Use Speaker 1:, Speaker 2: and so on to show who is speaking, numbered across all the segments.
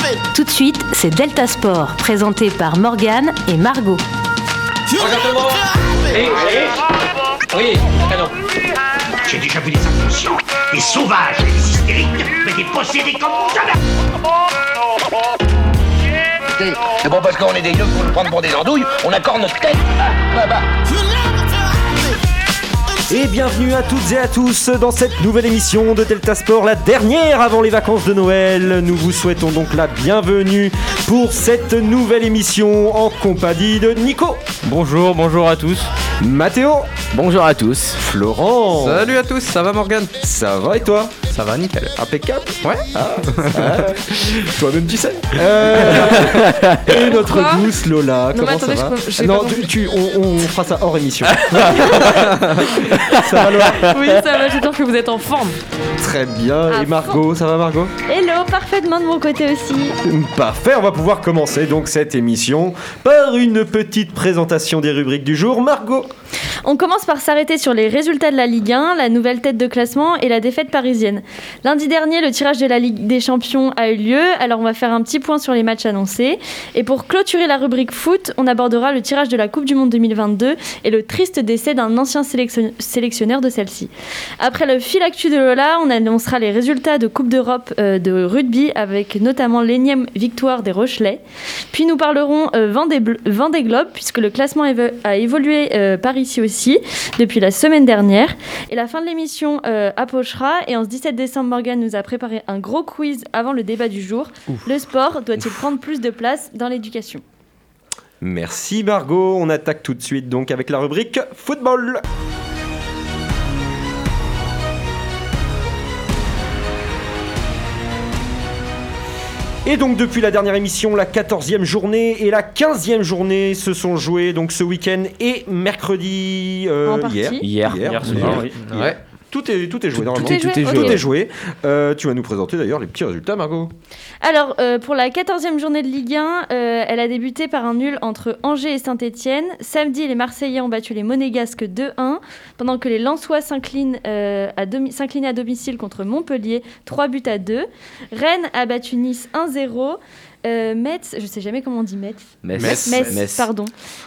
Speaker 1: Allez
Speaker 2: Tout de suite, c'est Delta Sport, présenté par Morgane et Margot.
Speaker 3: Regarde-moi Oui, oui, oui, canon.
Speaker 4: J'ai déjà vu des inconscients, des sauvages, des hystériques, mais des possédés comme jamais
Speaker 5: C'est bon parce qu'on est des yeux pour nous prendre pour des andouilles, on accorde notre tête.
Speaker 6: Et bienvenue à toutes et à tous dans cette nouvelle émission de Delta Sport, la dernière avant les vacances de Noël. Nous vous souhaitons donc la bienvenue pour cette nouvelle émission en compagnie de Nico,
Speaker 7: Bonjour, bonjour à tous.
Speaker 6: Mathéo,
Speaker 7: Bonjour à tous.
Speaker 6: Florent.
Speaker 7: Salut à tous, ça va Morgane
Speaker 6: Ça va et toi
Speaker 7: Ça va nickel.
Speaker 6: Impeccable Ah,
Speaker 7: Ouais.
Speaker 6: Toi-même tu sais
Speaker 7: Euh.
Speaker 6: Et notre
Speaker 8: Quoi
Speaker 6: douce Lola,
Speaker 8: Non, mais
Speaker 6: comment
Speaker 8: attendez,
Speaker 6: ça va
Speaker 8: je com- j'ai
Speaker 6: Non,
Speaker 8: pas Ah.
Speaker 6: tu, tu- on, on fera ça hors émission. ça va Lola
Speaker 8: Oui, ça va, j'espère que vous êtes en forme.
Speaker 6: Très bien.
Speaker 8: À
Speaker 6: Et Margot, ça va Margot
Speaker 9: Hello, parfaitement de mon côté aussi.
Speaker 6: Parfait, on va pouvoir commencer donc cette émission par une petite présentation des rubriques du jour. Margot
Speaker 9: On commence par s'arrêter sur les résultats de la Ligue 1, la nouvelle tête de classement et la défaite parisienne. Lundi dernier, le tirage de la Ligue des Champions a eu lieu, alors on va faire un petit point sur les matchs annoncés. Et pour clôturer la rubrique foot, on abordera le tirage de la Coupe du Monde 2022 et le triste décès d'un ancien sélection- sélectionneur de celle-ci. Après le fil actu de Lola, on annoncera les résultats de Coupe d'Europe euh, de rugby avec notamment l'énième victoire des Rochelais. Puis nous parlerons euh, Vendée, Bleu- Vendée Globe, puisque le classement évo- a évolué euh, par ici aussi depuis la semaine dernière. Et la fin de l'émission euh, approchera. Et en ce 17 décembre, Morgan nous a préparé un gros quiz avant le débat du jour. Le sport doit-il prendre plus de place dans l'éducation
Speaker 6: Merci Margot, on attaque tout de suite donc avec la rubrique football. Et donc depuis la dernière émission, la 14e journée et la 15e journée se sont jouées donc ce week-end et mercredi euh,
Speaker 9: En partie.
Speaker 6: hier.
Speaker 7: Hier.
Speaker 6: Hier,
Speaker 7: soir.
Speaker 6: hier, hier.
Speaker 7: Ouais.
Speaker 6: Tout est, tout est joué normalement.
Speaker 9: est joué,
Speaker 6: Tout est
Speaker 9: ok.
Speaker 6: joué. Tout est joué. Euh, tu vas nous présenter d'ailleurs les petits résultats, Margot.
Speaker 9: Alors, euh, pour la 14e journée de Ligue 1, euh, elle a débuté par un nul entre Angers et Saint-Etienne. Samedi, les Marseillais ont battu les Monégasques 2-1, pendant que les Lensois s'inclinent euh, à, domi- s'inclinaient à domicile contre Montpellier 3 buts à 2. Rennes a battu Nice 1-0. Euh, Metz, je sais jamais comment on dit Metz.
Speaker 7: Metz.
Speaker 9: Metz,
Speaker 7: Metz.
Speaker 9: pardon.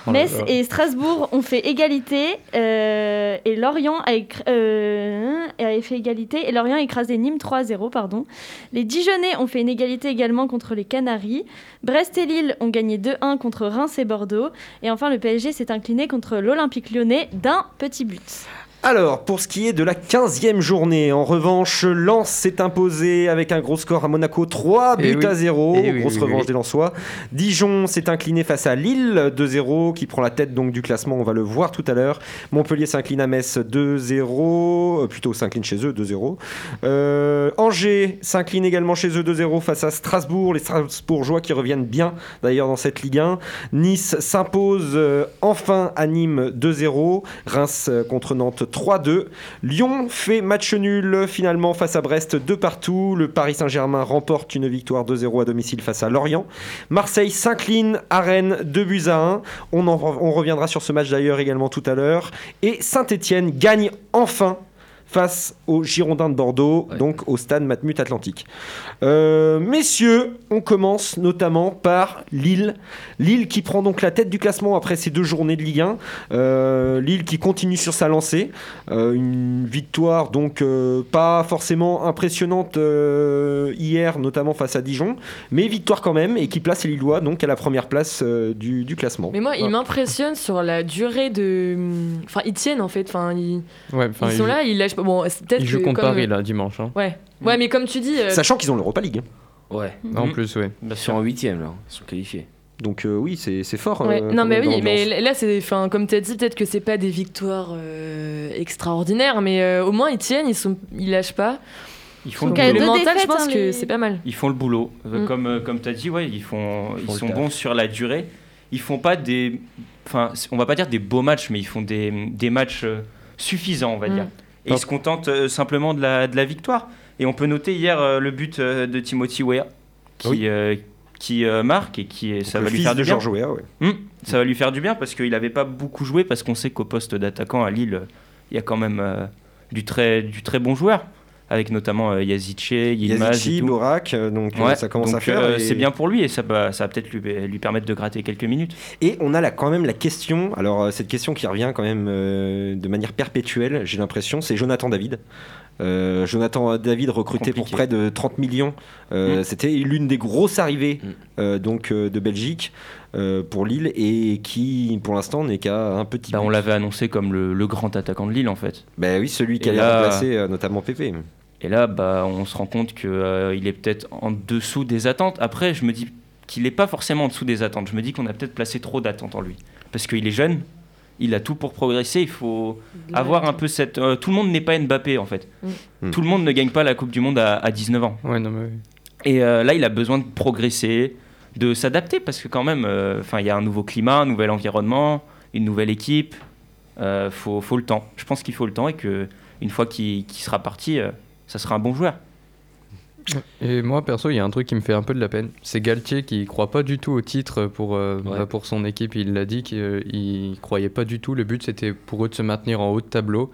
Speaker 7: Oh là
Speaker 9: Metz
Speaker 7: là.
Speaker 9: et Strasbourg ont fait égalité euh, et Lorient a, écr- euh, a fait égalité et Lorient a écrasé Nîmes 3-0 pardon. Les Dijonais ont fait une égalité également contre les Canaries. Brest et Lille ont gagné 2-1 contre Reims et Bordeaux et enfin le PSG s'est incliné contre l'Olympique Lyonnais d'un petit but.
Speaker 6: Alors, pour ce qui est de la 15e journée, en revanche, Lens s'est imposé avec un gros score à Monaco, 3 buts
Speaker 7: Eh oui.
Speaker 6: à 0,
Speaker 7: Eh oui,
Speaker 6: grosse
Speaker 7: oui,
Speaker 6: revanche
Speaker 7: oui.
Speaker 6: des Lensois. Dijon s'est incliné face à Lille, 2-0, qui prend la tête donc du classement, on va le voir tout à l'heure. Montpellier s'incline à Metz, 2-0, euh, plutôt s'incline chez eux, 2-0. Euh, Angers s'incline également chez eux, 2-0 face à Strasbourg, les Strasbourgeois qui reviennent bien d'ailleurs dans cette Ligue 1. Nice s'impose euh, enfin à Nîmes 2-0. Reims euh, contre Nantes 3-2. Lyon fait match nul finalement face à Brest 2 partout. Le Paris Saint-Germain remporte une victoire 2-0 à domicile face à Lorient. Marseille s'incline à Rennes 2 buts à 1. On, en re- on reviendra sur ce match d'ailleurs également tout à l'heure. Et Saint-Etienne gagne enfin face aux Girondins de Bordeaux,
Speaker 7: Ouais.
Speaker 6: donc au stade Matmut Atlantique. Euh, messieurs, on commence notamment par Lille. Lille qui prend donc la tête du classement après ces deux journées de Ligue 1. Euh, Lille qui continue sur sa lancée. Euh, une victoire donc euh, pas forcément impressionnante euh, hier, notamment face à Dijon, mais victoire quand même et qui place les Lillois donc à la première place euh, du, du classement.
Speaker 8: Mais moi,
Speaker 6: Ah.
Speaker 8: ils m'impressionnent sur la durée de. Enfin, ils tiennent en fait. Enfin, ils,
Speaker 7: Ouais,
Speaker 8: ils
Speaker 7: enfin,
Speaker 8: sont
Speaker 7: il-
Speaker 8: là, ils lâchent pas. Bon, c'est peut-être.
Speaker 7: il joue
Speaker 8: que
Speaker 7: contre
Speaker 8: comme- euh,
Speaker 7: Paris là dimanche. Hein.
Speaker 8: Ouais. Ouais, mais comme tu dis. euh,
Speaker 6: Sachant qu'ils ont l'Europa League.
Speaker 10: Ouais,
Speaker 8: Mhm.
Speaker 7: En plus, ouais.
Speaker 10: ils sont en huitième là, ils sont qualifiés.
Speaker 6: Donc euh, oui, c'est c'est fort.
Speaker 8: ouais.
Speaker 6: euh, quand
Speaker 8: non, mais
Speaker 6: même dans
Speaker 8: oui,
Speaker 6: l'ambiance.
Speaker 8: mais là, c'est. Enfin, comme tu as dit, peut-être que c'est pas des victoires euh, extraordinaires, mais euh, au moins ils tiennent, ils, sont... ils lâchent pas.
Speaker 10: Ils font
Speaker 9: Donc,
Speaker 10: le
Speaker 9: à
Speaker 10: boulot.
Speaker 9: deux
Speaker 8: le mental, je
Speaker 9: défaites,
Speaker 8: pense
Speaker 9: hein,
Speaker 8: que
Speaker 9: les-
Speaker 8: c'est pas mal.
Speaker 10: Ils font le boulot. Euh,
Speaker 8: Mm.
Speaker 10: Comme, euh, comme tu as dit, ouais, ils, font, ils,
Speaker 5: font le
Speaker 10: sont
Speaker 5: taf.
Speaker 10: bons sur la durée. Ils font pas des. Enfin, c- on va pas dire des beaux matchs, mais ils font des, des matchs euh, suffisants, on va
Speaker 8: Mm.
Speaker 10: dire. Et
Speaker 6: Top.
Speaker 10: ils se contentent euh, simplement de la, de la victoire. Et on peut noter hier euh, le but euh, de Timothy Weah qui,
Speaker 6: Oui.
Speaker 10: euh, qui euh, marque et qui, euh, ça
Speaker 6: Le
Speaker 10: va lui
Speaker 6: fils
Speaker 10: faire du
Speaker 6: de
Speaker 10: bien.
Speaker 6: Georges Weah, ouais.
Speaker 10: Hmm, ça va lui faire du bien parce qu'il n'avait pas beaucoup joué parce qu'on sait qu'au poste d'attaquant à Lille, il y a quand même euh, du, très, du très bon joueur. avec notamment euh, Yazice, Yilmaz et
Speaker 6: Yazici,
Speaker 10: tout.
Speaker 6: Borak, euh, donc euh,
Speaker 10: Ouais,
Speaker 6: ça commence
Speaker 10: donc,
Speaker 6: à faire.
Speaker 10: euh,
Speaker 6: et-
Speaker 10: C'est bien pour lui et ça va, ça va peut-être lui, lui permettre de gratter quelques minutes.
Speaker 6: Et on a là quand même la question, alors euh, cette question qui revient quand même euh, de manière perpétuelle, j'ai l'impression, c'est Jonathan David. Euh, Jonathan David recruté pour
Speaker 10: Compliqué. Mm.
Speaker 6: près de 30 millions. Euh, C'était l'une des grosses arrivées euh, donc euh, de Belgique euh, pour Lille et qui pour l'instant n'est qu'à un petit.
Speaker 10: Bah, on
Speaker 6: but.
Speaker 10: l'avait annoncé comme le, le grand attaquant de Lille en fait.
Speaker 6: Bah oui, celui qui
Speaker 10: Et
Speaker 6: allait
Speaker 10: là-
Speaker 6: remplacer euh, notamment Pépé.
Speaker 10: Et là, bah, on se rend compte qu'il est peut-être en dessous des attentes. Après, je me dis qu'il n'est pas forcément en dessous des attentes. Je me dis qu'on a peut-être placé trop d'attentes en lui. Parce qu'il est jeune, il a tout pour progresser. Il faut avoir un peu cette. euh, tout le monde n'est pas Mbappé, en fait.
Speaker 6: Mm.
Speaker 10: Tout le monde ne gagne pas la Coupe du Monde à, à 19 ans.
Speaker 7: Ouais, non, mais oui.
Speaker 10: Et euh, là, il a besoin de progresser, de s'adapter, parce que quand même, euh, 'fin, il y a un nouveau climat, un nouvel environnement, une nouvelle équipe. Il faut, faut le temps. Je pense qu'il faut le temps et que une fois qu'il qu'il sera parti, euh, ça sera un bon joueur.
Speaker 7: Et moi, perso, il y a un truc qui me fait un peu de la peine. C'est Galtier qui croit pas du tout au titre pour, euh,
Speaker 10: Ouais.
Speaker 7: bah, pour son équipe. Il l'a dit qu'il euh, croyait pas du tout. Le but, c'était pour eux de se maintenir en haut de tableau.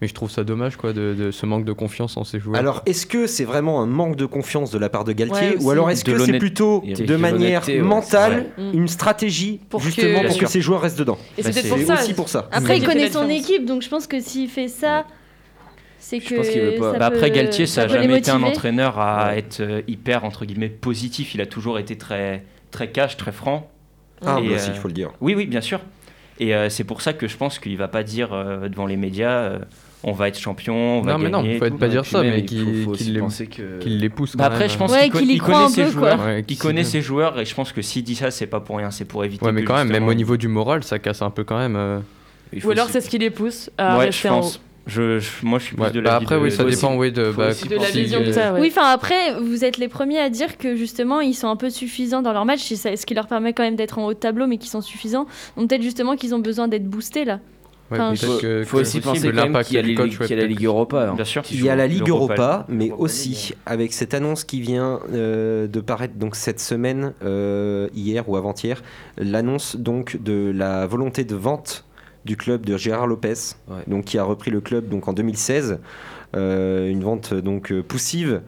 Speaker 7: Mais je trouve ça dommage, quoi, de, de ce manque de confiance en ces joueurs.
Speaker 6: Alors, est-ce que c'est vraiment un manque de confiance de la part de Galtier
Speaker 8: Ouais,
Speaker 6: ou
Speaker 8: aussi.
Speaker 6: alors est-ce
Speaker 10: De
Speaker 6: que c'est
Speaker 10: l'honnêteté.
Speaker 6: plutôt
Speaker 10: Et
Speaker 6: de
Speaker 10: de
Speaker 6: manière
Speaker 3: l'honnêteté, ouais,
Speaker 6: mentale
Speaker 8: c'est vrai.
Speaker 6: une stratégie
Speaker 8: Pour que-
Speaker 10: Bien
Speaker 6: justement pour que
Speaker 10: sûr.
Speaker 6: ces joueurs restent dedans
Speaker 8: Et
Speaker 10: Bah,
Speaker 8: c'est peut-être
Speaker 10: c'est
Speaker 8: pour ça.
Speaker 6: aussi pour ça.
Speaker 9: Après, il
Speaker 8: Galtier
Speaker 9: connaît
Speaker 8: fait la
Speaker 9: son
Speaker 8: différence.
Speaker 9: équipe, donc je pense que s'il fait ça, c'est que.
Speaker 3: Je pense qu'il veut pas.
Speaker 9: ça
Speaker 10: Bah, après
Speaker 9: peut-
Speaker 10: Galtier, ça n'a
Speaker 9: peut les
Speaker 10: jamais été un
Speaker 9: motiver.
Speaker 10: entraîneur à être euh, hyper entre guillemets positif. Il a toujours été très très cash, très franc.
Speaker 6: Ah,
Speaker 10: Et,
Speaker 6: bah aussi,
Speaker 10: euh,
Speaker 6: il faut le dire.
Speaker 10: Oui, oui, bien sûr. Et euh, c'est pour ça que je pense qu'il va pas dire euh, devant les médias, euh, on va être champion, on va
Speaker 7: Non, mais
Speaker 10: gagner.
Speaker 7: non,
Speaker 10: et
Speaker 7: faut
Speaker 10: tout.
Speaker 7: être pas
Speaker 3: Ouais,
Speaker 7: dire
Speaker 3: puis
Speaker 7: ça,
Speaker 3: même,
Speaker 7: mais
Speaker 3: il
Speaker 7: qu'il-
Speaker 3: faut- faut
Speaker 7: qu'il
Speaker 3: aussi
Speaker 7: les-
Speaker 3: penser que.
Speaker 7: qu'il les pousse.
Speaker 10: Bah,
Speaker 7: quand
Speaker 10: après,
Speaker 7: même.
Speaker 10: je pense
Speaker 9: Ouais,
Speaker 10: qu'il co-
Speaker 9: qu'il y
Speaker 10: il
Speaker 9: croit un
Speaker 10: connaît ses
Speaker 9: peu, quoi.
Speaker 10: joueurs.
Speaker 7: Ouais,
Speaker 10: Il
Speaker 7: qu'il-
Speaker 10: connaît ses joueurs et je pense que s'il dit ça, c'est pas pour rien, c'est pour éviter.
Speaker 7: Ouais, mais
Speaker 10: que,
Speaker 7: quand même, même au
Speaker 10: justement,
Speaker 7: niveau du moral, ça casse un peu quand même. euh.
Speaker 3: Il faut
Speaker 8: Ou alors
Speaker 3: aussi-
Speaker 8: c'est ce qui les pousse à
Speaker 10: Ouais, je
Speaker 8: rester en haut.
Speaker 10: pense. Je, je- moi, je suis plus
Speaker 7: Ouais,
Speaker 10: de
Speaker 7: bah,
Speaker 10: la.
Speaker 7: après, oui, ça
Speaker 3: faut
Speaker 7: dépend, oui, de.
Speaker 3: faut
Speaker 7: bah,
Speaker 3: aussi
Speaker 8: De la
Speaker 7: si,
Speaker 8: vision
Speaker 7: euh,
Speaker 8: de ça, ouais.
Speaker 9: Oui, enfin après, vous êtes les premiers à dire que justement ils sont un peu suffisants dans leur match, c'est ça- ce qui leur permet quand même d'être en haut de tableau, mais qu'ils sont suffisants. Donc peut-être justement qu'ils ont besoin d'être boostés là.
Speaker 7: ouais,
Speaker 9: Enfin,
Speaker 7: peut-être
Speaker 3: faut,
Speaker 7: que-
Speaker 3: faut
Speaker 7: que-
Speaker 3: aussi
Speaker 7: que
Speaker 3: penser quand même
Speaker 7: l'impact
Speaker 3: qu'il y a,
Speaker 7: du
Speaker 3: les-
Speaker 7: coach,
Speaker 3: qu'il
Speaker 7: ouais,
Speaker 3: y a la
Speaker 7: peut-être.
Speaker 3: Ligue Europa. hein.
Speaker 10: Bien sûr.
Speaker 6: Il y a la Ligue
Speaker 10: l'Europa
Speaker 6: Europa, mais
Speaker 10: Europa
Speaker 6: aussi
Speaker 10: League.
Speaker 6: avec cette annonce qui vient euh, de paraître donc cette semaine, euh, hier ou avant-hier, l'annonce donc de la volonté de vente du club de Gérard Lopez,
Speaker 3: Ouais.
Speaker 6: donc qui a repris le club donc en 2016, Euh, une vente donc euh, poussive.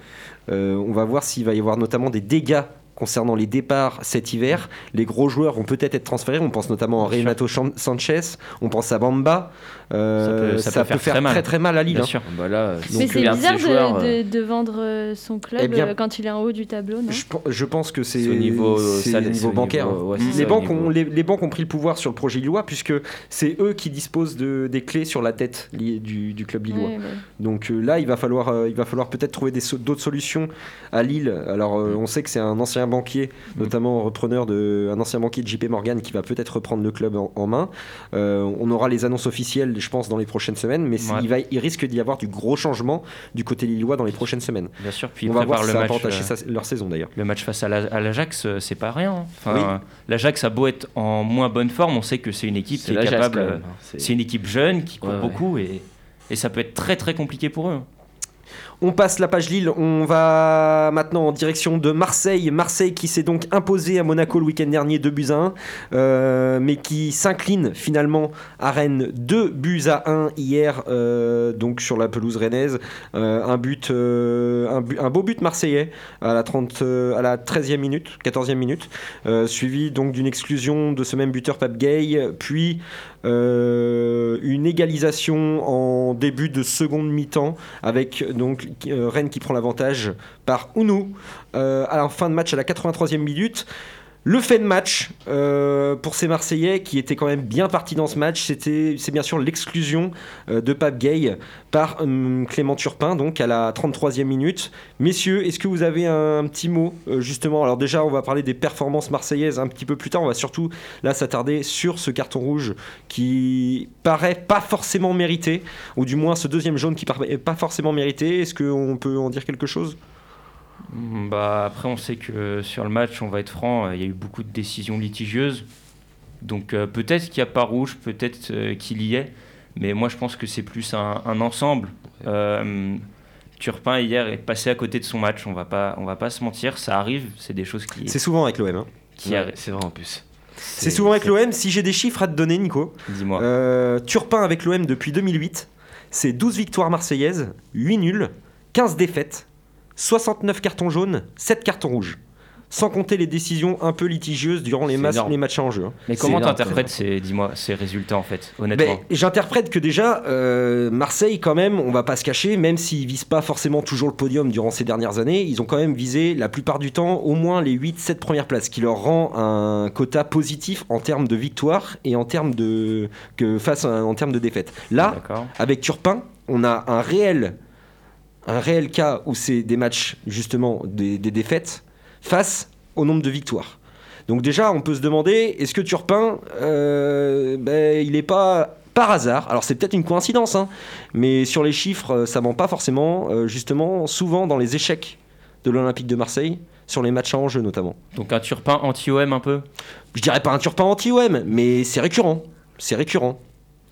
Speaker 6: Euh, on va voir s'il va y avoir notamment des dégâts concernant les départs cet hiver. Les gros joueurs vont peut-être être transférés. On pense notamment à
Speaker 10: Bien sûr.
Speaker 6: Renato Chan- Sanchez, on pense à Bamba. Euh,
Speaker 10: Ça peut- ça peut faire très mal.
Speaker 6: très très mal à Lille.
Speaker 10: Bien
Speaker 6: hein.
Speaker 10: sûr.
Speaker 3: Ah, Bah là,
Speaker 9: mais
Speaker 3: donc,
Speaker 9: c'est
Speaker 3: il garde ses
Speaker 9: bizarre de,
Speaker 3: joueurs,
Speaker 9: de-
Speaker 3: euh,
Speaker 9: de vendre euh, son club
Speaker 6: Eh bien,
Speaker 9: euh, quand il est en haut du tableau, non
Speaker 6: Je, pen- je pense que c'est
Speaker 3: C'est au niveau, euh,
Speaker 6: c'est
Speaker 3: ça,
Speaker 6: au
Speaker 3: c'est au
Speaker 6: niveau
Speaker 3: niveau,
Speaker 6: bancaire. hein.
Speaker 3: ouais,
Speaker 10: Mm.
Speaker 3: c'est
Speaker 6: les,
Speaker 3: ça, au
Speaker 6: banques
Speaker 3: niveau-
Speaker 6: ont, les, les banques ont pris le pouvoir sur le projet lillois puisque c'est eux qui disposent de, des clés sur la tête li- du, du club lillois.
Speaker 9: Ouais, ouais.
Speaker 6: Donc euh, là, il va falloir, euh, il va falloir peut-être trouver des so- d'autres solutions à Lille. Alors euh, on sait que c'est un ancien banquier,
Speaker 3: Mm.
Speaker 6: notamment repreneur de, un ancien banquier de JP Morgan qui va peut-être reprendre le club en, en main. Euh, on aura les annonces officielles, je pense, dans les prochaines semaines, mais c'est-
Speaker 10: Ouais.
Speaker 6: il, va, il risque d'y avoir du gros changement du côté lillois dans les prochaines semaines.
Speaker 10: Bien sûr. Puis
Speaker 6: on
Speaker 10: il
Speaker 6: va voir
Speaker 10: prépare
Speaker 6: si
Speaker 10: le
Speaker 6: ça
Speaker 10: match.
Speaker 6: apporte à
Speaker 10: euh,
Speaker 6: sa- leur saison d'ailleurs.
Speaker 10: Le match face à la- à l'Ajax, euh, c'est pas rien. hein. Enfin,
Speaker 6: Oui.
Speaker 10: euh, L'Ajax a beau être en moins bonne forme, on sait que c'est une équipe
Speaker 3: c'est
Speaker 10: qui est
Speaker 3: l'Ajax,
Speaker 10: capable.
Speaker 3: quand même,
Speaker 10: euh,
Speaker 3: hein, c'est-
Speaker 10: C'est une équipe jeune qui court
Speaker 3: Ouais, ouais.
Speaker 10: beaucoup et, et ça peut être très très compliqué pour eux. hein.
Speaker 6: On passe la page Lille, on va maintenant en direction de Marseille. Marseille qui s'est donc imposé à Monaco le week-end dernier 2 buts à 1, euh, mais qui s'incline finalement à Rennes 2 buts à 1 hier, euh, donc sur la pelouse rennaise. Euh, un, but, euh, un, bu- un beau but marseillais à la, 30, euh, à la 13e minute, 14e minute, euh, suivi donc d'une exclusion de ce même buteur Pape Gay, puis euh, une égalisation en début de seconde mi-temps avec donc euh, Rennes qui prend l'avantage par Ounou euh, à la fin de match à la 83e minute. Le fait de match euh, pour ces Marseillais qui étaient quand même bien partis dans ce match, c'était c'est bien sûr l'exclusion euh, de Pape Gay par hum, Clément Turpin donc à la 33e minute. Messieurs, est-ce que vous avez un, petit mot euh, justement Alors déjà, on va parler des performances marseillaises un petit peu plus tard. On va surtout là s'attarder sur ce carton rouge qui paraît pas forcément mérité ou du moins ce deuxième jaune qui n'est pas forcément mérité. Est-ce qu'on peut en dire quelque chose
Speaker 10: Mm, Bah, après, on sait que sur le match, on va être franc, euh, il y a eu beaucoup de décisions litigieuses. Donc euh, peut-être qu'il n'y a pas rouge, peut-être euh, qu'il y est. Mais moi, je pense que c'est plus un, un ensemble. Euh, Turpin, hier, est passé à côté de son match. On va pas, on va pas se mentir, ça arrive. C'est des choses qui,
Speaker 6: C'est souvent avec l'OM. hein.
Speaker 10: qui
Speaker 3: Ouais,
Speaker 10: arri-
Speaker 3: C'est vrai en plus.
Speaker 6: C'est souvent Euh, avec l'OM. Si j'ai des chiffres à te donner, Nico,
Speaker 10: Dis-moi.
Speaker 6: euh, Turpin avec l'OM depuis 2008, c'est 12 victoires marseillaises, 8 nuls, 15 défaites, 69 cartons jaunes, 7 cartons rouges. Sans compter les décisions un peu litigieuses durant les,
Speaker 10: C'est
Speaker 6: mas-
Speaker 10: énorme.
Speaker 6: les matchs en jeu. hein.
Speaker 10: Mais comment
Speaker 1: énorme,
Speaker 10: t'interprètes ces, dis-moi, ces résultats en fait,
Speaker 6: Ben,
Speaker 10: honnêtement
Speaker 6: J'interprète que déjà, euh, Marseille, quand même, on va pas se cacher, même s'ils visent pas forcément toujours le podium durant ces dernières années, ils ont quand même visé la plupart du temps au moins les 8-7 premières places, ce qui leur rend un quota positif en termes de victoire et en termes de. que face à- en termes de défaite. Là,
Speaker 10: D'accord.
Speaker 6: avec Turpin, on a un réel, un réel cas où c'est des matchs, justement, des, des défaites face au nombre de victoires. Donc déjà, on peut se demander, est-ce que Turpin, euh, ben, il n'est pas par hasard, alors c'est peut-être une coïncidence, hein, mais sur les chiffres, euh, ça ment pas forcément, euh, justement, souvent dans les échecs de l'Olympique de Marseille, sur les matchs à enjeu notamment.
Speaker 10: Donc un Turpin anti-OM un peu
Speaker 6: Je dirais pas un Turpin anti-OM, mais c'est récurrent, c'est récurrent,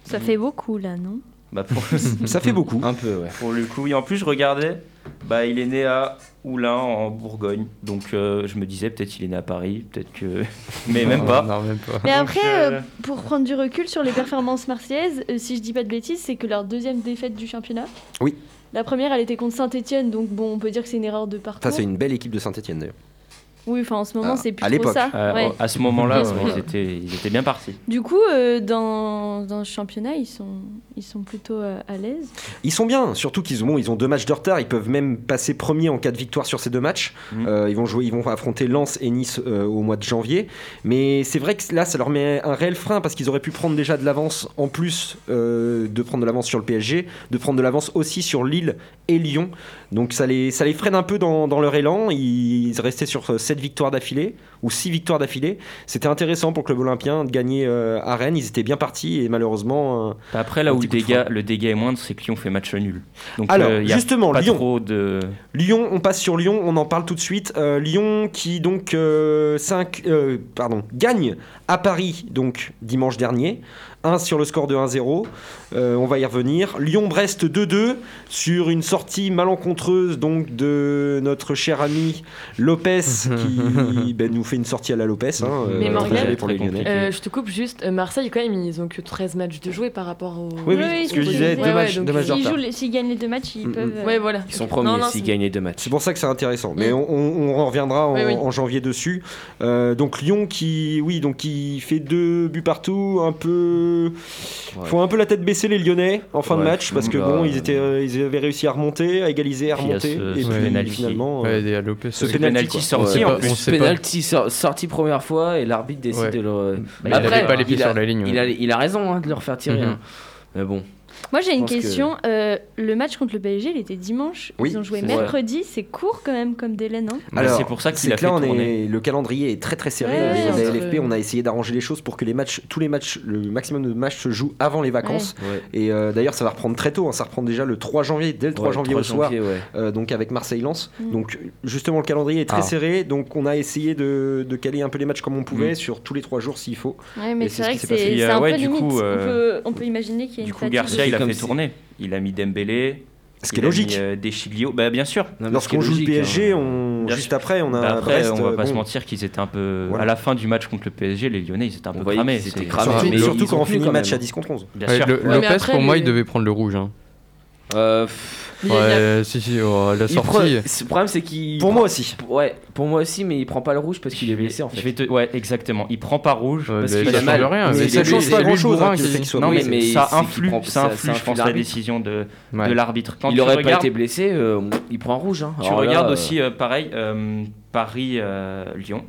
Speaker 9: Ça fait beaucoup là, non
Speaker 10: bah pour,
Speaker 6: ça fait beaucoup.
Speaker 1: Un peu, ouais.
Speaker 10: pour le coup. Et en plus, je regardais, bah, il est né à Oulin en Bourgogne. Donc euh, je me disais, peut-être il est né à Paris, peut-être que. Mais même pas.
Speaker 7: Non, même pas.
Speaker 9: Mais
Speaker 10: Donc,
Speaker 9: après,
Speaker 10: euh,
Speaker 9: euh, pour prendre du recul sur les performances marseillaises, euh, si je dis pas de bêtises, c'est que leur deuxième défaite du championnat.
Speaker 6: Oui.
Speaker 9: La première, elle était contre Saint-Etienne, donc bon, on peut dire que c'est une erreur de
Speaker 6: Ça,
Speaker 9: parcours.
Speaker 6: c'est une belle équipe de Saint-Etienne d'ailleurs.
Speaker 9: Oui, enfin en ce moment,
Speaker 6: Ah,
Speaker 9: c'est plus
Speaker 6: à
Speaker 9: trop
Speaker 6: l'époque.
Speaker 9: ça.
Speaker 10: Euh,
Speaker 9: ouais.
Speaker 10: À ce moment-là,
Speaker 9: Bien
Speaker 10: ouais,
Speaker 9: sûr.
Speaker 10: ils, étaient, ils étaient bien partis.
Speaker 9: Du coup, euh, dans, dans ce championnat, ils sont, ils sont plutôt euh, à l'aise.
Speaker 6: Ils sont bien, surtout qu'ils ont, bon, ils ont deux matchs de retard. Ils peuvent même passer premier en cas de victoire sur ces deux matchs.
Speaker 10: Mhm.
Speaker 6: Euh, ils vont jouer, ils vont affronter Lens et Nice euh, au mois de janvier. Mais c'est vrai que là, ça leur met un réel frein parce qu'ils auraient pu prendre déjà de l'avance en plus euh, de prendre de l'avance sur le PSG, de prendre de l'avance aussi sur Lille et Lyon. Donc ça les, ça les freine un peu dans, dans leur élan. Ils restaient sur 7 victoires d'affilée ou 6 victoires d'affilée. C'était intéressant pour le club olympien de gagner euh, à Rennes. Ils étaient bien partis et malheureusement. euh,
Speaker 10: Bah, Après, là
Speaker 6: Un
Speaker 10: où
Speaker 6: petit
Speaker 10: le
Speaker 6: coup de
Speaker 10: dégât, le dégât est moindre, c'est que Lyon fait match nul. Donc,
Speaker 6: Alors,
Speaker 10: euh, il y a
Speaker 6: justement,
Speaker 10: pas
Speaker 6: Lyon.
Speaker 10: trop de.
Speaker 6: Lyon, on passe sur Lyon, on en parle tout de suite. Euh, Lyon qui donc euh, cinq- euh, pardon, gagne à Paris donc dimanche dernier, 1 sur le score de 1-0. Euh, on va y revenir. Lyon-Brest 2-2 sur une sortie malencontreuse donc de notre cher ami Lopez qui ben, nous fait une sortie à la Lopez. hein,
Speaker 8: Mais
Speaker 6: euh,
Speaker 8: Morgane-
Speaker 6: désolé pour les
Speaker 10: Très
Speaker 6: Lyonnais.
Speaker 10: compliqué.
Speaker 8: Euh, je te coupe juste, euh, Marseille, quand même, ils ont que 13 matchs de jouer par rapport au.
Speaker 6: Oui, oui, ce que je disais,
Speaker 8: Ouais,
Speaker 6: deux
Speaker 8: ouais,
Speaker 6: matchs,
Speaker 8: donc
Speaker 6: deux matchs de
Speaker 8: ils-
Speaker 9: S'ils
Speaker 6: retard.
Speaker 9: jouent les- s'ils gagnent les deux matchs, ils
Speaker 6: Mm,
Speaker 9: peuvent. euh,
Speaker 8: Ouais, voilà.
Speaker 1: Ils sont
Speaker 8: Non,
Speaker 1: premiers
Speaker 8: non,
Speaker 1: s'ils
Speaker 8: c'est-
Speaker 1: gagnent les deux matchs.
Speaker 6: C'est pour ça que c'est intéressant. Mais on, on- on en reviendra en,
Speaker 8: Mm. Oui, oui.
Speaker 6: en janvier dessus. Euh, donc Lyon qui, oui, donc qui fait deux buts partout, un peu,
Speaker 1: Ouais.
Speaker 6: font un peu la tête baissée les Lyonnais en fin de
Speaker 1: Ouais.
Speaker 6: match parce que
Speaker 1: Bah,
Speaker 6: bon, ils étaient, euh, ils avaient réussi à remonter, à égaliser, à
Speaker 10: Puis il y a
Speaker 6: remonter,
Speaker 10: ce-
Speaker 6: et
Speaker 10: ce
Speaker 6: puis
Speaker 10: penalty.
Speaker 6: finalement, euh,
Speaker 7: Ouais, des Lopez.
Speaker 6: ce
Speaker 7: euh,
Speaker 10: Le penalty
Speaker 6: quoi.
Speaker 10: sorti
Speaker 1: Ouais.
Speaker 10: en
Speaker 7: On
Speaker 10: plus.
Speaker 7: sait pas.
Speaker 1: Penalty sor- sorti première fois et l'arbitre décide
Speaker 7: Ouais.
Speaker 1: de le.
Speaker 10: Bah,
Speaker 7: il avait
Speaker 1: Après,
Speaker 7: pas les pieds
Speaker 1: il a-
Speaker 7: sur la ligne,
Speaker 1: Il
Speaker 7: ouais.
Speaker 1: a, il a raison hein, de le refaire tirer.
Speaker 7: Mhm.
Speaker 1: hein. Mais bon.
Speaker 9: Moi, j'ai une
Speaker 1: pense que-
Speaker 9: question. euh, le match contre le PSG, il était dimanche.
Speaker 6: Oui,
Speaker 9: ils ont joué
Speaker 1: c'est vrai.
Speaker 9: mercredi. C'est court quand même comme délai, non
Speaker 10: Mais
Speaker 6: Alors,
Speaker 10: Bah, c'est pour ça qu'il
Speaker 6: c'est
Speaker 10: a
Speaker 6: que
Speaker 10: fait
Speaker 6: là, on
Speaker 10: tourner.
Speaker 6: est- le calendrier est très très serré.
Speaker 9: Ouais,
Speaker 6: au niveau
Speaker 9: ouais,
Speaker 6: de la
Speaker 8: c'est
Speaker 6: LFP,
Speaker 8: vrai.
Speaker 6: on a essayé d'arranger les choses pour que les matchs, tous les matchs, le maximum de matchs se jouent avant les vacances.
Speaker 1: Ouais.
Speaker 6: Et euh, d'ailleurs, ça va reprendre très tôt. hein, ça reprend déjà le 3 janvier, dès le 3
Speaker 1: Ouais,
Speaker 6: janvier au soir.
Speaker 1: ouais.
Speaker 6: euh, donc avec Marseille-Lens.
Speaker 9: Mm.
Speaker 6: Donc justement le calendrier est très
Speaker 1: Ah.
Speaker 6: serré, donc on a essayé de, de caler un peu les matchs comme on pouvait sur tous les trois jours s'il faut.
Speaker 9: Ouais,
Speaker 6: Et
Speaker 9: mais
Speaker 6: c'est
Speaker 9: c'est vrai
Speaker 6: ce
Speaker 9: que
Speaker 6: qui s'est
Speaker 9: c'est
Speaker 10: passé.
Speaker 9: c'est
Speaker 10: Euh,
Speaker 9: un
Speaker 10: ouais,
Speaker 9: peu
Speaker 10: du
Speaker 9: limite.
Speaker 10: coup,
Speaker 9: on,
Speaker 10: euh,
Speaker 9: peut, on peut imaginer qu'il y a
Speaker 10: Du
Speaker 9: une
Speaker 10: coup,
Speaker 9: fatigue.
Speaker 10: Garcia, il a
Speaker 1: Comme
Speaker 10: fait
Speaker 1: si-
Speaker 10: tourner. Il a mis Dembélé.
Speaker 6: Ce
Speaker 10: il
Speaker 6: qui est
Speaker 10: a
Speaker 6: logique.
Speaker 10: mis, euh, Deschilio. Bah, bien sûr.
Speaker 1: Non, mais ce qui est
Speaker 6: Lorsqu'on joue le
Speaker 1: logique,
Speaker 6: PSG,
Speaker 1: hein.
Speaker 6: on...
Speaker 10: Bien
Speaker 6: juste
Speaker 10: sûr. Bah,
Speaker 6: après on a
Speaker 10: Après,
Speaker 6: Brest,
Speaker 10: on va
Speaker 6: euh,
Speaker 10: pas se
Speaker 6: bon.
Speaker 10: mentir qu'ils étaient un peu.
Speaker 6: Voilà.
Speaker 10: À la fin du match contre le PSG, les Lyonnais, ils étaient un
Speaker 1: On
Speaker 10: peu
Speaker 1: voyait
Speaker 10: cramés.
Speaker 1: qu'ils étaient
Speaker 10: C'est-
Speaker 1: cramés.
Speaker 6: Surtout,
Speaker 1: Ah, mais
Speaker 6: surtout
Speaker 1: ils
Speaker 6: quand
Speaker 1: ont
Speaker 6: on
Speaker 1: plus
Speaker 6: finit
Speaker 1: quand
Speaker 6: match
Speaker 1: même.
Speaker 6: à 10 contre 11.
Speaker 10: Bien
Speaker 7: Ouais,
Speaker 10: sûr.
Speaker 7: le-
Speaker 8: Ouais, mais
Speaker 7: Lopez,
Speaker 8: après,
Speaker 7: pour moi,
Speaker 8: le-
Speaker 7: il devait prendre le rouge. hein.
Speaker 1: Euh, pff,
Speaker 8: Il y a-
Speaker 7: Ouais, si, si, oh, la
Speaker 1: il prend-
Speaker 7: sortie.
Speaker 1: Le problème, c'est qu'il.
Speaker 6: Pour moi aussi.
Speaker 1: Ouais, pour moi aussi, mais il prend pas le rouge parce qu'il est
Speaker 10: Je vais-
Speaker 1: blessé en fait.
Speaker 10: Je vais te... Ouais, exactement. Il prend pas rouge.
Speaker 7: Ouais,
Speaker 1: parce
Speaker 7: mais
Speaker 1: qu'il
Speaker 7: ça
Speaker 1: a mal.
Speaker 7: change hein, rien.
Speaker 1: Mais
Speaker 7: mais
Speaker 1: ça
Speaker 7: c'est
Speaker 1: change
Speaker 7: lui-
Speaker 1: pas
Speaker 7: c'est lui le
Speaker 6: grand-chose, hein,
Speaker 7: bourrin
Speaker 6: qui
Speaker 7: qui-
Speaker 6: fait qu'il soit
Speaker 10: Non, mais,
Speaker 1: blessé. mais
Speaker 10: ça
Speaker 1: c'est qu'il
Speaker 10: influe,
Speaker 1: prend-
Speaker 10: ça
Speaker 1: ça- ça
Speaker 10: influe, je
Speaker 1: influe
Speaker 10: pense, la
Speaker 1: euh, l'arbitre.
Speaker 10: décision de,
Speaker 7: Ouais.
Speaker 10: de l'arbitre. Quand
Speaker 1: il
Speaker 10: tu
Speaker 1: aurait pas
Speaker 10: regardes-
Speaker 1: été blessé, euh, il prend rouge. Hein.
Speaker 10: Tu
Speaker 1: Alors là,
Speaker 10: regardes
Speaker 1: euh,
Speaker 10: aussi, euh, pareil, euh, Paris-Lyon.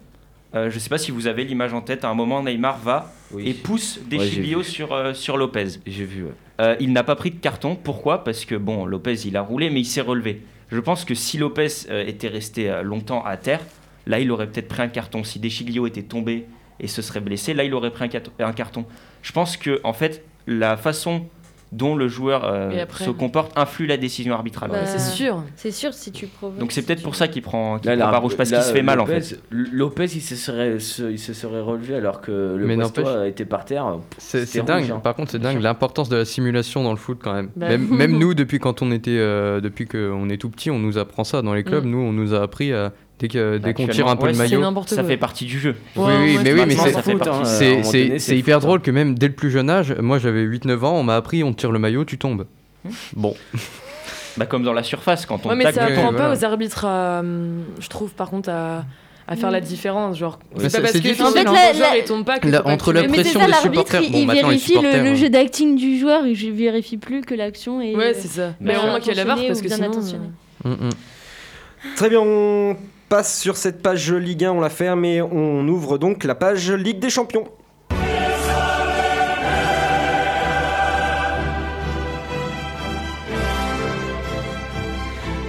Speaker 10: Euh, je sais pas si vous avez l'image en tête. À un moment, Neymar va
Speaker 1: oui.
Speaker 10: et pousse des
Speaker 1: Ouais, j'ai vu.
Speaker 10: sur, euh, sur Lopez.
Speaker 1: J'ai vu. ouais.
Speaker 10: Euh, il n'a pas pris de carton. Pourquoi Parce que, bon, Lopez, il a roulé, mais il s'est relevé. Je pense que si Lopez euh, était resté euh, longtemps à terre, là, il aurait peut-être pris un carton. Si Deschilio était tombé et se serait blessé, là, il aurait pris un, cat- un carton. Je pense que, en fait, la façon dont le joueur euh,
Speaker 8: Et après
Speaker 10: se comporte influe la décision arbitrale.
Speaker 9: Bah,
Speaker 8: Bah, c'est sûr.
Speaker 9: C'est sûr, si tu provoques.
Speaker 10: Donc, c'est peut-être pour ça qu'il prend, qu'il
Speaker 1: Là,
Speaker 10: prend
Speaker 1: la-
Speaker 10: pas rouge, parce
Speaker 1: là,
Speaker 10: qu'il se fait
Speaker 7: euh,
Speaker 10: mal, en
Speaker 1: Lopez-
Speaker 10: fait.
Speaker 1: Lopez, il se serait, se- il se serait relevé alors que le
Speaker 7: Mais
Speaker 1: Brestois
Speaker 7: n'empêche-
Speaker 1: était par terre.
Speaker 7: C'est
Speaker 1: C'était
Speaker 7: c'est dingue.
Speaker 1: rouge, hein.
Speaker 7: Par contre, c'est
Speaker 1: Bien
Speaker 7: dingue
Speaker 1: sûr.
Speaker 7: l'importance de la simulation dans le foot quand même.
Speaker 8: Bah.
Speaker 7: Même, même nous, depuis quand on était, euh, depuis qu'on est tout petit, on nous apprend ça dans les
Speaker 8: Mm.
Speaker 7: clubs. Nous, on nous a appris à- dès que dès qu'on tire un
Speaker 10: Bah,
Speaker 7: peu
Speaker 10: Ouais,
Speaker 7: le
Speaker 8: C'est
Speaker 7: maillot.
Speaker 8: n'importe
Speaker 10: Ça
Speaker 8: quoi.
Speaker 10: fait partie du jeu.
Speaker 7: Oui, oui, mais Eh oui, mais
Speaker 10: Maintenant,
Speaker 7: c'est
Speaker 10: ça fait partie.
Speaker 1: hein, à un
Speaker 7: c'est-
Speaker 1: moment donné,
Speaker 7: c'est c'est hyper
Speaker 1: foot, hein.
Speaker 7: drôle que même dès le plus jeune âge, moi j'avais 8-9 ans, on m'a appris on tire le maillot, tu tombes. Bon.
Speaker 10: Bah, comme dans la surface, quand on
Speaker 8: Ouais, mais
Speaker 10: tacle
Speaker 8: ça
Speaker 10: le
Speaker 8: apprend
Speaker 10: camp.
Speaker 8: pas aux arbitres, à, hum, je trouve, par contre, à, à faire la différence. Genre,
Speaker 7: Mais
Speaker 8: c'est
Speaker 7: c'est-
Speaker 8: pas parce
Speaker 7: c'est
Speaker 8: que
Speaker 7: difficile,
Speaker 8: en fait,
Speaker 7: hein.
Speaker 8: la, la, il tombe pas que
Speaker 7: La-
Speaker 8: faut pas
Speaker 7: entre
Speaker 8: que tu
Speaker 7: la
Speaker 8: l'aies.
Speaker 7: pression
Speaker 8: c'est
Speaker 7: des
Speaker 8: ça,
Speaker 7: supporters.
Speaker 11: l'arbitre, il,
Speaker 7: Bon,
Speaker 11: il
Speaker 7: maintenant, les
Speaker 11: vérifie le,
Speaker 7: supporters,
Speaker 11: le
Speaker 7: hein.
Speaker 11: jeu d'acting du joueur, il ne vérifie plus que l'action. est,
Speaker 8: Ouais,
Speaker 11: euh,
Speaker 8: c'est ça. Mais
Speaker 11: bien
Speaker 8: au moins qu'il y ait la VAR,
Speaker 11: intentionnée
Speaker 8: parce
Speaker 11: ou
Speaker 8: que
Speaker 11: bien
Speaker 8: sinon,
Speaker 11: intentionnée.
Speaker 7: Mm,
Speaker 6: Très bien, on passe sur cette page Ligue 1, on la ferme et on ouvre donc la page Ligue des Champions.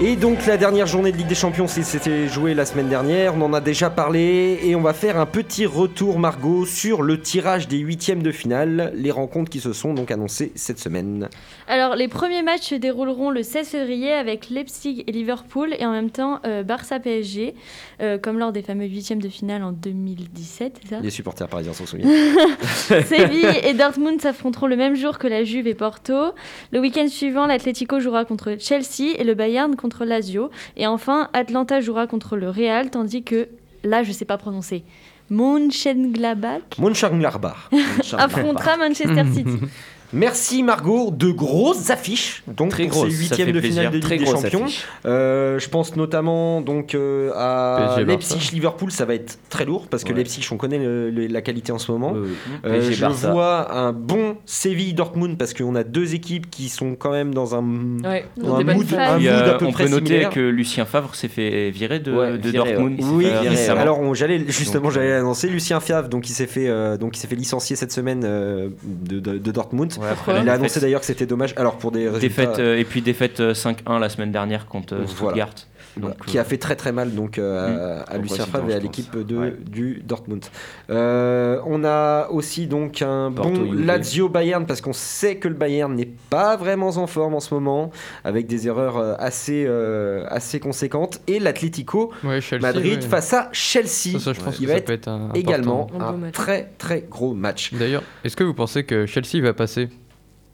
Speaker 6: Et donc la dernière journée de Ligue des Champions s'est- s'était jouée la semaine dernière, on en a déjà parlé et on va faire un petit retour Margot sur le tirage des huitièmes de finale, les rencontres qui se sont donc annoncées cette semaine.
Speaker 9: Alors, les premiers matchs se dérouleront le 16 février avec Leipzig et Liverpool et en même temps euh, Barça-PSG, euh, comme lors des fameux huitièmes de finale en 2017, c'est ça
Speaker 6: Les supporters parisiens s'en souviennent.
Speaker 9: Séville et Dortmund s'affronteront le même jour que la Juve et Porto. Le week-end suivant, l'Atlético jouera contre Chelsea et le Bayern contre Lazio. Et enfin, Atlanta jouera contre le Real, tandis que, là, je sais pas prononcer, Mönchengladbach
Speaker 6: Mönchengladbach.
Speaker 10: Ah,
Speaker 9: affrontera Manchester City.
Speaker 6: Merci Margot, de grosses affiches donc
Speaker 10: Très
Speaker 6: pour
Speaker 10: grosses,
Speaker 6: ces
Speaker 10: ça
Speaker 6: huitièmes
Speaker 10: fait
Speaker 6: de
Speaker 10: plaisir.
Speaker 6: finale de Ligue
Speaker 10: Très
Speaker 6: des
Speaker 10: grosses
Speaker 6: Champions.
Speaker 10: affiches.
Speaker 6: Euh, je pense notamment donc euh, à
Speaker 7: PSG, Barça.
Speaker 6: Leipzig Liverpool, ça va être très lourd parce que
Speaker 1: Ouais.
Speaker 6: Leipzig on connaît le- le- la qualité en ce moment. Euh,
Speaker 1: PSG,
Speaker 6: je
Speaker 1: Barça.
Speaker 6: vois un bon Séville Dortmund parce qu'on a deux équipes qui sont quand même dans un
Speaker 8: euh, Ouais,
Speaker 6: dans
Speaker 8: on
Speaker 6: un
Speaker 8: est pas
Speaker 6: mood,
Speaker 8: fan.
Speaker 6: Ah, un
Speaker 10: Puis,
Speaker 6: mood
Speaker 10: euh,
Speaker 6: à peu
Speaker 10: on
Speaker 6: près
Speaker 10: peut noter
Speaker 6: similaire.
Speaker 10: que Lucien Favre s'est fait virer de,
Speaker 1: Ouais,
Speaker 10: de
Speaker 1: viré,
Speaker 10: Dortmund.
Speaker 1: ouais.
Speaker 10: Il s'est
Speaker 6: Oui,
Speaker 10: fait virer
Speaker 6: il-
Speaker 1: récemment.
Speaker 6: alors on- j'allais justement
Speaker 10: Donc,
Speaker 6: j'allais l'annoncer Lucien Fiave donc il s'est fait euh, donc il s'est fait licencier cette semaine euh, de, de- de Dortmund.
Speaker 10: Ouais, après
Speaker 8: Pourquoi
Speaker 10: la
Speaker 6: Il a
Speaker 10: défaite-
Speaker 6: annoncé d'ailleurs que c'était dommage alors pour des résultats
Speaker 10: défaite, euh, et puis défaite euh, 5-1 la semaine dernière contre euh,
Speaker 6: Voilà.
Speaker 10: Stuttgart.
Speaker 6: Voilà,
Speaker 10: Donc,
Speaker 6: qui
Speaker 10: euh,
Speaker 6: a fait très très mal donc euh, à, à
Speaker 10: Au
Speaker 6: Lucien
Speaker 10: Brésil,
Speaker 6: Favre et
Speaker 10: je
Speaker 6: à
Speaker 10: pense.
Speaker 6: l'équipe de
Speaker 10: Ouais.
Speaker 6: du Dortmund. Euh, on a aussi donc un
Speaker 1: Porto,
Speaker 6: bon
Speaker 1: Juve.
Speaker 6: Lazio Bayern parce qu'on sait que le Bayern n'est pas vraiment en forme en ce moment avec des erreurs euh, assez euh, assez conséquentes et l'Atlético
Speaker 7: Ouais, Chelsea,
Speaker 6: Madrid
Speaker 7: ouais.
Speaker 6: face à Chelsea
Speaker 7: Ça, ça, je pense
Speaker 6: qui
Speaker 7: que
Speaker 6: va
Speaker 7: ça
Speaker 6: être
Speaker 7: peut être un-
Speaker 6: également
Speaker 7: important.
Speaker 8: Un beau
Speaker 6: un
Speaker 8: match.
Speaker 6: très très gros match.
Speaker 7: D'ailleurs, est-ce que vous pensez que Chelsea va passer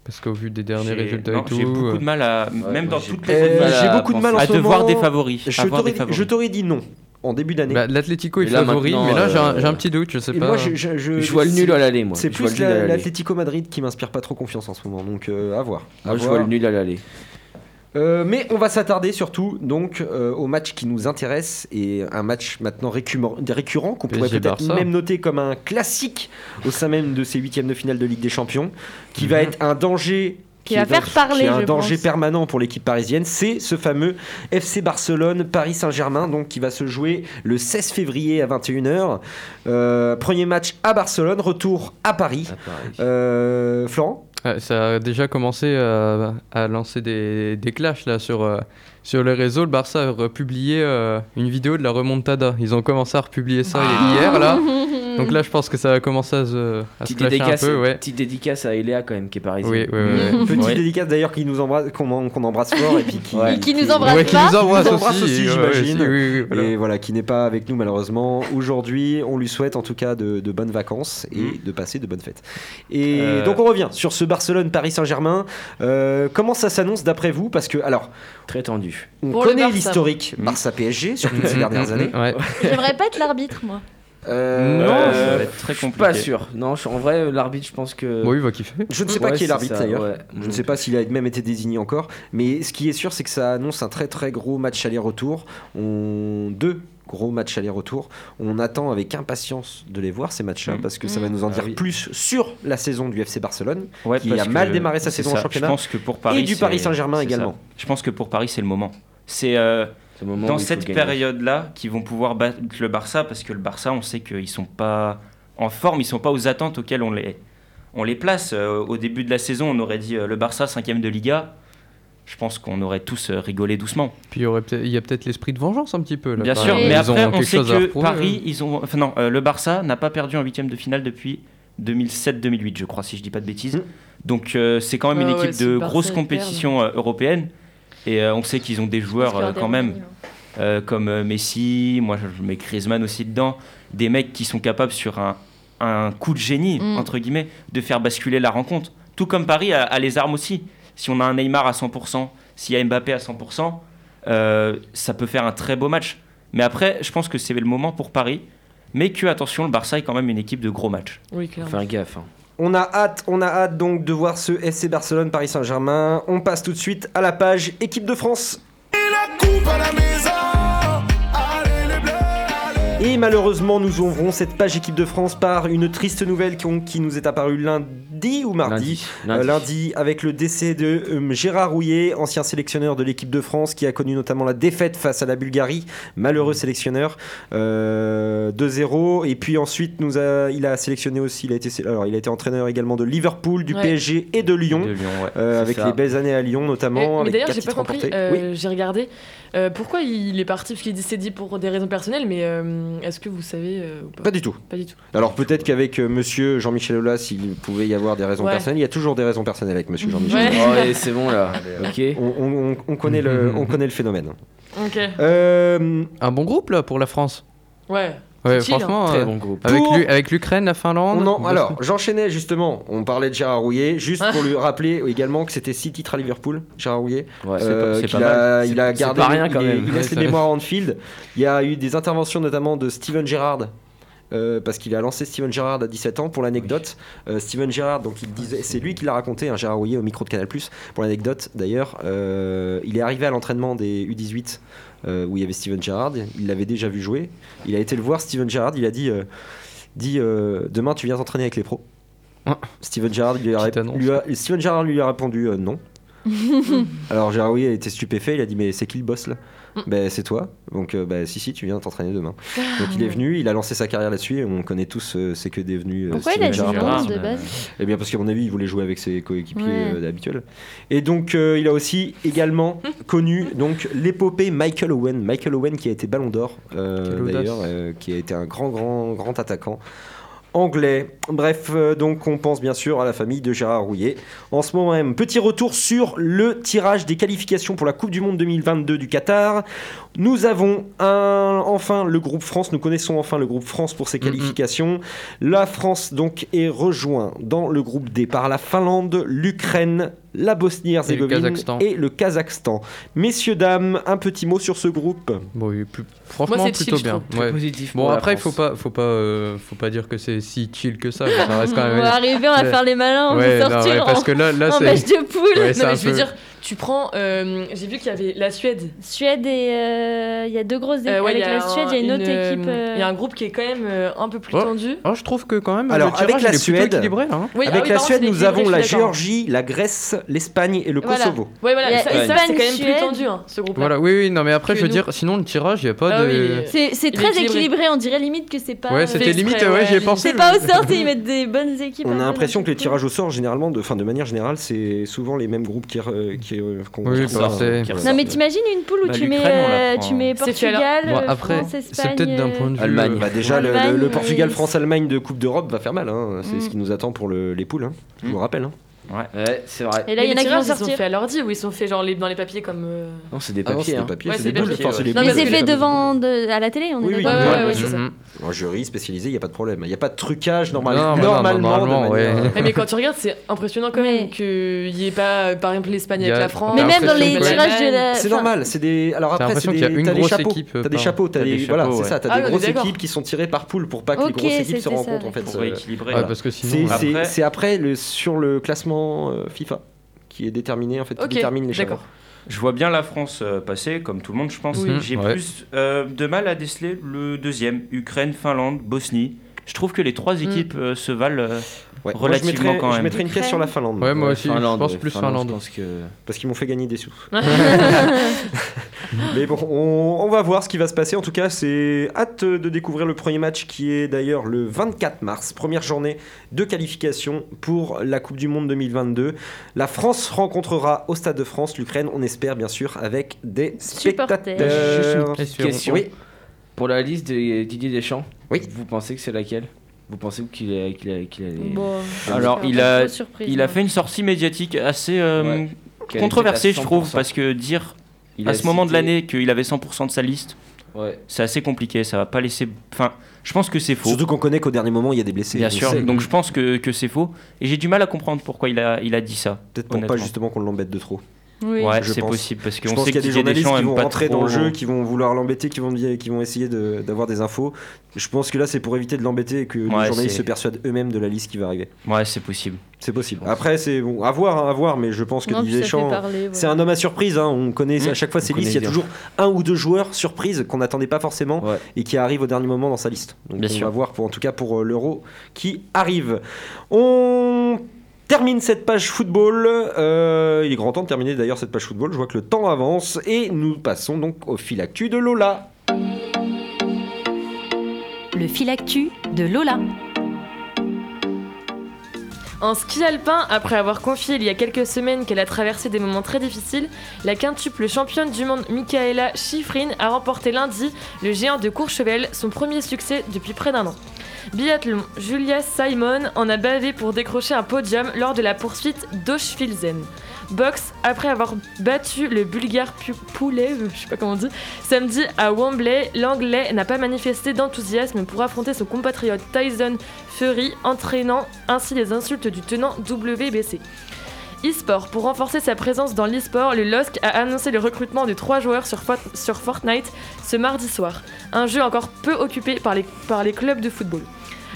Speaker 7: Parce qu'au vu des derniers
Speaker 10: j'ai-
Speaker 7: résultats
Speaker 10: non,
Speaker 7: et
Speaker 10: j'ai
Speaker 7: tout. euh.
Speaker 10: beaucoup de mal à. Même
Speaker 1: moi,
Speaker 10: dans
Speaker 1: j'ai
Speaker 10: toutes
Speaker 1: beaucoup
Speaker 10: les
Speaker 1: de
Speaker 10: autres
Speaker 1: mal
Speaker 10: matchs,
Speaker 1: à
Speaker 6: j'ai beaucoup de mal en
Speaker 10: à
Speaker 6: ce
Speaker 10: devoir
Speaker 6: moment.
Speaker 10: des favoris.
Speaker 6: Je
Speaker 10: à voir
Speaker 6: t'aurais
Speaker 10: des
Speaker 6: dit-
Speaker 10: favoris.
Speaker 6: je t'aurais dit non en début d'année.
Speaker 7: Bah, L'Atlético est
Speaker 1: Et là,
Speaker 7: favori,
Speaker 1: maintenant,
Speaker 7: mais là, j'ai un-
Speaker 1: euh,
Speaker 7: j'ai un petit doute, je sais
Speaker 6: Et
Speaker 7: pas.
Speaker 6: moi, je, je- je-
Speaker 1: Je vois le nul à l'aller, moi.
Speaker 6: C'est
Speaker 1: Je vois
Speaker 6: plus
Speaker 1: le nul à
Speaker 6: la-
Speaker 1: l'aller.
Speaker 6: l'Atlético Madrid qui m'inspire pas trop confiance en ce moment, donc euh, à voir. À
Speaker 1: Moi, Ah, je
Speaker 6: voir.
Speaker 1: vois le nul à l'aller.
Speaker 6: Euh, mais on va s'attarder surtout donc euh, au match qui nous intéresse et un match maintenant récurrent, récurrent qu'on pourrait
Speaker 7: PSG
Speaker 6: peut-être
Speaker 7: Barça.
Speaker 6: même noter comme un classique au sein même de ces huitièmes de finale de Ligue des Champions, qui va être un danger.
Speaker 9: Qui va
Speaker 6: est
Speaker 9: faire
Speaker 6: un-
Speaker 9: parler,
Speaker 6: qui est un
Speaker 9: je
Speaker 6: danger
Speaker 9: pense.
Speaker 6: permanent pour l'équipe parisienne, c'est ce fameux FC Barcelone Paris Saint-Germain, donc qui va se jouer le 16 février à 21h. Euh, premier match à Barcelone, retour à Paris. Euh, Florent
Speaker 7: Ah, Ça a déjà commencé à, à lancer des, des clashs là sur, euh, sur les réseaux. Le Barça a republié euh, une vidéo de la remontada. Ils ont commencé à republier ça hier là. Donc là, je pense que ça a commencé à se, à se
Speaker 1: Petite
Speaker 7: clasher un
Speaker 1: dédicace,
Speaker 7: peu. Ouais.
Speaker 1: petite dédicace à Eléa quand même qui est parisienne.
Speaker 7: Oui, oui, oui, oui.
Speaker 6: Petite
Speaker 10: Ouais.
Speaker 6: dédicace d'ailleurs qui nous embrasse, qu'on en- qu'on embrasse fort et puis qui,
Speaker 1: Ouais.
Speaker 11: Qui nous embrasse
Speaker 7: Ouais, qui
Speaker 11: pas.
Speaker 7: nous embrasse
Speaker 6: Nous embrasse
Speaker 7: aussi,
Speaker 6: aussi,
Speaker 7: ouais,
Speaker 6: j'imagine.
Speaker 7: si, oui, oui, voilà.
Speaker 6: Et euh, voilà, qui n'est pas avec nous malheureusement aujourd'hui. On lui souhaite en tout cas de, de bonnes vacances et
Speaker 1: Mm.
Speaker 6: de passer de bonnes fêtes. Et
Speaker 10: Euh.
Speaker 6: donc on revient sur ce Barcelone-Paris-Saint-Germain. Euh, comment ça s'annonce d'après vous Parce que, alors,
Speaker 1: Très tendu.
Speaker 6: on
Speaker 8: Pour le
Speaker 6: connaît
Speaker 8: Barça.
Speaker 6: l'historique Barça-PSG, surtout
Speaker 1: Mm.
Speaker 6: ces dernières années.
Speaker 7: Mm, Ouais.
Speaker 11: J'aimerais pas être l'arbitre, moi.
Speaker 6: Euh,
Speaker 1: Non,
Speaker 10: Euh,
Speaker 1: je-
Speaker 10: ça va être très
Speaker 1: je suis
Speaker 10: compliqué.
Speaker 1: pas sûr. Non, je- en vrai, l'arbitre, je pense que.
Speaker 7: Bon, il va kiffer.
Speaker 6: Je ne sais pas
Speaker 1: Ouais,
Speaker 6: qui est
Speaker 1: c'est
Speaker 6: l'arbitre
Speaker 1: ça,
Speaker 6: d'ailleurs.
Speaker 1: ouais. Mm.
Speaker 6: Je ne sais pas s'il a même été désigné encore, mais ce qui est sûr, c'est que ça annonce un très très gros match aller-retour. On... Deux gros matchs aller-retour. On attend avec impatience de les voir, ces matchs-là, parce que ça va nous en dire
Speaker 1: Ah oui.
Speaker 6: plus sur la saison du FC Barcelone,
Speaker 10: Ouais,
Speaker 6: qui
Speaker 10: parce
Speaker 6: a mal
Speaker 10: que
Speaker 6: démarré sa
Speaker 10: c'est
Speaker 6: saison
Speaker 10: ça.
Speaker 6: en championnat,
Speaker 10: Je pense que pour Paris,
Speaker 6: et du
Speaker 10: c'est-
Speaker 6: Paris Saint-Germain
Speaker 10: c'est ça.
Speaker 6: également.
Speaker 10: Je pense que pour Paris, c'est le moment. C'est euh,
Speaker 1: C'est le moment où
Speaker 10: dans
Speaker 1: il faut
Speaker 10: cette
Speaker 1: gagner.
Speaker 10: période-là qu'ils vont pouvoir battre le Barça parce que le Barça, on sait qu'ils sont pas en forme, ils sont pas aux attentes auxquelles on les, on les place. Euh, au début de la saison, on aurait dit euh, le Barça cinquième de Liga. Je pense qu'on aurait tous euh, rigolé doucement.
Speaker 7: Puis il y, aurait peut-être- il y a peut-être l'esprit de vengeance un petit peu. Là,
Speaker 10: Bien
Speaker 7: quand
Speaker 10: sûr,
Speaker 7: même.
Speaker 10: mais
Speaker 7: Ils ont
Speaker 10: après, on
Speaker 7: quelque
Speaker 10: sait
Speaker 7: chose à
Speaker 10: que
Speaker 7: reprouver.
Speaker 10: Paris, ils ont, enfin non, euh, le Barça n'a pas perdu en huitième de finale depuis 2007-2008, je crois, si je dis pas de bêtises.
Speaker 7: Hmm.
Speaker 6: Mm.
Speaker 10: Donc euh, c'est quand même
Speaker 8: Ah
Speaker 10: une
Speaker 8: ouais,
Speaker 10: équipe
Speaker 8: si
Speaker 10: de
Speaker 8: le Barça
Speaker 10: grosses
Speaker 8: perd.
Speaker 10: compétitions euh, européennes. Et euh, on sait qu'ils ont des joueurs euh, quand même, euh, comme euh, Messi, moi je- je mets Griezmann aussi dedans, des mecs qui sont capables sur un, un coup de génie,
Speaker 11: Mm.
Speaker 10: entre guillemets, de faire basculer la rencontre. Tout comme Paris a, a les armes aussi. Si on a un Neymar à 100%, s'il y a Mbappé à 100%, euh, ça peut faire un très beau match. Mais après, je pense que c'est le moment pour Paris. Mais que, attention, le Barça est quand même une équipe de gros matchs.
Speaker 8: Oui, clairement.
Speaker 1: Faut faire gaffe. hein.
Speaker 6: On a hâte, on a hâte donc de voir ce FC Barcelone Paris Saint-Germain. On passe tout de suite à la page équipe de France. Et malheureusement, nous ouvrons cette page équipe de France par une triste nouvelle qui, on- qui nous est apparue lundi ou mardi. Euh,
Speaker 1: lundi.
Speaker 6: Lundi, avec le décès de euh, Gérard Rouillet, ancien sélectionneur de l'équipe de France, qui a connu notamment la défaite face à la Bulgarie, malheureux
Speaker 10: Mmh.
Speaker 6: sélectionneur, euh, 2-0. Et puis ensuite, nous a- il a sélectionné aussi, il a été, sé- alors il a été entraîneur également de Liverpool, du
Speaker 8: Ouais.
Speaker 6: PSG et de Lyon,
Speaker 10: De Lyon, ouais,
Speaker 6: euh,
Speaker 10: c'est
Speaker 6: avec
Speaker 10: ça.
Speaker 6: les belles années à Lyon
Speaker 8: Euh, Mais-
Speaker 6: notamment.
Speaker 8: mais
Speaker 6: avec
Speaker 8: d'ailleurs,
Speaker 6: quatre
Speaker 8: j'ai pas
Speaker 6: titres
Speaker 8: compris,
Speaker 6: remportés.
Speaker 8: euh,
Speaker 6: Oui.
Speaker 8: j'ai regardé euh, pourquoi il est parti, parce qu'il dit- s'est dit pour des raisons personnelles, mais euh, est-ce que vous savez euh, ou pas
Speaker 6: Pas du tout.
Speaker 8: Pas du tout.
Speaker 6: Alors peut-être qu'avec euh, monsieur Jean-Michel Aulas, il pouvait y avoir des raisons
Speaker 8: Ouais.
Speaker 6: personnelles. Il y a toujours des raisons personnelles avec monsieur Jean-Michel
Speaker 8: Ouais.
Speaker 6: Aulas.
Speaker 8: Oh, allez, c'est
Speaker 1: bon, là.
Speaker 6: On, on- on- on connaît le, on connaît le phénomène. Euh,
Speaker 8: Ok.
Speaker 7: Un bon groupe là pour la France.
Speaker 8: Ouais.
Speaker 7: Ouais,
Speaker 8: C'est chill, hein.
Speaker 7: franchement,
Speaker 6: Très
Speaker 7: euh,
Speaker 6: bon groupe.
Speaker 7: Avec
Speaker 6: Pour-
Speaker 7: l'U- avec l'Ukraine, la Finlande.
Speaker 6: On en-
Speaker 7: Bosnie.
Speaker 6: alors, j'enchaînais justement, on parlait de Gérard Rouillet, juste pour lui rappeler également que c'était 6 titres à Liverpool, Gérard Rouillet.
Speaker 1: Ouais, c'est
Speaker 6: Euh,
Speaker 1: pas- c'est
Speaker 6: qu'il
Speaker 1: pas
Speaker 6: a-
Speaker 1: mal.
Speaker 6: Il a
Speaker 1: C'est-
Speaker 6: gardé
Speaker 1: c'est pas rien quand
Speaker 6: il est-
Speaker 1: même.
Speaker 6: Il laisse
Speaker 1: Ouais, ça-
Speaker 6: les mémoires en field. Il y a eu des interventions notamment de Steven Gerrard. euh, parce qu'il a lancé Steven Gerrard à 17 ans. Pour l'anecdote, euh, Steven Gerrard, donc il
Speaker 1: Ah,
Speaker 6: disait, c'est lui qui l'a raconté, hein, Gérard Rouillet au micro de Canal+. Pour l'anecdote, d'ailleurs, euh, il est arrivé à l'entraînement des U18 euh, où il y avait Steven Gerrard. Il l'avait déjà vu jouer. Il a été le voir Steven Gerrard. Il a dit, euh, dit euh, demain tu viens t'entraîner avec les pros. Steven Gerrard lui, a, rép- lui a- Steven Gerrard lui a répondu euh, non. Alors Gérard Rouillet était stupéfait, il a dit mais c'est qui le boss là
Speaker 11: Mm.
Speaker 6: Ben c'est toi, donc euh, ben, si si tu viens t'entraîner demain. Donc il est venu, il a lancé sa carrière là-dessus, et on connaît tous euh, c'est que devenu euh,
Speaker 11: Pourquoi il a dit
Speaker 6: Steven Gerrard.
Speaker 11: non de
Speaker 10: euh,
Speaker 11: base
Speaker 6: Eh bien parce qu'à mon avis il voulait jouer avec ses coéquipiers
Speaker 11: Ouais.
Speaker 6: euh, habituels. Et donc euh, il a aussi également connu donc l'épopée Michael Owen, Michael Owen qui a été Ballon d'Or euh,
Speaker 7: Quelle audace.
Speaker 6: d'ailleurs, euh, qui a été un grand grand grand attaquant anglais. Bref, euh, donc on pense bien sûr à la famille de Gérard Rouillet. En ce moment même, petit retour sur le tirage des qualifications pour la Coupe du Monde 2022 du Qatar. Nous avons un, enfin le groupe France, nous connaissons enfin le groupe France pour ses qualifications. La France donc est rejointe dans le groupe D par la Finlande, l'Ukraine, la Bosnie-Herzégovine
Speaker 7: Kazakhstan.
Speaker 6: et le Kazakhstan. Messieurs, dames, un petit mot sur ce groupe.
Speaker 7: Bon, il est plus- franchement,
Speaker 6: Moi, c'est
Speaker 7: plutôt
Speaker 6: chill, je
Speaker 7: bien.
Speaker 6: trouve. Très positif
Speaker 7: Bon,
Speaker 6: pour la
Speaker 7: après, il faut
Speaker 6: France.
Speaker 7: pas, faut pas, euh, faut pas dire que c'est si chill que ça. ça reste quand
Speaker 11: On
Speaker 7: même...
Speaker 11: va arriver, on va
Speaker 7: Ouais.
Speaker 11: faire les malins, on va
Speaker 7: Ouais, non,
Speaker 11: sortir
Speaker 7: ouais,
Speaker 11: en-
Speaker 7: parce que là, là,
Speaker 11: en
Speaker 7: c'est-
Speaker 11: match de poule.
Speaker 7: Ouais, c'est
Speaker 8: non, mais
Speaker 7: un
Speaker 8: je veux
Speaker 7: peu-
Speaker 8: dire, tu prends. euh, J'ai vu qu'il y avait la Suède.
Speaker 11: Suède et euh, il y a deux grosses équipes.
Speaker 8: Euh, ouais,
Speaker 11: Avec
Speaker 8: il y a
Speaker 11: la Suède, il y a une
Speaker 8: un-
Speaker 11: autre
Speaker 8: euh,
Speaker 11: équipe. euh,
Speaker 8: Il y a un groupe qui est quand même euh, un peu plus
Speaker 7: Oh.
Speaker 8: tendu.
Speaker 7: Oh, je trouve que quand même.
Speaker 6: Alors
Speaker 7: le tirage,
Speaker 6: avec la
Speaker 7: il est plutôt
Speaker 6: Suède,
Speaker 7: équilibré, là, hein.
Speaker 8: Oui, ah
Speaker 6: avec
Speaker 8: oui,
Speaker 6: la
Speaker 8: par contre,
Speaker 6: Suède,
Speaker 8: il est
Speaker 6: nous
Speaker 8: équilibré,
Speaker 6: avons
Speaker 8: je
Speaker 6: la
Speaker 8: suis d'accord.
Speaker 6: Géorgie, la Grèce, l'Espagne et le
Speaker 8: Voilà.
Speaker 6: Kosovo.
Speaker 8: Ouais, voilà,
Speaker 11: Il y a
Speaker 8: ça, et ça, c'est
Speaker 11: Espagne,
Speaker 8: quand même plus
Speaker 11: Suède.
Speaker 8: tendu, hein, ce groupe-là.
Speaker 7: Voilà, oui, oui, non, mais après,
Speaker 8: Que
Speaker 7: je veux
Speaker 8: nous.
Speaker 7: dire, sinon, le tirage, il n'y a pas
Speaker 8: Ah oui,
Speaker 7: de.
Speaker 11: euh, C'est c'est
Speaker 8: Il est
Speaker 11: très
Speaker 8: équilibré.
Speaker 11: équilibré, on dirait limite que c'est pas.
Speaker 7: Ouais, c'était
Speaker 11: euh,
Speaker 7: limite, ouais, j'y ai pensé.
Speaker 11: C'est pas au sort, c'est ils mettent des bonnes équipes.
Speaker 6: On a
Speaker 11: un peu
Speaker 6: l'impression
Speaker 11: dans
Speaker 6: que les tirages au sort, généralement, de, fin, de manière générale, c'est souvent les mêmes groupes qui, re- qui, euh, qu'on-
Speaker 7: Oui,
Speaker 6: qui
Speaker 7: bah,
Speaker 6: ressortent.
Speaker 7: c'est-
Speaker 6: Qui
Speaker 11: tout.
Speaker 6: ressortent.
Speaker 11: Non, mais t'imagines une poule où
Speaker 6: Bah,
Speaker 11: tu, mets,
Speaker 6: l'Ukraine, on la
Speaker 11: euh,
Speaker 6: prend.
Speaker 11: tu mets
Speaker 8: C'est fait, alors.
Speaker 11: Portugal,
Speaker 7: Bon,
Speaker 11: euh,
Speaker 7: après,
Speaker 11: France, Espagne.
Speaker 7: c'est peut-être d'un
Speaker 11: euh,
Speaker 7: point de vue.
Speaker 1: Allemagne.
Speaker 6: Bah, déjà, le,
Speaker 11: Allemagne,
Speaker 6: le- le
Speaker 11: ouais.
Speaker 6: Portugal, France, Allemagne de Coupe d'Europe va faire mal. hein. C'est ce qui nous attend pour le- les poules. hein. Je vous rappelle. hein.
Speaker 1: Ouais, c'est vrai.
Speaker 11: Et là,
Speaker 8: Mais
Speaker 11: il y en
Speaker 8: les
Speaker 11: a qui
Speaker 8: tirages,
Speaker 11: vont
Speaker 8: Ils sont
Speaker 11: sortir.
Speaker 8: faits à l'ordi ou ils sont faits genre les- dans les papiers comme. euh,
Speaker 1: Non, c'est des
Speaker 6: Ah non, c'est
Speaker 1: papiers.
Speaker 6: des
Speaker 1: hein.
Speaker 6: papiers,
Speaker 8: Ouais,
Speaker 6: c'est
Speaker 8: c'est
Speaker 6: des
Speaker 8: des
Speaker 6: boules.
Speaker 8: papiers,
Speaker 6: Enfin, c'est
Speaker 8: ouais.
Speaker 6: les
Speaker 8: Non,
Speaker 11: Mais
Speaker 6: boules.
Speaker 11: c'est
Speaker 8: Ouais,
Speaker 11: fait
Speaker 8: ouais,
Speaker 11: devant de- à la télé, on
Speaker 6: Oui,
Speaker 11: est
Speaker 6: oui,
Speaker 11: d'accord.
Speaker 8: Ouais, ouais, ouais, c'est ça.
Speaker 7: Mhm.
Speaker 6: En jury spécialisé, il n'y a pas de problème. Il n'y a pas de trucage normal-
Speaker 7: Non, mais non,
Speaker 6: normalement. de
Speaker 7: normalement,
Speaker 6: manière-
Speaker 7: ouais.
Speaker 8: Ouais, mais quand tu regardes, c'est impressionnant quand même
Speaker 11: Mais-
Speaker 8: qu'il n'y ait pas, euh, par exemple, l'Espagne
Speaker 7: Il y a-
Speaker 8: avec la France.
Speaker 11: Mais
Speaker 7: Bah,
Speaker 11: même dans les
Speaker 8: après,
Speaker 11: tirages
Speaker 8: c'est-
Speaker 11: de la.
Speaker 6: Euh, C'est
Speaker 11: enfin,
Speaker 6: normal, c'est des. Alors après, c'est
Speaker 7: l'impression qu'il y a
Speaker 6: des.
Speaker 7: une
Speaker 6: T'as des
Speaker 7: grosse
Speaker 6: chapeaux.
Speaker 7: équipe, euh,
Speaker 6: T'as des
Speaker 7: pardon.
Speaker 6: chapeaux, t'as
Speaker 10: T'as
Speaker 6: des.
Speaker 10: des
Speaker 6: Voilà,
Speaker 10: chapeaux,
Speaker 6: c'est
Speaker 10: ouais.
Speaker 6: ça. T'as
Speaker 8: Ah,
Speaker 6: des
Speaker 8: on est
Speaker 6: grosses
Speaker 8: d'accord.
Speaker 6: équipes qui sont tirées par poule pour pas que
Speaker 11: Ok,
Speaker 6: les grosses équipes se
Speaker 11: c'était ça,
Speaker 6: rencontrent en fait.
Speaker 10: Pour
Speaker 6: euh,
Speaker 10: rééquilibrer.
Speaker 7: Ouais,
Speaker 10: là.
Speaker 7: parce que sinon.
Speaker 6: C'est
Speaker 7: euh,
Speaker 6: c'est-
Speaker 10: Après-
Speaker 6: c'est après le, sur le classement euh, FIFA qui est déterminé en fait, qui
Speaker 8: Ok,
Speaker 6: détermine les
Speaker 8: d'accord.
Speaker 6: chapeaux.
Speaker 10: Je vois bien la France euh, passer, comme tout le monde, je pense.
Speaker 7: Oui.
Speaker 10: J'ai
Speaker 7: Ouais.
Speaker 10: plus euh, de mal à déceler le deuxième Ukraine, Finlande, Bosnie. Je trouve que les
Speaker 6: Hmm.
Speaker 10: trois équipes euh, se valent euh,
Speaker 6: Ouais. Moi, je
Speaker 10: relativement
Speaker 6: mettrais,
Speaker 10: quand
Speaker 6: je
Speaker 10: même.
Speaker 6: mettrais une pièce sur la Finlande.
Speaker 7: Ouais, moi aussi, je
Speaker 1: Finlande,
Speaker 7: pense
Speaker 1: ouais,
Speaker 7: plus
Speaker 1: Je
Speaker 7: Finlande.
Speaker 1: pense que.
Speaker 6: Parce qu'ils m'ont fait gagner des sous. Mais bon, on, on va voir ce qui va se passer. En tout cas, c'est hâte de découvrir le premier match qui est d'ailleurs le 24 mars, première journée de qualification pour la Coupe du Monde 2022. La France rencontrera au Stade de France l'Ukraine, on espère bien sûr, avec des
Speaker 11: Supporters.
Speaker 1: Juste une
Speaker 6: spectateurs.
Speaker 1: petite
Speaker 7: Espérons.
Speaker 1: question.
Speaker 6: Euh, Oui.
Speaker 1: Pour la liste de Didier Deschamps,
Speaker 6: Oui.
Speaker 1: vous pensez que c'est laquelle Vous pensez qu'il est. qu'il est- qu'il est-
Speaker 11: Bon,
Speaker 10: Alors,
Speaker 11: c'est
Speaker 10: il
Speaker 11: pas
Speaker 10: a,
Speaker 11: trop surprise,
Speaker 10: il a
Speaker 11: moi.
Speaker 10: fait une sortie médiatique assez euh,
Speaker 1: Ouais. Qu'elle
Speaker 10: controversée,
Speaker 1: était
Speaker 10: je
Speaker 1: à
Speaker 10: trouve,
Speaker 1: 100%.
Speaker 10: parce que dire
Speaker 1: Il
Speaker 10: à
Speaker 1: a
Speaker 10: ce moment de
Speaker 1: cité-
Speaker 10: l'année qu'il avait 100% de sa liste,
Speaker 1: Ouais.
Speaker 10: c'est assez compliqué. Ça va pas laisser. Enfin, je pense que c'est faux.
Speaker 6: Surtout qu'on connaît qu'au dernier moment, il y a des blessés.
Speaker 10: Bien
Speaker 6: on
Speaker 10: sûr,
Speaker 6: sait.
Speaker 10: donc je pense que, que c'est faux. Et j'ai du mal à comprendre pourquoi il a, il a dit ça.
Speaker 6: Peut-être pour pas
Speaker 10: honnêtement.
Speaker 6: justement qu'on l'embête de trop.
Speaker 10: Oui. Ouais, c'est possible, parce
Speaker 6: Je
Speaker 10: qu'on
Speaker 6: pense
Speaker 10: sait
Speaker 6: qu'il y a
Speaker 10: que
Speaker 6: des
Speaker 10: Didier
Speaker 6: journalistes
Speaker 10: Deschamps
Speaker 6: qui
Speaker 10: aime
Speaker 6: vont
Speaker 10: pas
Speaker 6: rentrer dans le
Speaker 10: trop-
Speaker 6: jeu, qui vont vouloir l'embêter, qui vont, vi- qui vont essayer de- d'avoir des infos. Je pense que là, c'est pour éviter de l'embêter et que
Speaker 10: Ouais,
Speaker 6: les journalistes
Speaker 10: c'est-
Speaker 6: se persuadent eux-mêmes de la liste qui va arriver.
Speaker 10: Ouais, c'est possible.
Speaker 6: C'est possible. Après, c'est bon, à voir, hein, à voir, mais je pense que
Speaker 10: Non,
Speaker 6: Didier
Speaker 10: puis ça fait
Speaker 6: Deschamps,
Speaker 10: parler, voilà.
Speaker 6: c'est un homme à surprise. hein. On connaît
Speaker 10: Mmh.
Speaker 6: à chaque fois
Speaker 10: On
Speaker 6: ses listes.
Speaker 10: connaît
Speaker 6: Il y a
Speaker 10: bien.
Speaker 6: toujours un ou deux joueurs surprises qu'on n'attendait pas forcément et qui arrivent au dernier moment dans sa liste. Donc
Speaker 10: Bien
Speaker 6: on
Speaker 10: sûr.
Speaker 6: va voir pour en tout cas pour euh, l'Euro qui arrive. On termine cette page football. Euh, il est grand temps de terminer d'ailleurs cette page football. Je vois que le temps avance et nous passons donc au fil actu de Lola.
Speaker 2: Le fil actu de Lola.
Speaker 8: En ski alpin, après avoir confié il y a quelques semaines qu'elle a traversé des moments très difficiles, la quintuple championne du monde Michaela Schifrin a remporté lundi le géant de Courchevel, son premier succès depuis près d'un an. Biathlon, Julia Simon en a bavé pour décrocher un podium lors de la poursuite d'Oschwilzen. Boxe, après avoir battu le bulgare Pu- Poulet, euh, je sais pas comment on dit, samedi à Wembley, l'anglais n'a pas manifesté d'enthousiasme pour affronter son compatriote Tyson Fury, entraînant ainsi les insultes du tenant WBC. E-sport, pour renforcer sa présence dans l'e-sport, le LOSC a annoncé le recrutement de trois joueurs sur, Fort- sur Fortnite ce mardi soir, un jeu encore peu occupé par les, par les clubs de football.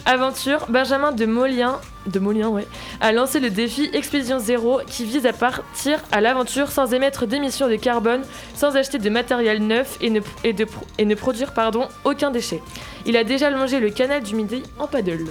Speaker 8: Aventure, Benjamin de Molien, de Molien ouais, a lancé le défi Expédition Zéro qui vise à partir à l'aventure sans émettre d'émissions de carbone, sans acheter de matériel neuf et ne, et de pro- et ne produire pardon, aucun déchet. Il a déjà longé le canal du Midi en paddle.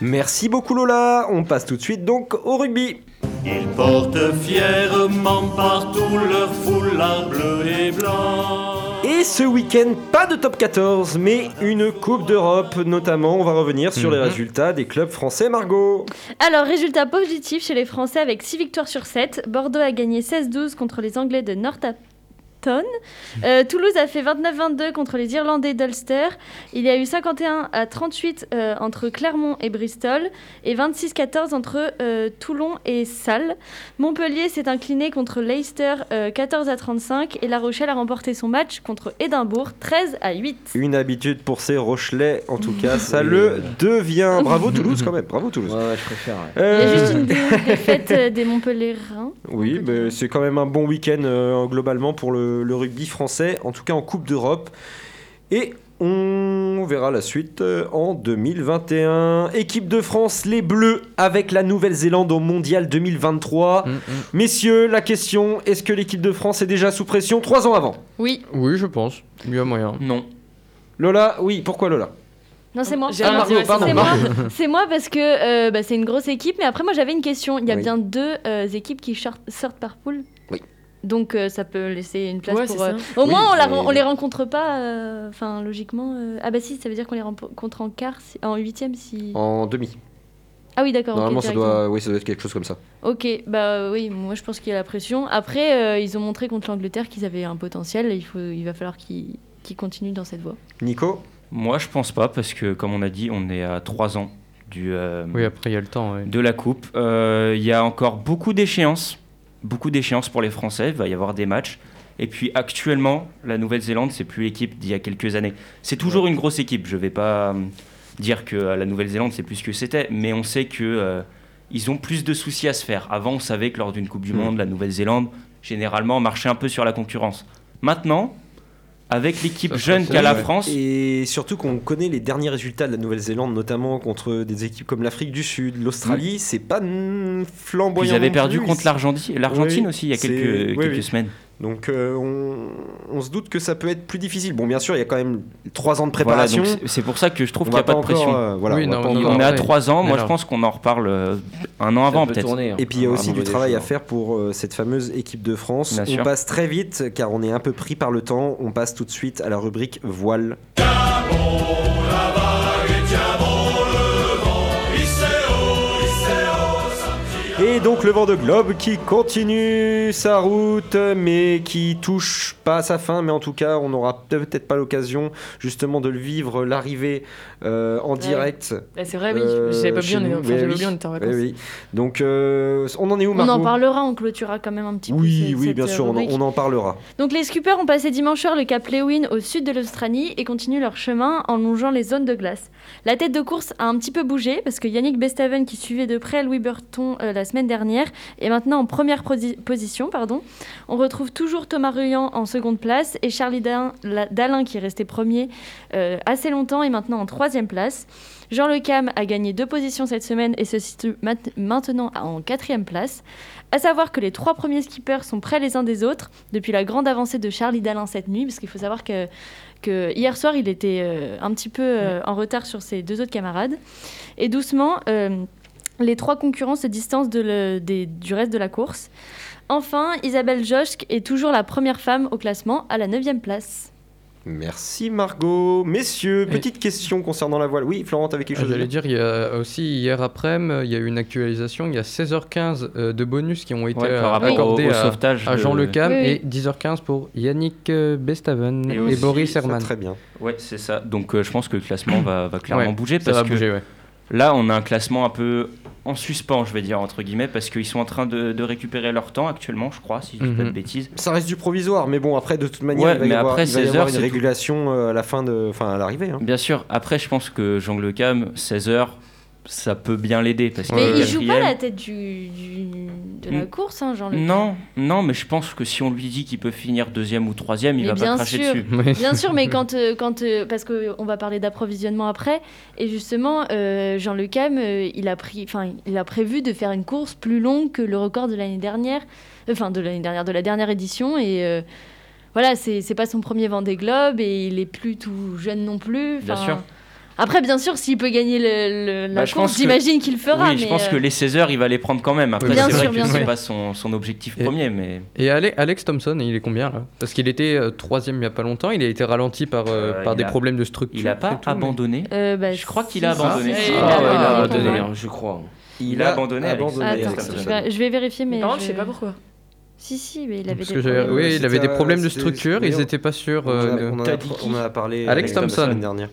Speaker 6: Merci beaucoup Lola. On passe tout de suite donc au rugby.
Speaker 12: Ils portent fièrement partout leur foulard bleu et blanc.
Speaker 6: Et ce week-end, pas de top 14, mais une Coupe d'Europe notamment. On va revenir sur
Speaker 10: Mmh.
Speaker 6: les
Speaker 12: Mhm.
Speaker 6: résultats des clubs français, Margot.
Speaker 9: Alors, résultat positif chez les Français avec 6 victoires sur 7. Bordeaux a gagné 16-12 contre les Anglais de Northampton. Euh, Toulouse a fait 29-22 contre les Irlandais d'Ulster. Il y a eu 51 à 38 euh, entre Clermont et Bristol et 26-14 entre euh, Toulon et Salles. Montpellier s'est incliné contre Leicester euh, 14 à 35 et La Rochelle a remporté son match contre Édimbourg 13 à 8.
Speaker 6: Une habitude pour ces Rochelais, en tout cas, ça le devient. Bravo Toulouse quand même, bravo Toulouse.
Speaker 1: Ouais, ouais, je préfère. ouais.
Speaker 9: Il y a
Speaker 6: Euh,
Speaker 9: juste une défaite euh, des Montpellierins.
Speaker 6: Oui, mais c'est quand même un bon week-end euh, globalement pour le, le rugby français, en tout cas en Coupe d'Europe. Et on verra la suite euh, en 2021. Équipe de France, les Bleus avec la Nouvelle-Zélande au Mondial 2023. Messieurs, la question, est-ce que l'équipe de France est déjà sous pression trois ans avant
Speaker 9: Oui.
Speaker 7: Oui, je pense. Il y a moyen.
Speaker 10: Non.
Speaker 6: Lola, oui, pourquoi Lola
Speaker 9: Non, c'est moi.
Speaker 6: J'ai Ah, rien dit, Margot, ouais, c'est pardon,
Speaker 9: C'est
Speaker 6: moi.
Speaker 9: moi.
Speaker 6: Margot.
Speaker 9: C'est moi parce que euh, bah, c'est une grosse équipe. Mais après, moi, j'avais une question. Il y a
Speaker 6: Oui.
Speaker 9: bien deux euh, équipes qui short- sortent par poule.
Speaker 6: Oui.
Speaker 9: Donc, euh, ça peut laisser une place
Speaker 8: Ouais, c'est
Speaker 9: pour.
Speaker 8: ça.
Speaker 9: euh, Au
Speaker 8: Oui,
Speaker 9: moins, on, la
Speaker 8: mais-
Speaker 9: ren- on les rencontre pas. euh, Enfin, logiquement. euh, Ah, bah si, ça veut dire qu'on les rencontre en quart, si- en huitième, si.
Speaker 6: En demi.
Speaker 9: Ah oui, d'accord. ok,
Speaker 6: Normalement, ça
Speaker 9: directement.
Speaker 6: doit, oui, ça doit être quelque chose comme ça.
Speaker 9: Ok, bah euh, oui, moi je pense qu'il y a la pression. Après, euh, ils ont montré contre l'Angleterre qu'ils avaient un potentiel. Il, faut, il va falloir qu'ils qu'ils continuent dans cette voie.
Speaker 6: Nico
Speaker 10: Moi, je pense pas, parce que, comme on a dit, on est à 3 ans du, euh,
Speaker 7: Oui, après, il y a le temps. ouais.
Speaker 10: de la Coupe. Euh, Il y a encore beaucoup d'échéances, beaucoup d'échéances pour les Français. Il va y avoir des matchs. Et puis, actuellement, la Nouvelle-Zélande, c'est plus l'équipe d'il y a quelques années. C'est toujours une grosse équipe. Je vais pas euh, dire que euh, la Nouvelle-Zélande, c'est plus ce que c'était, mais on sait que euh, ils ont plus de soucis à se faire. Avant, on savait que lors d'une Coupe du
Speaker 7: Mm.
Speaker 10: Monde, la Nouvelle-Zélande, généralement, marchait un peu sur la concurrence. Maintenant, avec l'équipe jeune qu'a la France,
Speaker 6: Et surtout qu'on connaît les derniers résultats de la Nouvelle-Zélande, notamment contre des équipes comme l'Afrique du Sud, l'Australie, c'est pas mm, flamboyant.
Speaker 10: Ils avaient
Speaker 6: non
Speaker 10: perdu
Speaker 6: plus.
Speaker 10: contre l'Argenti- l'Argentine
Speaker 6: Oui,
Speaker 10: aussi il y a
Speaker 6: c'est-
Speaker 10: quelques-
Speaker 6: oui,
Speaker 10: quelques
Speaker 6: oui.
Speaker 10: semaines.
Speaker 6: Donc euh, on, on se doute que ça peut être plus difficile. Bon, bien sûr, il y a quand même 3 ans de
Speaker 10: Voilà,
Speaker 6: préparation.
Speaker 10: donc c'est- c'est pour ça que je trouve
Speaker 6: On
Speaker 10: qu'il n'y a pas
Speaker 6: va
Speaker 10: de
Speaker 6: encore,
Speaker 10: pression.
Speaker 6: euh, voilà, on va pas
Speaker 10: on,
Speaker 6: encore-
Speaker 10: est à 3 ans. Moi,
Speaker 6: Mais
Speaker 10: je
Speaker 6: non.
Speaker 10: pense qu'on en reparle euh, un an avant, peut-être.
Speaker 1: hein.
Speaker 6: Et puis il y a aussi du travail à faire pour euh, cette fameuse équipe de France.
Speaker 10: Ah, Bien
Speaker 6: on
Speaker 10: sûr.
Speaker 6: passe très vite car on est un peu pris par le temps. On passe tout de suite à la rubrique voile. Et donc le vent de globe qui continue sa route, mais qui touche pas à sa fin. Mais en tout cas, on n'aura peut-être pas l'occasion justement de le vivre l'arrivée euh, en direct.
Speaker 8: Bah, c'est vrai, oui.
Speaker 6: euh,
Speaker 8: J'avais pas oublié,
Speaker 6: chez
Speaker 8: on est-
Speaker 6: nous.
Speaker 8: enfin,
Speaker 6: Oui,
Speaker 8: j'avais
Speaker 6: oui.
Speaker 8: oublié, on était en
Speaker 6: Oui,
Speaker 8: vacances.
Speaker 6: oui. Donc euh, on en est où
Speaker 9: on
Speaker 6: Margot
Speaker 9: en parlera, on clôturera quand même un petit peu.
Speaker 6: Oui,
Speaker 9: cette-
Speaker 6: oui,
Speaker 9: cette,
Speaker 6: bien
Speaker 9: euh,
Speaker 6: sûr, on en,
Speaker 9: rubrique.
Speaker 6: on en parlera.
Speaker 9: Donc les scoopers ont passé dimanche soir le cap Lewin au sud de l'Australie et continuent leur chemin en longeant les zones de glace. La tête de course a un petit peu bougé parce que Yannick Bestaven qui suivait de près Louis Burton euh, la semaine
Speaker 13: dernière et maintenant en première posi- position. Pardon. On retrouve toujours Thomas Ruyant en seconde place et Charlie Dalin, la- Dalin qui est resté premier euh, assez longtemps et maintenant en troisième place. Jean Le Cam a gagné deux positions cette semaine et se situe mat- maintenant en quatrième place. À savoir que les trois premiers skippers sont près les uns des autres depuis la grande avancée de Charlie Dalin cette nuit, parce qu'il faut savoir que, que hier soir il était euh, un petit peu euh, en retard sur ses deux autres camarades. Et doucement, euh, les trois concurrents se distancent de le- des- du reste de la course. Enfin, Isabelle Joschk est toujours la première femme au classement à la 9 place.
Speaker 6: Merci Margot. Messieurs, petite question concernant la voile. Oui, Florent, avec quelque
Speaker 7: Ah,
Speaker 6: chose à
Speaker 7: J'allais
Speaker 6: dire
Speaker 7: dire, il y a aussi hier après-midi, il y a eu une actualisation. Il y a 16h15 euh, de bonus qui ont été
Speaker 10: Ouais, par
Speaker 7: euh,
Speaker 10: rapport
Speaker 7: accordés
Speaker 10: au- au
Speaker 7: à,
Speaker 10: sauvetage
Speaker 7: à
Speaker 10: de-
Speaker 7: Jean Le Cam
Speaker 10: Oui, oui.
Speaker 7: et 10h15 pour Yannick euh, Bestaven et,
Speaker 10: aussi-
Speaker 7: Boris Herman.
Speaker 10: Ouais, c'est ça. Donc euh, je pense que le classement va, va clairement
Speaker 7: Ouais,
Speaker 10: bouger
Speaker 7: ça
Speaker 10: parce
Speaker 7: va
Speaker 10: que
Speaker 7: bouger, ouais.
Speaker 10: là on a un classement un peu en suspens, je vais dire entre guillemets, parce qu'ils sont en train de, de récupérer leur temps actuellement, je crois, si je dis pas de
Speaker 6: Mhm.
Speaker 10: bêtises.
Speaker 6: Ça reste du provisoire, mais bon, après, de toute manière,
Speaker 10: Ouais,
Speaker 6: il va y
Speaker 10: mais
Speaker 6: avoir,
Speaker 10: après,
Speaker 6: il va y
Speaker 10: 16
Speaker 6: avoir
Speaker 10: heures,
Speaker 6: une
Speaker 10: c'est tout.
Speaker 6: régulation euh, à la fin de, enfin, à l'arrivée. hein.
Speaker 10: Bien sûr. Après, je pense que Jean Le Cam, 16 h ça peut bien l'aider parce qu'il
Speaker 9: Mais
Speaker 10: est
Speaker 9: il joue pas
Speaker 10: quatrième.
Speaker 9: la tête du, du- de la
Speaker 10: Mm.
Speaker 9: course, hein, Jean-Luc.
Speaker 10: Non, non, mais je pense que si on lui dit qu'il peut finir deuxième ou troisième, il
Speaker 9: Mais
Speaker 10: va
Speaker 9: bien
Speaker 10: pas cracher
Speaker 9: sûr,
Speaker 10: dessus.
Speaker 9: bien sûr, mais quand, euh, quand euh, parce qu'on va parler d'approvisionnement après, et justement, euh, Jean Le Cam, euh, il a pris, enfin, il a prévu de faire une course plus longue que le record de l'année dernière, enfin de l'année dernière, de la dernière édition, et euh, voilà, c'est c'est pas son premier Vendée Globe, et il est plus tout jeune non plus.
Speaker 10: Bien
Speaker 9: enfin,
Speaker 10: sûr.
Speaker 9: Après, bien sûr, s'il peut gagner le- le- la
Speaker 10: Bah, je pense
Speaker 9: course,
Speaker 10: que-
Speaker 9: j'imagine qu'il le fera.
Speaker 10: Oui, je
Speaker 9: mais,
Speaker 10: pense
Speaker 9: euh,
Speaker 10: que les 16 heures, il va les prendre quand même. Après,
Speaker 7: Oui,
Speaker 10: c'est
Speaker 7: bien
Speaker 10: vrai
Speaker 7: sûr,
Speaker 10: que
Speaker 7: bien
Speaker 10: c'est
Speaker 7: sûr.
Speaker 10: pas son, son objectif premier, mais
Speaker 7: Et Ale- Alex Thompson, il est combien là Parce qu'il était euh, troisième il n'y a pas longtemps, il a été ralenti par, euh,
Speaker 10: Euh,
Speaker 7: par
Speaker 10: il
Speaker 7: des
Speaker 10: a-
Speaker 7: problèmes de structure.
Speaker 10: il a pas abandonné.
Speaker 9: euh, bah,
Speaker 10: Je crois qu'il
Speaker 9: si,
Speaker 10: a
Speaker 9: si,
Speaker 10: abandonné.
Speaker 9: si,
Speaker 10: Ah,
Speaker 9: il
Speaker 10: ouais,
Speaker 9: a abandonné.
Speaker 1: hein, je crois.
Speaker 10: Il, a abandonné. Ah, Alex.
Speaker 6: abandonné,
Speaker 9: Attends,
Speaker 10: Alex
Speaker 9: je,
Speaker 10: Thompson.
Speaker 9: vais, je vais vérifier, mais.
Speaker 8: Par contre, je sais pas pourquoi.
Speaker 9: Si, si, mais il avait
Speaker 7: Parce
Speaker 9: des
Speaker 7: que j'ai-
Speaker 9: problèmes.
Speaker 7: oui, il avait
Speaker 6: C'était,
Speaker 7: des
Speaker 6: euh,
Speaker 7: problèmes de
Speaker 6: c'était-
Speaker 7: structure,
Speaker 6: oui,
Speaker 7: ils
Speaker 6: on-
Speaker 7: n'étaient pas sûrs.
Speaker 6: on en a-
Speaker 7: euh,
Speaker 6: on en a-
Speaker 7: Tadiki.
Speaker 6: on en a parlé, euh,
Speaker 7: Alex
Speaker 6: la semaine
Speaker 7: Thompson. Euh,
Speaker 6: dernière.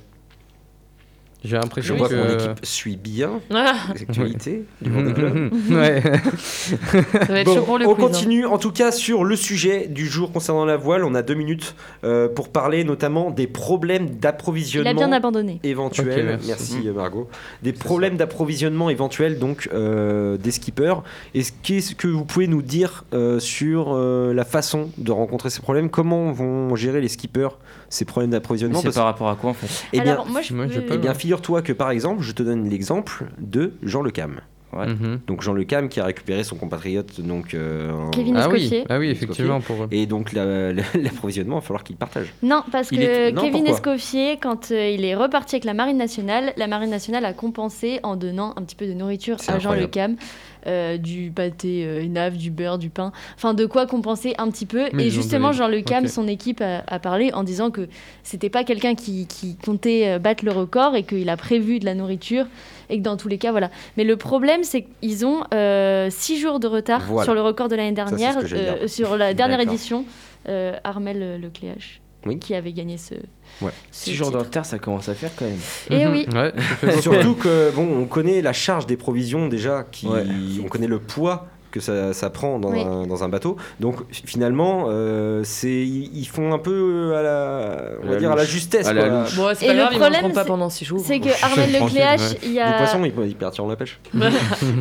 Speaker 7: J'ai l'impression
Speaker 6: Je vois
Speaker 7: que.
Speaker 6: que mon équipe suit bien
Speaker 8: Ah.
Speaker 6: les actualités du
Speaker 7: Mhm,
Speaker 6: Vendée Globe.
Speaker 7: mhm, ouais.
Speaker 8: va être
Speaker 6: Bon,
Speaker 8: chaud pour le
Speaker 6: on
Speaker 8: quiz, hein.
Speaker 6: continue en tout cas sur le sujet du jour concernant la voile. On a deux minutes euh, pour parler notamment des problèmes
Speaker 9: Il
Speaker 6: d'approvisionnement.
Speaker 9: a bien abandonné.
Speaker 6: éventuels.
Speaker 7: Ok,
Speaker 6: merci
Speaker 7: merci.
Speaker 6: euh, Margot. Des problèmes d'approvisionnement éventuels donc euh, des skippers. Est-ce qu'est-ce que vous pouvez nous dire euh, sur euh, la façon de rencontrer ces problèmes Comment vont gérer les skippers ces problèmes
Speaker 10: Mais
Speaker 6: d'approvisionnement
Speaker 10: c'est
Speaker 6: Parce-
Speaker 10: par rapport à quoi en fait
Speaker 6: Eh bien,
Speaker 9: Alors, moi, je
Speaker 7: moi, j'ai
Speaker 9: peux-
Speaker 7: pas-
Speaker 6: eh bien, figure-toi que par exemple, je te donne l'exemple de Jean Le Cam.
Speaker 10: Ouais.
Speaker 7: Mhm.
Speaker 6: Donc Jean Le Cam qui a récupéré son compatriote donc euh, en-
Speaker 9: Kevin
Speaker 7: Ah oui,
Speaker 9: Escoffier.
Speaker 7: ah oui, effectivement pour.
Speaker 6: et donc la- la- l'approvisionnement, il va falloir qu'il partage.
Speaker 9: Non, parce
Speaker 6: Il
Speaker 9: que
Speaker 6: était- non,
Speaker 9: Kevin
Speaker 6: pourquoi
Speaker 9: Escoffier, quand euh, il est reparti avec la Marine nationale, la Marine nationale a compensé en donnant un petit peu de nourriture
Speaker 6: C'est
Speaker 9: à Jean Le
Speaker 6: incroyable.
Speaker 9: Cam. euh, du pâté euh, nave, du beurre, du pain, enfin de quoi compenser un petit peu.
Speaker 7: Mais
Speaker 9: et
Speaker 7: ils ont
Speaker 9: justement,
Speaker 7: donné-
Speaker 9: Jean Le Cam,
Speaker 7: ok.
Speaker 9: son équipe a, a parlé en disant que c'était pas quelqu'un qui, qui comptait euh, battre le record et qu'il a prévu de la nourriture et que dans tous les cas, voilà. Mais le problème, c'est qu'ils ont 6 jours de retard
Speaker 6: Voilà.
Speaker 9: sur le record de l'année
Speaker 6: c'est ce
Speaker 9: dernière,
Speaker 6: que j'allais
Speaker 9: euh,
Speaker 6: dire.
Speaker 9: sur la dernière
Speaker 10: D'accord.
Speaker 9: édition, euh, Armel Lecléache
Speaker 6: Oui.
Speaker 9: qui avait gagné ce.
Speaker 6: Ouais.
Speaker 9: ce
Speaker 1: Six jours de
Speaker 9: titre.
Speaker 1: retard, ça commence à faire quand même.
Speaker 9: Eh
Speaker 7: Mhm.
Speaker 9: oui.
Speaker 7: Ouais, ça fait beaucoup.
Speaker 6: Surtout que bon, on connaît la charge des provisions déjà, qui,
Speaker 1: Ouais.
Speaker 6: on connaît le poids que ça, ça prend dans,
Speaker 9: Oui.
Speaker 6: un, dans un bateau. Donc f- finalement, euh, c'est ils ils font un peu à la, on va
Speaker 1: la
Speaker 6: dire à la
Speaker 1: louche.
Speaker 6: justesse.
Speaker 1: À la
Speaker 6: quoi.
Speaker 1: louche.
Speaker 8: Bon, c'est
Speaker 9: Et
Speaker 8: pas
Speaker 9: le
Speaker 8: grave, ils
Speaker 9: problème,
Speaker 8: manqueront pas
Speaker 9: c'est-
Speaker 8: pendant 6 jours.
Speaker 9: C'est que Armel
Speaker 7: Française,
Speaker 9: Lecléache,
Speaker 7: ouais.
Speaker 9: il y
Speaker 6: Les
Speaker 9: a.
Speaker 6: poissons, ils, ils partiront la pêche.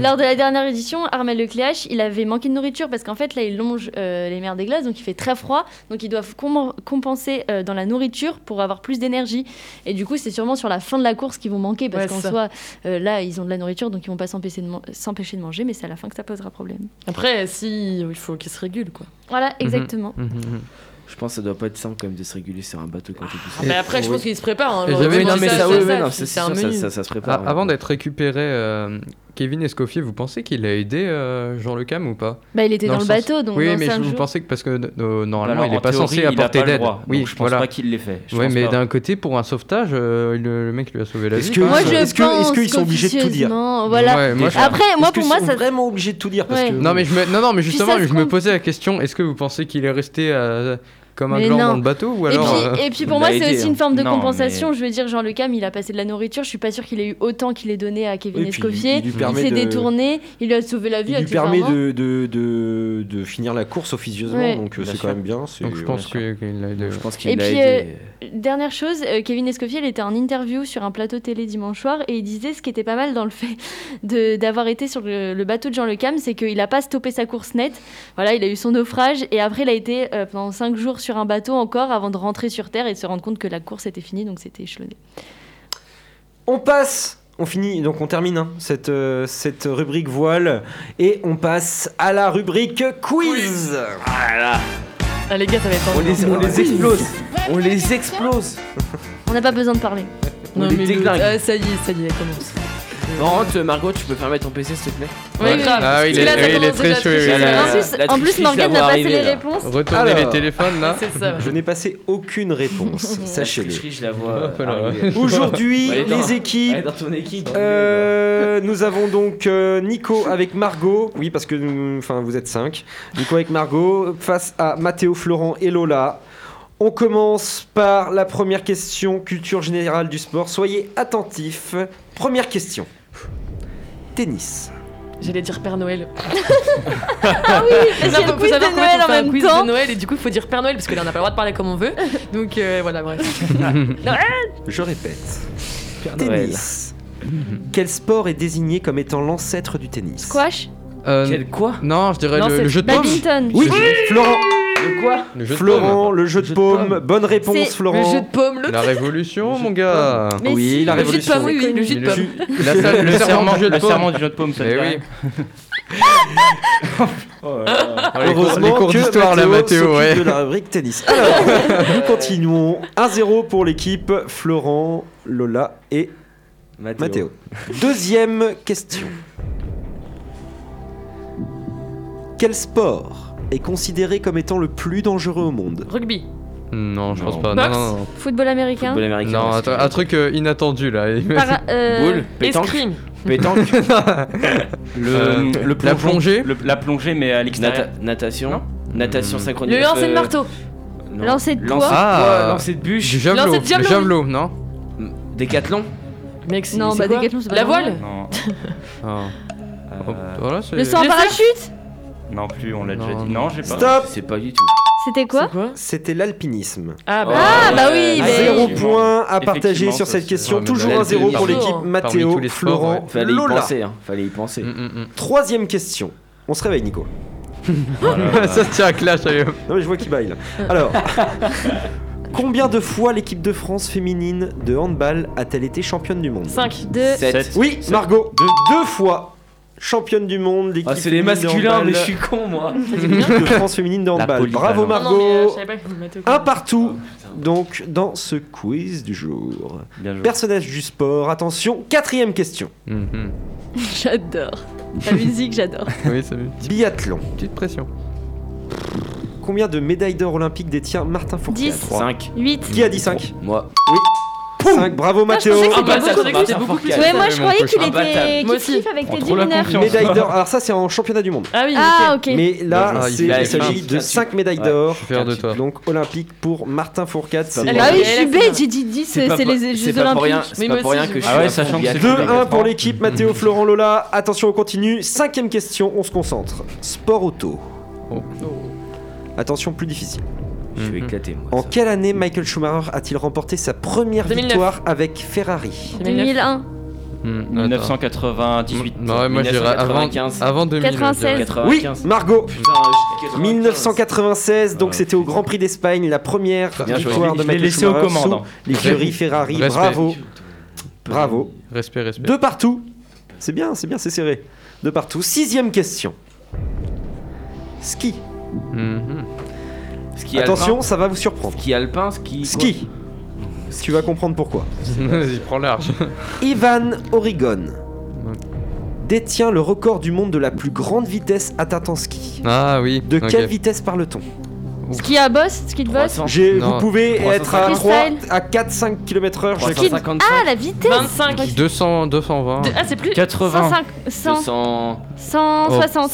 Speaker 9: Lors de la dernière édition, Armel Lecléache, il avait manqué de nourriture parce qu'en fait, là, il longe euh, les mers des glaces, donc il fait très froid. Donc, ils doivent com- compenser euh, dans la nourriture pour avoir plus d'énergie. Et du coup, c'est sûrement sur la fin de la course qu'ils vont manquer parce
Speaker 8: Ouais,
Speaker 9: qu'en
Speaker 8: c'est ça.
Speaker 9: soi, euh, là, ils ont de la nourriture, donc ils vont pas s'empêcher de, man- s'empêcher de manger, mais c'est à la fin que ça posera problème.
Speaker 8: Après, si, il faut qu'ils se régulent, quoi.
Speaker 9: Voilà, exactement.
Speaker 7: Mhm, mhm.
Speaker 1: Je pense que ça doit pas être simple quand même de se réguler sur un bateau quand tu
Speaker 8: Ah, mais après, je pense qu'ils se préparent. hein,
Speaker 7: Et
Speaker 8: genre,
Speaker 7: j'avais
Speaker 8: ils
Speaker 7: une-
Speaker 8: vont
Speaker 7: non, mais
Speaker 8: dire
Speaker 7: ça,
Speaker 8: ça,
Speaker 7: oui,
Speaker 8: ça,
Speaker 1: ouais, Eh, non,
Speaker 8: c'est
Speaker 1: c'est
Speaker 8: un
Speaker 1: sûr, ça-
Speaker 8: menu.
Speaker 1: ça- ça se
Speaker 7: Ah,
Speaker 1: prépare. hein.
Speaker 7: avant d'être récupéré, euh, Kevin Escoffier, vous pensez qu'il a aidé euh, Jean Le Cam ou pas
Speaker 9: Bah, il était dans, le,
Speaker 7: sens-
Speaker 9: bateau, donc
Speaker 7: Oui,
Speaker 9: dans
Speaker 7: mais
Speaker 9: cinq
Speaker 7: je vous
Speaker 9: jours-
Speaker 7: pensais que parce que euh, normalement
Speaker 10: Alors, en
Speaker 7: il n'est pas
Speaker 10: théorie,
Speaker 7: censé
Speaker 10: il a
Speaker 7: apporter
Speaker 10: pas le
Speaker 7: d'aide.
Speaker 10: droit,
Speaker 7: Oui,
Speaker 10: donc je pense
Speaker 7: voilà.
Speaker 10: pas qu'il l'ait fait. Je
Speaker 7: Ouais,
Speaker 10: pense
Speaker 7: mais
Speaker 10: pas.
Speaker 7: d'un côté, pour un sauvetage, euh, le, le mec lui a sauvé la
Speaker 6: Est-ce
Speaker 7: vie.
Speaker 6: que-
Speaker 7: quoi.
Speaker 9: Moi,
Speaker 6: Est-ce
Speaker 9: je
Speaker 6: est-ce que-
Speaker 9: pense
Speaker 6: est-ce qu'ils sont obligés de tout dire
Speaker 9: qu'officieusement, Voilà. Ah.
Speaker 7: Ouais, moi, je-
Speaker 9: Après, moi,
Speaker 6: Est-ce
Speaker 9: pour
Speaker 6: qu'ils
Speaker 9: moi,
Speaker 6: sont
Speaker 9: ça.
Speaker 6: vraiment obligé de tout dire parce
Speaker 9: Ouais.
Speaker 6: que
Speaker 7: Non mais, je me... non, non, mais
Speaker 9: Puis
Speaker 7: justement,
Speaker 9: ça se
Speaker 7: je me
Speaker 9: compte.
Speaker 7: posais la question, est-ce que vous pensez qu'il est resté à, Comme un
Speaker 9: Mais
Speaker 7: gland
Speaker 9: non.
Speaker 7: dans le bateau ou
Speaker 9: Et
Speaker 7: alors
Speaker 9: puis-
Speaker 7: euh,
Speaker 9: et, puis, pour
Speaker 7: il
Speaker 9: moi,
Speaker 7: a
Speaker 9: c'est
Speaker 7: aidé,
Speaker 9: aussi
Speaker 7: hein.
Speaker 9: une forme de
Speaker 7: Non,
Speaker 9: compensation.
Speaker 7: mais-
Speaker 9: Je veux dire, Jean Le Cam, il a passé de la nourriture. Je suis pas sûr qu'il ait eu autant qu'il ait donné à Kevin
Speaker 6: Oui, puis il-
Speaker 9: Escoffier.
Speaker 6: il lui
Speaker 9: il
Speaker 6: permet
Speaker 9: s'est
Speaker 6: de-
Speaker 9: détourné, il lui a sauvé la vie.
Speaker 6: Il lui permet
Speaker 9: accessoirement.
Speaker 6: de, de, de, de finir la course officieusement,
Speaker 9: Ouais.
Speaker 6: donc euh,
Speaker 7: Bien
Speaker 6: c'est
Speaker 7: sûr.
Speaker 6: quand même bien. c'est-
Speaker 7: Donc je pense que- qu'il l'a aidé. ouais.
Speaker 9: Et puis, euh, dernière chose, euh, Kevin Escoffier, il était en interview sur un plateau télé dimanche soir et il disait ce qui était pas mal dans le fait de- d'avoir été sur le, le bateau de Jean Le Cam, c'est qu'il a pas stoppé sa course nette. Voilà, il a eu son naufrage et après, il a été euh, pendant 5 jours sur un bateau encore avant de rentrer sur Terre et de se rendre compte que la course était finie, donc c'était échelonné.
Speaker 6: On passe, on finit, donc on termine hein, cette, euh, cette rubrique voile et on passe à la rubrique quiz.
Speaker 1: Ah là.
Speaker 8: Ah, les gars, ça va être
Speaker 1: On
Speaker 8: ennuyeux.
Speaker 1: les, euh, on les explose. On les explose.
Speaker 9: On n'a pas besoin de parler.
Speaker 1: On les déglingue.
Speaker 8: Ah, ça y est, ça y est, elle commence.
Speaker 14: Par contre, Margot, tu peux fermer ton PC s'il te plaît
Speaker 8: Oui, oui, grave.
Speaker 7: Ah oui,
Speaker 8: Parce que
Speaker 7: il
Speaker 8: là,
Speaker 7: est-
Speaker 8: ça
Speaker 7: oui, il est
Speaker 8: commence
Speaker 7: très
Speaker 8: déjà à
Speaker 7: chaud,
Speaker 8: tricher.
Speaker 7: oui, oui, oui.
Speaker 9: En plus- en plus, Morgane n'a pas passé les réponses.
Speaker 7: Retournez les téléphones là.
Speaker 8: C'est ça.
Speaker 6: Je n'ai passé aucune réponse, sachez-le.
Speaker 1: Je la vois.
Speaker 7: Voilà.
Speaker 1: arriver.
Speaker 6: Aujourd'hui,
Speaker 1: Elle est dans-
Speaker 6: les équipes-
Speaker 1: elle est dans ton équipe.
Speaker 6: Euh, nous avons donc euh, Nico avec Margot. Oui, parce que nous- enfin, vous êtes 5. Nico avec Margot face à Mathéo, Florent et Lola. On commence par la première question, culture générale du sport. Soyez attentifs. Première question. Tennis.
Speaker 8: J'allais dire Père Noël.
Speaker 9: Ah oui,
Speaker 8: Non,
Speaker 9: parce qu'il y a le
Speaker 8: faut- faut
Speaker 9: quiz de
Speaker 8: savoir qu'en fait,
Speaker 9: Noël
Speaker 8: on
Speaker 9: en
Speaker 8: fait un
Speaker 9: même
Speaker 8: quiz
Speaker 9: temps.
Speaker 8: de Noël et du coup, il faut dire Père Noël parce que là, on n'a pas le droit de parler comme on veut. Donc euh, voilà, bref.
Speaker 6: Je répète.
Speaker 1: Noël.
Speaker 6: Tennis. Quel sport est désigné comme étant l'ancêtre du tennis
Speaker 9: Squash
Speaker 7: Euh,
Speaker 1: Quel quoi
Speaker 7: Non, je dirais
Speaker 9: Non,
Speaker 7: le,
Speaker 9: c'est
Speaker 7: le jeu de paume.
Speaker 9: Badminton.
Speaker 6: Oui, Florent.
Speaker 1: De quoi
Speaker 7: Le jeu de
Speaker 6: Florent,
Speaker 7: paume.
Speaker 6: le jeu de paume. Bonne réponse,
Speaker 9: C'est
Speaker 6: Florent.
Speaker 8: Le jeu de pomme, le
Speaker 7: La révolution, mon gars.
Speaker 9: Mais
Speaker 6: Oui,
Speaker 9: si,
Speaker 6: la
Speaker 9: le jeu de
Speaker 6: révolution.
Speaker 9: pomme, oui, oui, le jeu de
Speaker 7: Le
Speaker 9: pomme.
Speaker 7: jeu- La salle- le serment du jeu de
Speaker 10: le serment
Speaker 7: paume.
Speaker 10: du jeu de paume, ça
Speaker 7: Mais
Speaker 10: te
Speaker 7: oui.
Speaker 10: dirait.
Speaker 7: Ah, les cours-
Speaker 6: Heureusement
Speaker 7: les cours
Speaker 6: que
Speaker 7: d'histoire là, Mathéo,
Speaker 6: s'occupe
Speaker 7: ouais.
Speaker 6: de la rubrique tennis. Alors, nous continuons. 1-0 pour l'équipe Florent, Lola et Mathéo. Deuxième question. Quel sport est considéré comme étant le plus dangereux au monde
Speaker 8: rugby.
Speaker 7: Non, je
Speaker 10: Non.
Speaker 7: pense pas. Non,
Speaker 8: Boxe.
Speaker 7: non, non.
Speaker 9: Football américain.
Speaker 1: Football américain.
Speaker 7: Non,
Speaker 1: parce que-
Speaker 7: attends, un truc euh, inattendu là.
Speaker 9: Para- euh,
Speaker 1: Boule, pétanque,
Speaker 8: Escrime.
Speaker 1: pétanque,
Speaker 10: Le, le
Speaker 7: Euh, la
Speaker 10: plongeon.
Speaker 7: plongée.
Speaker 10: Le- la plongée, mais à
Speaker 1: nata-
Speaker 10: l'extérieur.
Speaker 1: natation,
Speaker 10: Non.
Speaker 1: natation
Speaker 7: Hmm.
Speaker 1: synchronisée. Euh,
Speaker 8: Le lancer de marteau.
Speaker 1: Non.
Speaker 9: Lancer de poids.
Speaker 7: Ah.
Speaker 1: lancer de bûche,
Speaker 7: Du javelot.
Speaker 8: Lancer de
Speaker 7: Le
Speaker 8: javelot,
Speaker 7: javelot, non
Speaker 1: décathlon.
Speaker 8: Mec, c'est
Speaker 9: Non,
Speaker 8: c'est
Speaker 9: bah,
Speaker 8: quoi
Speaker 9: Décathlon, c'est pas
Speaker 8: La
Speaker 9: normal.
Speaker 8: voile
Speaker 10: Non.
Speaker 7: Ah. Oh,
Speaker 10: euh,
Speaker 7: voilà, c'est-
Speaker 9: Le saut en
Speaker 8: Le
Speaker 9: parachute
Speaker 10: non plus, on l'a déjà
Speaker 7: Non,
Speaker 10: dit. Non, j'ai pas.
Speaker 6: Stop
Speaker 1: C'est pas du tout.
Speaker 9: C'était quoi
Speaker 8: C'est quoi
Speaker 6: C'était l'alpinisme.
Speaker 8: Ah bah.
Speaker 9: Ah, bah oui,
Speaker 10: Ah,
Speaker 9: mais-
Speaker 6: Zéro
Speaker 10: oui.
Speaker 6: point à partager
Speaker 10: Effectivement,
Speaker 6: sur
Speaker 10: ça,
Speaker 6: cette
Speaker 10: c'est-
Speaker 6: question.
Speaker 7: ouais, mais
Speaker 6: Toujours
Speaker 7: la
Speaker 6: un zéro pour
Speaker 8: parmi-
Speaker 6: l'équipe
Speaker 8: parmi
Speaker 6: Mathéo,
Speaker 7: tous les sports,
Speaker 6: Florent,
Speaker 7: ouais.
Speaker 1: Fallait y
Speaker 6: Lola.
Speaker 1: penser, hein. Fallait y penser.
Speaker 7: Mm, mm,
Speaker 6: Troisième question. On se réveille, Nico.
Speaker 7: mm. Ça tient un clash. allez, hop.
Speaker 6: Non mais je vois qu'il baille là. Alors, combien de fois l'équipe de France féminine de handball a-t-elle été championne du monde
Speaker 8: 5.
Speaker 9: De...
Speaker 1: Sept.
Speaker 6: Oui, Margot, de deux fois championne du monde l'équipe
Speaker 1: Ah, c'est les
Speaker 6: féminine de
Speaker 1: masculins,
Speaker 6: handball,
Speaker 1: mais je suis con moi.
Speaker 6: l'équipe de France féminine de handball. Bravo
Speaker 10: polyvalence.
Speaker 8: Non, non, mais euh, je
Speaker 6: Margot.
Speaker 8: savais pas que vous me mettez au
Speaker 6: Un
Speaker 8: courant.
Speaker 6: partout. Donc dans ce quiz du jour.
Speaker 10: Bien joué.
Speaker 6: Personnage du sport, attention, quatrième question.
Speaker 7: Mm, mm.
Speaker 9: J'adore. La musique, j'adore.
Speaker 7: Oui, ça met une
Speaker 6: Biathlon.
Speaker 7: petite pression.
Speaker 6: Combien de médailles d'or olympiques détient Martin Fourcade
Speaker 9: Dix.
Speaker 1: 5.
Speaker 9: 8.
Speaker 6: Qui a dit 5
Speaker 1: Moi.
Speaker 6: Cinq, bravo
Speaker 9: je
Speaker 6: Mathéo.
Speaker 9: pensais que
Speaker 8: Ah bah
Speaker 9: C'était
Speaker 8: ça,
Speaker 9: beaucoup
Speaker 8: je savais que c'était
Speaker 1: plus
Speaker 8: beaucoup plus.
Speaker 1: fort
Speaker 9: Ouais, moi je
Speaker 7: Carrément,
Speaker 9: croyais qu'il
Speaker 1: imbattable.
Speaker 9: était
Speaker 8: Moi
Speaker 9: qu'il
Speaker 8: aussi.
Speaker 9: kiffe avec
Speaker 10: On
Speaker 9: tes
Speaker 10: trouve la
Speaker 9: mineurs.
Speaker 10: confiance.
Speaker 6: Médaille d'or. Alors ça c'est en championnat du monde.
Speaker 8: Ah oui,
Speaker 9: Ah,
Speaker 8: ok.
Speaker 9: ok.
Speaker 6: Mais
Speaker 7: Ah,
Speaker 6: là,
Speaker 7: il
Speaker 6: c'est-
Speaker 7: fait
Speaker 6: il
Speaker 7: la
Speaker 6: s'agit
Speaker 7: fin.
Speaker 6: de 5 médailles d'or.
Speaker 7: suis fier de toi.
Speaker 6: Donc olympique pour Martin Fourcade.
Speaker 1: C'est
Speaker 6: C'est
Speaker 8: Elle
Speaker 9: Ah oui,
Speaker 8: est-
Speaker 9: je suis
Speaker 8: elle est-
Speaker 9: bête, j'ai dit 10, c'est
Speaker 1: pas pour-
Speaker 9: les
Speaker 1: c'est
Speaker 9: Jeux
Speaker 1: pas pour rien,
Speaker 9: Olympiques.
Speaker 1: c'est
Speaker 8: Mais
Speaker 1: pas
Speaker 8: moi
Speaker 1: pour
Speaker 8: aussi,
Speaker 1: rien
Speaker 8: je-
Speaker 1: que je
Speaker 10: Ah
Speaker 1: suis
Speaker 10: ouais,
Speaker 1: à
Speaker 10: sachant que
Speaker 1: Fourcade.
Speaker 10: c'est le premier
Speaker 6: 2-1 pour
Speaker 10: Gaspard.
Speaker 6: l'équipe Mathéo Florent Lola. Attention, on continue. Cinquième question, on se concentre. Sport auto.
Speaker 7: Oh.
Speaker 6: Attention, plus difficile.
Speaker 1: Je
Speaker 7: mm,
Speaker 1: vais éclater moi.
Speaker 6: En
Speaker 1: ça.
Speaker 6: quelle année Michael Schumacher a-t-il remporté sa première
Speaker 8: 2009.
Speaker 6: victoire avec Ferrari
Speaker 9: 2001.
Speaker 7: Mm, attends.
Speaker 10: 1998.
Speaker 7: Non, Bah ouais, moi je dirais avant,
Speaker 1: 1995.
Speaker 7: avant 2000. je dirais.
Speaker 9: 96.
Speaker 6: Oui,
Speaker 1: 95.
Speaker 6: Margot
Speaker 1: Putain, je- 95.
Speaker 6: 1996, donc
Speaker 1: Ah,
Speaker 6: c'était au
Speaker 1: putain.
Speaker 6: Grand Prix d'Espagne, la première
Speaker 7: Bien joué.
Speaker 6: victoire de
Speaker 10: Je l'ai
Speaker 6: Michael
Speaker 10: laissé aux
Speaker 6: Schumacher
Speaker 10: commandes, hein.
Speaker 6: sous l'écurie Ferrari.
Speaker 7: Respect.
Speaker 6: Bravo, bravo.
Speaker 7: Respect, respect.
Speaker 6: Deux partout. C'est bien, c'est bien, c'est serré. De partout. Sixième question. Ski.
Speaker 7: Mhm.
Speaker 1: Ski
Speaker 6: Attention,
Speaker 1: alpin.
Speaker 6: ça va vous surprendre.
Speaker 1: Ski alpin, ski.
Speaker 6: Ski. Tu vas comprendre pourquoi.
Speaker 7: Vas-y, prends large.
Speaker 6: Ivan Oregon détient le record du monde de la plus grande vitesse atteinte en ski.
Speaker 7: Ah oui.
Speaker 6: De
Speaker 7: ok.
Speaker 6: quelle vitesse parle-t-on
Speaker 9: Ski à bosse, ski de bosse.
Speaker 1: 300.
Speaker 6: J'ai-
Speaker 7: Non.
Speaker 6: Vous pouvez être à 3
Speaker 9: 350.
Speaker 6: à 4-5 km heure.
Speaker 9: Ski de...
Speaker 1: 355.
Speaker 9: Ah, la vitesse
Speaker 8: 25.
Speaker 7: 200, 220.
Speaker 8: De- Ah, c'est plus.
Speaker 10: 80.
Speaker 9: 105, 100,
Speaker 1: 200,
Speaker 9: 160.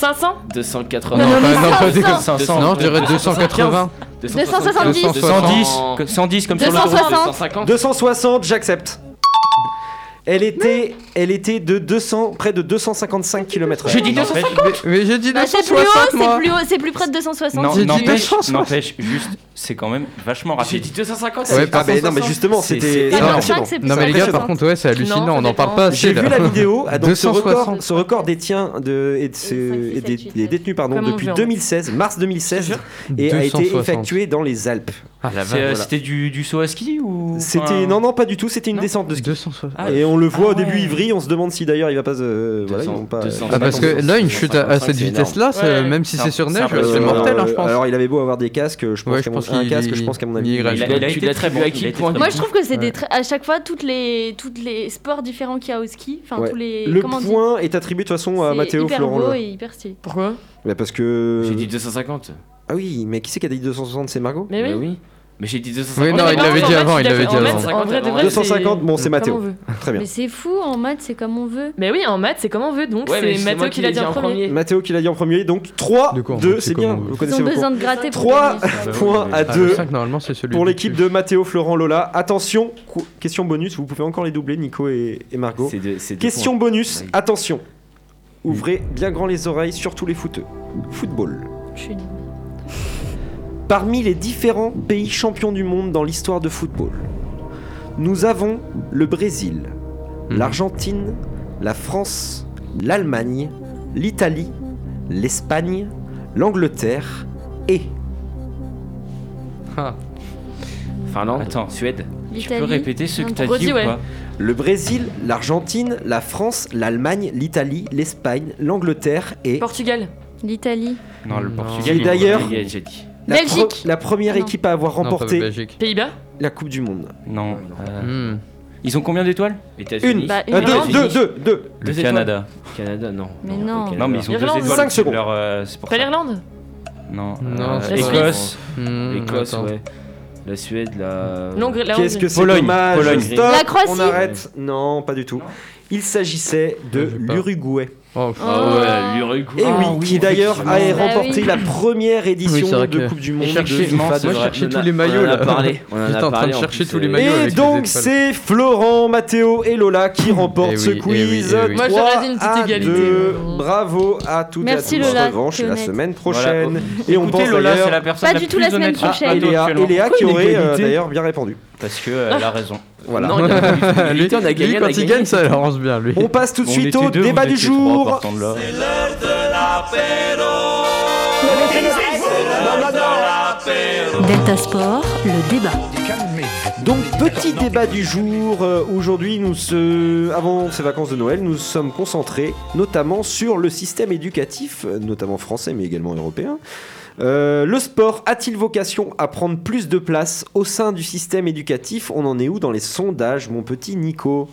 Speaker 8: 500
Speaker 1: 280.
Speaker 7: Non,
Speaker 9: Non,
Speaker 7: pas-
Speaker 9: mais
Speaker 7: non, pas des-
Speaker 9: 500.
Speaker 7: Non, je dirais 280.
Speaker 9: 270.
Speaker 10: 210, 110 comme sur l'autoroute.
Speaker 6: 260, j'accepte. Elle était, elle était de 200, près de 255 km
Speaker 10: J'ai dit 250.
Speaker 7: Mais j'ai dit
Speaker 9: Bah, c'est plus haut, c'est plus haut, c'est plus près de 260.
Speaker 10: Non,
Speaker 9: J'ai dit
Speaker 10: N'empêche,
Speaker 9: 260.
Speaker 10: n'empêche, juste, c'est quand même vachement rapide.
Speaker 15: J'ai dit 250.
Speaker 6: Ouais, ah, mais non, mais justement,
Speaker 10: C'est-
Speaker 6: c'était.
Speaker 10: c'est-
Speaker 6: c'était
Speaker 10: Non,
Speaker 6: impressionnant.
Speaker 10: c'est plus
Speaker 7: Non mais les gars,
Speaker 6: Impressionnant.
Speaker 7: par contre, ouais, c'est hallucinant,
Speaker 10: Non, ça
Speaker 7: on n'en parle
Speaker 10: dépend.
Speaker 7: pas assez.
Speaker 6: J'ai
Speaker 7: là.
Speaker 6: vu la vidéo. ah, donc ce record,
Speaker 7: 260.
Speaker 6: ce record détient de, et de ce- et des, des détenus pardon,
Speaker 10: Comme on
Speaker 6: depuis
Speaker 10: veut, en fait.
Speaker 6: 2016, mars 2016, et a été
Speaker 7: 260.
Speaker 6: effectué dans les Alpes.
Speaker 1: Ah,
Speaker 10: C'est, euh,
Speaker 6: vache, voilà.
Speaker 10: C'était du, du saut à ski ou
Speaker 6: C'était non non pas du tout, c'était une descente de ski. Ah,
Speaker 9: Ah,
Speaker 6: Et on le voit au début Ivry, on se demande si d'ailleurs il va pas se voilà, ils vont pas
Speaker 7: Ah,
Speaker 6: bah,
Speaker 7: parce que là, une chute à, à cette vitesse-là, c'est- même si c'est sur neige, c'est mortel, hein, je pense.
Speaker 6: euh, Alors il avait beau avoir des casques, je pense
Speaker 7: Ouais, je
Speaker 6: qu'à
Speaker 7: pense
Speaker 6: mon- un
Speaker 7: qu'il-
Speaker 6: casque, je pense qu'à mon
Speaker 7: il
Speaker 6: avis
Speaker 7: y reste.
Speaker 10: Il a été très bon.
Speaker 15: Il a été
Speaker 9: Moi, je trouve que c'est des tra- à chaque fois toutes les toutes les sports différents qu'il y a au ski, enfin
Speaker 6: Ouais.
Speaker 9: tous les
Speaker 6: Le
Speaker 9: comment on dit
Speaker 6: point est attribué de toute façon à
Speaker 9: C'est
Speaker 6: Mathéo
Speaker 9: hyper
Speaker 6: Florent.
Speaker 9: beau
Speaker 6: là.
Speaker 9: et hyper stylé.
Speaker 15: Pourquoi
Speaker 6: Bah, parce que
Speaker 15: J'ai dit 250.
Speaker 6: Ah oui, mais qui c'est qui a dit 260 c'est Margot
Speaker 15: Mais
Speaker 1: Bah
Speaker 8: oui.
Speaker 15: oui. Mais j'ai dit 250.
Speaker 7: Oui, non, il l'avait
Speaker 8: Bah,
Speaker 7: dit avant, il l'avait dit
Speaker 8: en fait,
Speaker 7: avant.
Speaker 8: en vrai, de vrai,
Speaker 6: 250, bon c'est Mathéo.
Speaker 8: Comme on veut.
Speaker 6: Très bien.
Speaker 9: Mais c'est fou en maths, c'est comme on veut.
Speaker 8: Mais oui, en maths, c'est comme on veut, donc
Speaker 15: Ouais, mais
Speaker 8: c'est
Speaker 15: c'est
Speaker 8: Mathéo
Speaker 15: moi
Speaker 8: qui l'a dit en premier.
Speaker 6: Mathéo qui l'a dit en premier, donc 3,
Speaker 7: De quoi on
Speaker 6: 2,
Speaker 7: sait
Speaker 6: c'est bien,
Speaker 7: comment
Speaker 6: vous
Speaker 7: on veut.
Speaker 9: Ils ont
Speaker 6: connaissez vos
Speaker 9: besoin
Speaker 6: points.
Speaker 9: de gratter pour
Speaker 6: 3
Speaker 9: gagner,
Speaker 10: bah
Speaker 9: ça.
Speaker 6: points à
Speaker 7: Ah, le
Speaker 6: 2
Speaker 7: cinq, normalement, c'est celui
Speaker 6: pour
Speaker 7: du
Speaker 6: l'équipe
Speaker 7: cul.
Speaker 6: de Mathéo, Florent, Lola. Attention, cou- question bonus, vous pouvez encore les doubler, Nico et, et Margot.
Speaker 1: C'est deux- c'est deux
Speaker 6: Question
Speaker 1: points.
Speaker 6: bonus,
Speaker 1: Oui.
Speaker 6: attention. Ouvrez bien grand les oreilles, surtout les footeux. Football.
Speaker 9: Je suis nulle.
Speaker 6: Parmi les différents pays champions du monde dans l'histoire de football, nous avons le Brésil,
Speaker 7: Mhm.
Speaker 6: l'Argentine, la France, l'Allemagne, l'Italie, l'Espagne, l'Angleterre et
Speaker 7: Ah.
Speaker 1: Finlande,
Speaker 10: Attends.
Speaker 1: Suède.
Speaker 10: Tu
Speaker 9: L'Italie.
Speaker 10: peux répéter ce que
Speaker 9: Non,
Speaker 10: t'as
Speaker 9: redis,
Speaker 10: dit ou
Speaker 9: ouais.
Speaker 10: pas
Speaker 6: le Brésil, l'Argentine, la France, l'Allemagne, l'Italie, l'Espagne, l'Angleterre et
Speaker 8: Portugal.
Speaker 9: L'Italie.
Speaker 10: Non, le
Speaker 6: Qui est
Speaker 10: Portugal. il est
Speaker 6: d'ailleurs-
Speaker 10: portugais, J'ai dit.
Speaker 6: la, pre-
Speaker 9: Belgique.
Speaker 6: la première
Speaker 9: Ah non.
Speaker 6: équipe à avoir
Speaker 7: Non, pas
Speaker 6: remporté
Speaker 7: Belgique.
Speaker 8: Pays-Bas.
Speaker 6: la Coupe du Monde.
Speaker 10: Non. euh,
Speaker 7: Hmm.
Speaker 10: Ils ont combien d'étoiles
Speaker 6: Une,
Speaker 1: États-Unis.
Speaker 9: Bah,
Speaker 6: euh, deux,
Speaker 9: Irlande.
Speaker 6: deux, deux, deux.
Speaker 10: Le
Speaker 1: étoiles.
Speaker 10: Canada.
Speaker 1: Canada, non.
Speaker 9: Mais
Speaker 1: le
Speaker 9: non.
Speaker 1: Canada.
Speaker 10: Non, mais ils ont deux
Speaker 8: Irlande.
Speaker 10: étoiles.
Speaker 6: Cinq
Speaker 10: c'est
Speaker 6: secondes.
Speaker 10: Leur, euh, c'est pour
Speaker 8: Pas
Speaker 10: ça.
Speaker 8: l'Irlande
Speaker 10: Non.
Speaker 7: Non,
Speaker 10: euh,
Speaker 7: c'est
Speaker 10: Écosse.
Speaker 7: Hmm,
Speaker 1: L'Écosse,
Speaker 7: attends.
Speaker 1: ouais. La Suède, la.
Speaker 8: L'Hongrie. la
Speaker 6: Qu'est-ce
Speaker 8: Hongrie.
Speaker 6: que c'est
Speaker 10: Pologne,
Speaker 6: dommage.
Speaker 10: Pologne.
Speaker 6: Stop,
Speaker 9: La Croatie.
Speaker 6: On arrête. Non, pas du tout. Il s'agissait de
Speaker 7: Je sais pas.
Speaker 6: l'Uruguay.
Speaker 7: Oh,
Speaker 1: Ah
Speaker 7: ah ouais.
Speaker 1: ouais, l'Uruguay.
Speaker 6: Et oui, qui d'ailleurs a
Speaker 9: effectivement.
Speaker 6: remporté
Speaker 9: Bah oui.
Speaker 6: la première
Speaker 7: Oui, c'est
Speaker 6: édition
Speaker 7: vrai
Speaker 6: de
Speaker 7: que-
Speaker 6: Coupe du Monde de
Speaker 7: cherchez-
Speaker 6: FIFA
Speaker 7: moi,
Speaker 6: de-
Speaker 7: je cherchais
Speaker 1: On en a-
Speaker 7: tous les maillots,
Speaker 1: On en a
Speaker 7: là.
Speaker 1: parlé. On en a
Speaker 7: J'étais en train
Speaker 1: parlé,
Speaker 7: de chercher
Speaker 1: plus,
Speaker 7: tous les
Speaker 1: euh,
Speaker 7: maillots.
Speaker 6: Et
Speaker 7: avec les
Speaker 6: donc
Speaker 7: étoiles.
Speaker 6: c'est Florent, Mathéo et Lola qui remportent
Speaker 7: Eh
Speaker 6: ce
Speaker 7: oui, eh oui,
Speaker 6: quiz.
Speaker 7: eh oui.
Speaker 8: Moi,
Speaker 6: 3
Speaker 8: j'aurais dit une petite
Speaker 6: à
Speaker 8: égalité.
Speaker 6: 2. Bravo à toutes
Speaker 9: Merci,
Speaker 6: et à tous.
Speaker 9: Lola,
Speaker 6: Revanche
Speaker 9: t'es
Speaker 6: la
Speaker 9: honnête.
Speaker 6: semaine
Speaker 10: Voilà.
Speaker 6: prochaine. Et on
Speaker 10: Écoutez,
Speaker 6: pense
Speaker 10: Lola, c'est la
Speaker 6: d'ailleurs
Speaker 10: personne
Speaker 9: Pas
Speaker 10: la
Speaker 9: du tout
Speaker 10: plus
Speaker 9: la semaine
Speaker 10: honnête. Ah,
Speaker 9: prochaine.
Speaker 10: ah,
Speaker 6: et Léa,
Speaker 10: actuellement.
Speaker 6: et Léa qui
Speaker 15: Pourquoi une
Speaker 6: aurait euh,
Speaker 15: égalité
Speaker 6: d'ailleurs bien répondu.
Speaker 10: Parce que euh, elle a raison.
Speaker 6: Voilà.
Speaker 15: Non, il a pas
Speaker 7: Ah, Lui,
Speaker 15: Lui, on a gagné.
Speaker 7: lui,
Speaker 15: on a
Speaker 7: quand il
Speaker 15: gagné.
Speaker 7: gagne, ça avance bien, lui.
Speaker 6: On passe tout de
Speaker 10: Bon, on
Speaker 6: suite
Speaker 10: était
Speaker 6: au
Speaker 10: deux, vous
Speaker 6: débat du
Speaker 10: étiez trois,
Speaker 6: jour.
Speaker 10: partant de là.
Speaker 2: Delta Sport, le débat.
Speaker 6: Donc petit débat du jour. Euh, Aujourd'hui, nous se... avant ces vacances de Noël, nous sommes concentrés notamment sur le système éducatif, euh, notamment français mais également européen. Euh, le sport a-t-il vocation à prendre plus de place au sein du système éducatif On en est où dans les sondages, mon petit Nico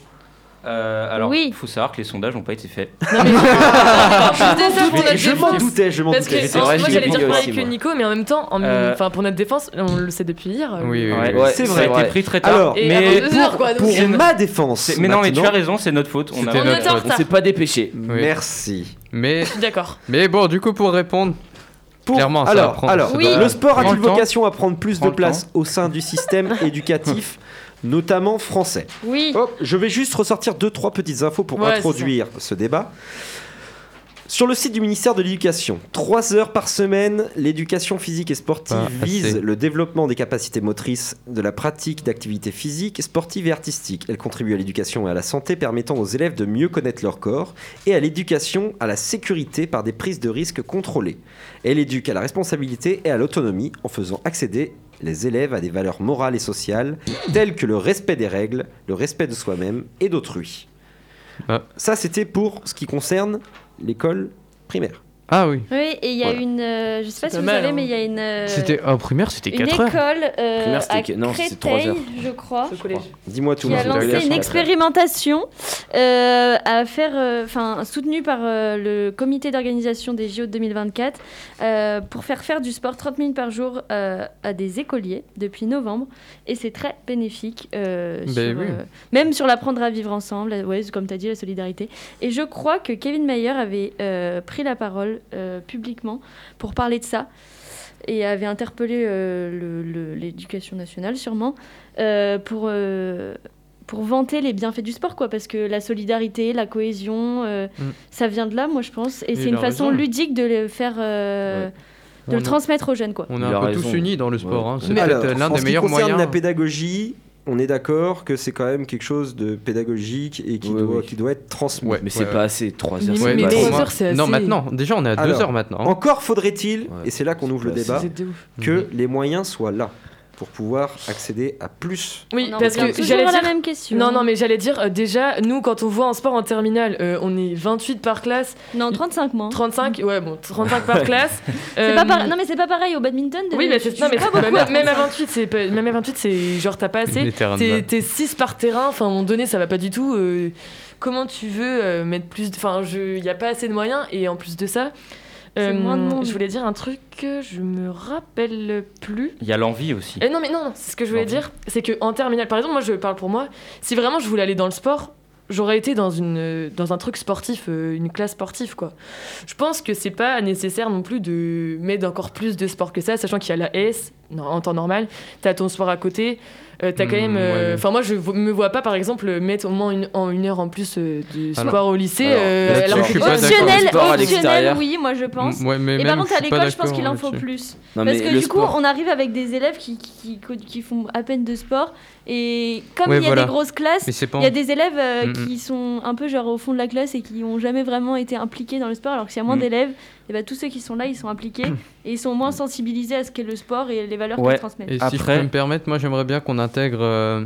Speaker 10: Euh, alors,
Speaker 9: Oui.
Speaker 10: il faut savoir que les sondages n'ont pas été faits.
Speaker 8: C'était Ah, ça pour notre
Speaker 6: Je m'en
Speaker 8: défense.
Speaker 6: doutais, je m'en
Speaker 8: Parce
Speaker 6: doutais.
Speaker 8: que
Speaker 1: J'étais
Speaker 8: en-
Speaker 1: vrai,
Speaker 8: moi
Speaker 1: j'y
Speaker 8: j'allais
Speaker 1: ai
Speaker 8: dire
Speaker 1: pensé
Speaker 8: pareil
Speaker 1: aussi,
Speaker 8: que
Speaker 1: moi.
Speaker 8: Nico, mais en même temps, en-
Speaker 10: Euh,
Speaker 8: enfin pour notre défense, on le sait depuis hier.
Speaker 7: Oui, oui, oui.
Speaker 10: Ouais,
Speaker 1: c'est
Speaker 10: Ça a
Speaker 1: vrai.
Speaker 10: été pris très tard.
Speaker 6: Alors,
Speaker 8: Et
Speaker 10: mais
Speaker 8: avant deux heures, quoi. donc- euh,
Speaker 6: Pour
Speaker 10: C'est-
Speaker 6: ma défense.
Speaker 10: c'est- mais non, mais tu
Speaker 6: maintenant,
Speaker 10: as raison, c'est notre faute. On a-
Speaker 7: C'était
Speaker 8: On est en
Speaker 7: notre
Speaker 1: On
Speaker 8: retard.
Speaker 1: s'est pas dépêché.
Speaker 7: Oui.
Speaker 6: Merci.
Speaker 7: Mais,
Speaker 8: Je suis d'accord.
Speaker 7: mais bon, du coup, pour répondre,
Speaker 6: Pour-
Speaker 7: Clairement, ça va
Speaker 6: alors,
Speaker 7: prendre-
Speaker 6: alors
Speaker 7: ça doit-
Speaker 6: le sport
Speaker 7: Prends
Speaker 6: a-t-il
Speaker 7: le temps.
Speaker 6: vocation à prendre plus
Speaker 10: Prends
Speaker 6: de
Speaker 10: le
Speaker 6: place au sein du système éducatif, notamment français
Speaker 9: Oui.
Speaker 6: Hop, Je vais juste ressortir deux, trois petites infos pour
Speaker 8: Ouais,
Speaker 6: introduire ce débat. Sur le site du ministère de l'Éducation, 3 heures par semaine, l'éducation physique et sportive
Speaker 7: Pas assez.
Speaker 6: vise le développement des capacités motrices, de la pratique d'activités physiques, sportives et artistiques. Elle contribue à l'éducation et à la santé, permettant aux élèves de mieux connaître leur corps et à l'éducation à la sécurité par des prises de risques contrôlées. Elle éduque à la responsabilité et à l'autonomie en faisant accéder les élèves à des valeurs morales et sociales telles que le respect des règles, le respect de soi-même et d'autrui.
Speaker 7: Ah.
Speaker 6: Ça, c'était pour ce qui concerne l'école primaire.
Speaker 7: ah oui.
Speaker 9: Oui, et il y a
Speaker 6: Voilà.
Speaker 9: une euh, je sais pas si
Speaker 8: pas
Speaker 9: vous
Speaker 8: mal,
Speaker 9: savez
Speaker 8: hein.
Speaker 9: mais il y a une euh,
Speaker 7: C'était en primaire, c'était
Speaker 9: une
Speaker 7: 4 heures.
Speaker 9: école euh,
Speaker 1: Primaire,
Speaker 9: à
Speaker 1: c'était- non, c'était trois
Speaker 9: Créteil,
Speaker 1: heures.
Speaker 9: je crois.
Speaker 6: Dis-moi tout.
Speaker 9: qui a
Speaker 6: Margot.
Speaker 1: collège,
Speaker 9: lancé une
Speaker 1: ouais.
Speaker 9: expérimentation euh, à faire, euh, enfin soutenue par euh, le comité d'organisation des JO de 2024 euh, pour faire faire du sport 30 minutes par jour euh, à des écoliers depuis novembre et c'est très bénéfique, euh,
Speaker 7: Ben
Speaker 9: sur,
Speaker 7: oui.
Speaker 9: euh, même sur l'apprendre à vivre ensemble, la- ouais, comme tu as dit la solidarité. Et je crois que Kevin Mayer avait euh, pris la parole euh, publiquement pour parler de ça. et avait interpellé euh, le- le- l'éducation nationale sûrement euh, pour, euh, pour vanter les bienfaits du sport, quoi, parce que la solidarité, la cohésion, euh,
Speaker 16: Mm.
Speaker 9: ça vient de là, moi je pense, et
Speaker 7: Et
Speaker 9: c'est
Speaker 7: il
Speaker 9: une
Speaker 7: a
Speaker 9: façon
Speaker 7: raison.
Speaker 9: ludique de le faire... euh, De
Speaker 7: On
Speaker 9: le
Speaker 7: a-
Speaker 9: transmettre aux jeunes, quoi.
Speaker 7: On est un peu tous unis dans le sport. hein. C'est
Speaker 6: Mais alors,
Speaker 7: peut-être l'un
Speaker 6: en
Speaker 7: des
Speaker 6: ce qui
Speaker 7: meilleurs
Speaker 6: concerne
Speaker 7: moyens.
Speaker 6: la pédagogie, on est d'accord que c'est quand même quelque chose de pédagogique et qui, doit, qui doit être transmis.
Speaker 7: Ouais, Mais c'est ouais, pas ouais. assez, trois heures,
Speaker 6: c'est
Speaker 7: Mais- c'est mais pas trois assez. heures, c'est Non, assez. maintenant, déjà, on est à deux heures maintenant.
Speaker 6: Encore faudrait-il, et c'est là qu'on ouvre le
Speaker 7: Ouais, Bah,
Speaker 6: débat,
Speaker 7: c'est Mhm.
Speaker 6: que les moyens soient là pour pouvoir accéder à plus.
Speaker 8: Oui,
Speaker 9: Non,
Speaker 8: parce
Speaker 9: on revient
Speaker 8: que
Speaker 9: toujours
Speaker 8: j'allais
Speaker 9: à la
Speaker 8: dire-
Speaker 9: même question.
Speaker 8: Non, non, mais j'allais dire, euh, déjà, nous, quand on voit en sport en terminale, euh, on est 28 par classe.
Speaker 9: Non, 35 moins.
Speaker 8: 35, ouais, bon, 35 par classe.
Speaker 9: C'est
Speaker 8: Euh,
Speaker 9: pas pareil- Non mais c'est pas pareil au badminton. de-
Speaker 8: Oui, mais
Speaker 9: tu-
Speaker 8: c'est
Speaker 9: tu
Speaker 8: non, mais
Speaker 9: joues pas
Speaker 8: c'est-
Speaker 9: beaucoup
Speaker 8: même-
Speaker 9: à
Speaker 8: même à
Speaker 9: 35.
Speaker 8: 28, c'est pas- même à 28, c'est genre t'as pas assez.
Speaker 7: Les terrains de
Speaker 8: T'es-
Speaker 7: balle.
Speaker 8: T'es 6 par terrain. Enfin, à un moment donné, ça va pas du tout. euh, comment tu veux euh, mettre plus de- Enfin, il y a pas assez de moyens. Et en plus de ça, euh,
Speaker 9: C'est moins de monde.
Speaker 8: je voulais dire un truc que je me rappelle plus.
Speaker 10: Il y a l'envie aussi.
Speaker 8: Eh non, mais non, non, c'est ce que je voulais dire. C'est que en terminale, par exemple, moi je parle pour moi, si vraiment je voulais aller dans le sport, j'aurais été dans, une, euh, dans un truc sportif, euh, une classe sportive, quoi. Je pense que c'est pas nécessaire non plus de mettre encore plus de sport que ça, sachant qu'il y a la S, non, en temps normal, t'as ton sport à côté. euh, t'as
Speaker 10: Hmm,
Speaker 8: quand
Speaker 7: Mm,
Speaker 8: même. euh,
Speaker 7: ouais.
Speaker 8: Enfin, moi, je vo- me vois pas, par exemple, mettre au moins une, en une heure en plus euh, de
Speaker 10: Ah
Speaker 8: sport
Speaker 7: Alors-
Speaker 8: au lycée.
Speaker 7: alors,
Speaker 8: euh,
Speaker 7: là-dessus,
Speaker 8: alors
Speaker 7: je suis
Speaker 8: que-
Speaker 7: pas d'accord.
Speaker 9: Optionnel,
Speaker 7: Le sport à
Speaker 9: optionnel,
Speaker 7: l'extérieur.
Speaker 9: oui, moi je pense.
Speaker 7: M- ouais, mais
Speaker 9: et
Speaker 7: même,
Speaker 9: par contre,
Speaker 7: je
Speaker 9: Eh ben, à
Speaker 7: suis pas
Speaker 9: l'école, je pense
Speaker 7: d'accord
Speaker 9: qu'il en faut
Speaker 7: là-dessus.
Speaker 9: plus.
Speaker 7: Non,
Speaker 9: Parce
Speaker 7: mais
Speaker 9: que
Speaker 7: le
Speaker 9: du
Speaker 7: sport-
Speaker 9: coup, on arrive avec des élèves qui, qui, qui- qui font à peine de sport. Et comme
Speaker 7: Ouais,
Speaker 9: il y a
Speaker 7: voilà.
Speaker 9: des grosses classes,
Speaker 7: Mais c'est pas
Speaker 9: il y a
Speaker 7: en-
Speaker 9: des élèves euh,
Speaker 7: Mm, mm.
Speaker 9: qui sont un peu genre au fond de la classe et qui n'ont jamais vraiment été impliqués dans le sport. Alors que s'il y a moins
Speaker 10: Mm.
Speaker 9: d'élèves, et ben, tous ceux qui sont là, ils sont impliqués et ils sont moins sensibilisés à ce qu'est le sport et les valeurs qu'ils transmettent.
Speaker 7: Et si je peux me permettre, moi j'aimerais bien qu'on intègre euh,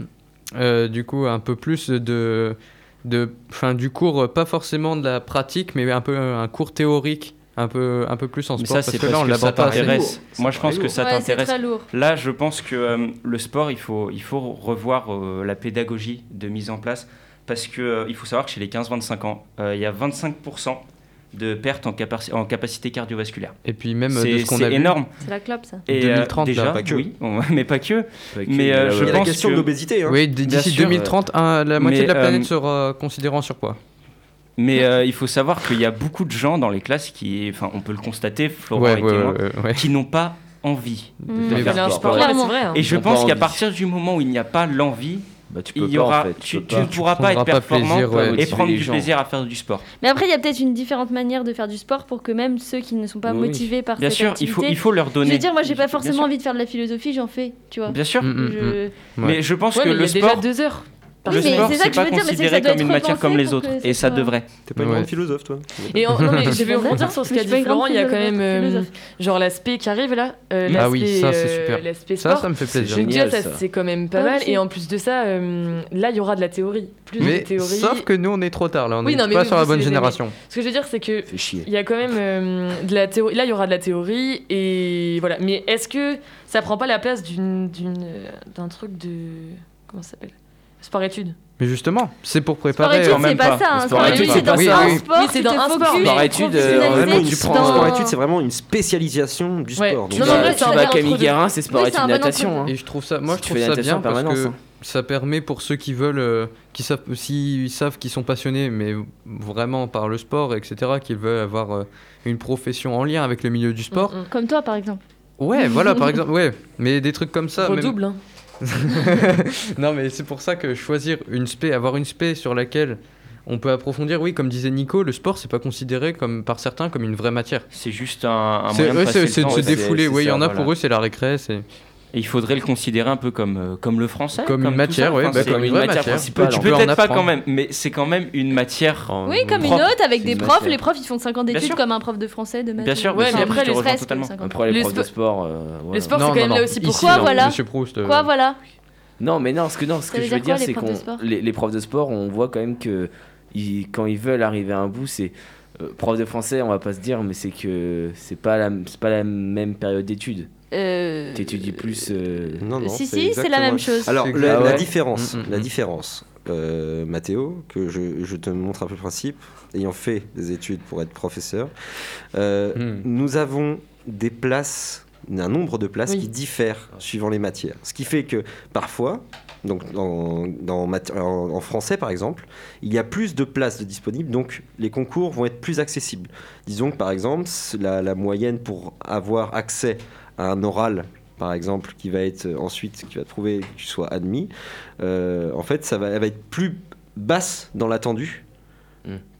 Speaker 7: euh, du coup un peu plus de, de enfin du cours, euh, pas forcément de la pratique, mais un peu un cours théorique, un peu un peu plus en
Speaker 10: Mais
Speaker 7: sport.
Speaker 10: ça, c'est
Speaker 7: que là,
Speaker 10: parce que
Speaker 7: on
Speaker 10: ça
Speaker 7: l'aborde pas assez.
Speaker 10: t'intéresse. Moi, je pense que ça
Speaker 9: Ouais, c'est
Speaker 10: t'intéresse.
Speaker 9: très lourd.
Speaker 10: Là, je pense que euh, le sport, il faut, il faut revoir euh, la pédagogie de mise en place parce que euh, il faut savoir que chez les 15-25 ans, euh, il y a 25% de perte en, capaci- en capacité cardiovasculaire.
Speaker 7: Et puis même euh, de
Speaker 10: c'est
Speaker 7: ce qu'on a
Speaker 10: c'est
Speaker 7: vu.
Speaker 10: énorme.
Speaker 9: C'est la clope, ça.
Speaker 10: Et euh,
Speaker 7: 2030,
Speaker 10: déjà,
Speaker 7: là, pas que.
Speaker 10: oui, on- mais pas que.
Speaker 7: Pas
Speaker 10: mais euh,
Speaker 7: que, mais là,
Speaker 10: je
Speaker 7: ouais. Il y a la
Speaker 10: pense
Speaker 7: question
Speaker 10: que-
Speaker 7: de l'obésité, hein. Oui, d-
Speaker 10: Bien
Speaker 7: d'ici
Speaker 10: sûr.
Speaker 7: 2030, un- hein, la moitié de la
Speaker 10: euh,
Speaker 7: planète sera considérée en surpoids.
Speaker 10: mais euh, il faut savoir qu'il y a beaucoup de gens dans les classes qui, enfin, on peut le constater, Florent
Speaker 7: Ouais,
Speaker 10: et
Speaker 7: ouais,
Speaker 10: témoin,
Speaker 7: ouais, ouais.
Speaker 10: qui n'ont pas envie
Speaker 7: Mm.
Speaker 10: de
Speaker 7: Mais
Speaker 10: faire
Speaker 7: voilà,
Speaker 10: du
Speaker 7: je
Speaker 10: sport.
Speaker 7: parle- Clairement. c'est vrai, hein.
Speaker 10: Et je
Speaker 7: Ils ont pas
Speaker 10: pense qu'à
Speaker 7: envie.
Speaker 10: partir du moment où il n'y a pas l'envie,
Speaker 7: Bah,
Speaker 1: peux
Speaker 10: il y
Speaker 1: pas, en
Speaker 10: aura,
Speaker 1: fait, tu
Speaker 10: tu,
Speaker 1: peux
Speaker 10: tu
Speaker 1: pas.
Speaker 10: ne pourras
Speaker 1: Tu
Speaker 10: pas être
Speaker 1: prendras pas
Speaker 10: performant
Speaker 1: plaisir, ouais,
Speaker 10: et
Speaker 1: motiver
Speaker 10: prendre
Speaker 1: les
Speaker 10: du
Speaker 1: gens.
Speaker 10: plaisir à faire du sport.
Speaker 9: Mais après, il y a peut-être une différente manière de faire du sport pour que même ceux qui ne sont pas
Speaker 10: Oui, oui.
Speaker 9: motivés par
Speaker 10: Bien
Speaker 9: cette
Speaker 10: sûr, il
Speaker 9: activité-
Speaker 10: faut- il faut leur
Speaker 9: Je
Speaker 10: donner.
Speaker 9: veux dire, moi, j'ai pas forcément
Speaker 10: sûr.
Speaker 9: envie de faire de la philosophie, j'en fais, tu vois.
Speaker 10: Bien
Speaker 7: Mm,
Speaker 10: sûr.
Speaker 9: Je-
Speaker 10: Mais je pense
Speaker 9: Ouais,
Speaker 10: que
Speaker 9: mais il y
Speaker 10: le
Speaker 9: a déjà
Speaker 10: sport,
Speaker 9: deux heures.
Speaker 10: le
Speaker 9: Oui, mais
Speaker 10: sport,
Speaker 9: c'est ça
Speaker 10: c'est
Speaker 9: que je
Speaker 10: pas
Speaker 9: veux dire, mais c'est que ça
Speaker 10: considéré
Speaker 9: doit
Speaker 10: comme
Speaker 9: être
Speaker 10: une matière comme
Speaker 9: repensé
Speaker 10: les
Speaker 9: pour
Speaker 10: autres,
Speaker 9: que
Speaker 10: et
Speaker 9: ça
Speaker 10: ça
Speaker 9: soit-
Speaker 10: devrait.
Speaker 6: T'es pas une grande philosophe, toi
Speaker 8: Et en- non, mais je vais
Speaker 9: Philosophe.
Speaker 8: rebondir sur ce
Speaker 9: Mais
Speaker 8: qu'a
Speaker 9: je suis pas
Speaker 8: dit
Speaker 9: une grande
Speaker 8: Florent, il y a quand
Speaker 9: philosophe,
Speaker 8: même euh,
Speaker 9: philosophe.
Speaker 8: genre l'aspect qui arrive là, euh,
Speaker 7: Ah oui,
Speaker 8: l'aspect,
Speaker 7: ça, c'est
Speaker 8: euh,
Speaker 7: super.
Speaker 8: l'aspect
Speaker 7: Ça,
Speaker 8: sport.
Speaker 7: ça me fait plaisir.
Speaker 8: Donc déjà,
Speaker 7: Génial,
Speaker 8: ça,
Speaker 7: ça.
Speaker 8: c'est quand même pas
Speaker 7: Ah,
Speaker 8: mal
Speaker 7: aussi.
Speaker 8: et en plus de ça euh, là il y aura de la théorie, plus de
Speaker 7: Mais
Speaker 8: théorie.
Speaker 7: sauf que nous on est trop tard là, on
Speaker 8: Oui,
Speaker 7: n'est
Speaker 8: non, mais
Speaker 7: pas
Speaker 8: oui,
Speaker 7: sur la
Speaker 8: vous, c'est
Speaker 7: bonne
Speaker 8: les années.
Speaker 7: génération.
Speaker 8: Ce que je veux dire, c'est que
Speaker 7: chier.
Speaker 8: il y a quand même euh, de la théorie. Là, il y aura de la théorie et voilà. Mais est-ce que ça prend pas la place d'une d'une euh, d'un truc de comment ça s'appelle sport-études
Speaker 7: Mais justement, c'est pour préparer.
Speaker 8: études,
Speaker 7: quand même
Speaker 8: c'est pas ça, hein. Sport études, c'est
Speaker 9: Ah
Speaker 8: dans
Speaker 7: Oui,
Speaker 8: un
Speaker 7: oui.
Speaker 8: sport, Oui, c'est tu dans te un sport, focuses, mais
Speaker 9: Bah,
Speaker 7: Sport
Speaker 8: tu
Speaker 7: études,
Speaker 8: prends-
Speaker 7: euh,
Speaker 8: Professionnaliser
Speaker 6: Vraiment,
Speaker 8: dans-
Speaker 6: une sport- sport étude, c'est vraiment une spécialisation du
Speaker 8: Ouais.
Speaker 6: sport. euh,
Speaker 8: Non, mais en vrai, c'est un
Speaker 7: vas à
Speaker 8: bon
Speaker 7: Camille
Speaker 8: entre-deux.
Speaker 7: Guérin, c'est sport
Speaker 8: Oui,
Speaker 7: études
Speaker 8: un bon
Speaker 7: natation,
Speaker 8: entre-deux.
Speaker 7: Et je trouve ça, moi je
Speaker 1: Tu fais
Speaker 7: trouve
Speaker 1: la
Speaker 7: ça
Speaker 1: natation
Speaker 7: bien
Speaker 1: en
Speaker 7: parce
Speaker 1: permanence,
Speaker 7: que
Speaker 1: hein.
Speaker 7: ça permet pour ceux qui veulent, euh, qui savent, s'ils savent qu'ils sont passionnés, mais vraiment par le sport, etc., qu'ils veulent avoir euh, une profession en lien avec le milieu du sport.
Speaker 8: Mm.
Speaker 9: Comme toi, par exemple.
Speaker 7: Ouais, voilà, par exemple, ouais, mais des trucs comme ça. Ah, même-
Speaker 8: Redouble. hein.
Speaker 7: non, mais c'est pour ça que choisir une spé, avoir une spé sur laquelle on peut approfondir, oui, comme disait Nico, le sport, c'est pas considéré comme, par certains comme une vraie matière.
Speaker 10: C'est juste un, un
Speaker 7: C'est-
Speaker 10: moyen de
Speaker 7: ouais,
Speaker 10: passer
Speaker 7: c'est-
Speaker 10: le
Speaker 7: c'est de
Speaker 10: temps,
Speaker 7: se
Speaker 10: ouais.
Speaker 7: défouler,
Speaker 10: C'est-
Speaker 7: ouais,
Speaker 10: c'est
Speaker 7: il y
Speaker 10: ça,
Speaker 7: en a
Speaker 10: voilà.
Speaker 7: pour eux, c'est la récré. c'est-
Speaker 10: Et il faudrait le considérer un peu comme, euh, comme le français.
Speaker 7: Comme une
Speaker 10: tout
Speaker 7: matière,
Speaker 10: ça.
Speaker 7: ouais, bah,
Speaker 10: c'est
Speaker 7: comme une vraie matière.
Speaker 10: Tu
Speaker 7: Tu
Speaker 10: peux
Speaker 7: peux en
Speaker 10: peut-être pas
Speaker 7: apprendre.
Speaker 10: quand même, mais c'est quand même une matière.
Speaker 9: Oui, comme une
Speaker 10: propre.
Speaker 9: autre, avec des
Speaker 10: une
Speaker 9: profs.
Speaker 10: matière.
Speaker 9: Les profs, ils font 5 ans
Speaker 10: Bien
Speaker 9: d'études
Speaker 10: sûr.
Speaker 9: comme un prof de français, de maths.
Speaker 10: Bien sûr,
Speaker 9: de-
Speaker 10: bien sûr,
Speaker 9: Enfin,
Speaker 10: mais
Speaker 9: après,
Speaker 10: je te
Speaker 9: les
Speaker 10: rejoins
Speaker 9: stress,
Speaker 10: totalement.
Speaker 9: comme 50.
Speaker 1: Après, les
Speaker 9: Le
Speaker 1: profs de
Speaker 9: spo-
Speaker 1: sport. euh,
Speaker 9: Le sport, c'est quand même là aussi pour quoi, voilà.
Speaker 7: euh,
Speaker 10: euh,
Speaker 9: Quoi, voilà.
Speaker 1: Non, mais non, ce que, non, ce
Speaker 9: Ça
Speaker 1: que
Speaker 9: veut
Speaker 1: je veux
Speaker 9: dire quoi,
Speaker 1: dire,
Speaker 9: les
Speaker 1: c'est
Speaker 9: profs
Speaker 1: qu'on
Speaker 9: de sport
Speaker 1: les, les profs de sport, on voit quand même que ils- quand ils veulent arriver à un bout, c'est euh, prof de français, on va pas se dire, mais c'est que c'est pas la c'est pas la même période d'études.
Speaker 9: Euh,
Speaker 1: T'étudies plus. euh,
Speaker 6: Non, non,
Speaker 9: Si, si, c'est la
Speaker 6: exactement-
Speaker 9: même chose.
Speaker 6: Alors,
Speaker 9: C'est
Speaker 6: la,
Speaker 1: clair.
Speaker 6: la
Speaker 1: Ah ouais.
Speaker 6: différence, la différence, euh, Mathéo, que je, je te montre un peu le principe, ayant fait des études pour être professeur, euh,
Speaker 1: Mm.
Speaker 7: hmm.
Speaker 6: nous avons des places, un nombre de places qui diffèrent suivant les matières. Ce qui fait que parfois, donc dans, dans mat- en, en français par exemple, il y a plus de places de disponibles, donc les concours vont être plus accessibles. Disons que par exemple, la, la moyenne pour avoir accès un oral par exemple, qui va être euh, ensuite, qui va trouver que tu sois admis, euh, en fait, ça va, elle va être plus basse dans l'attendu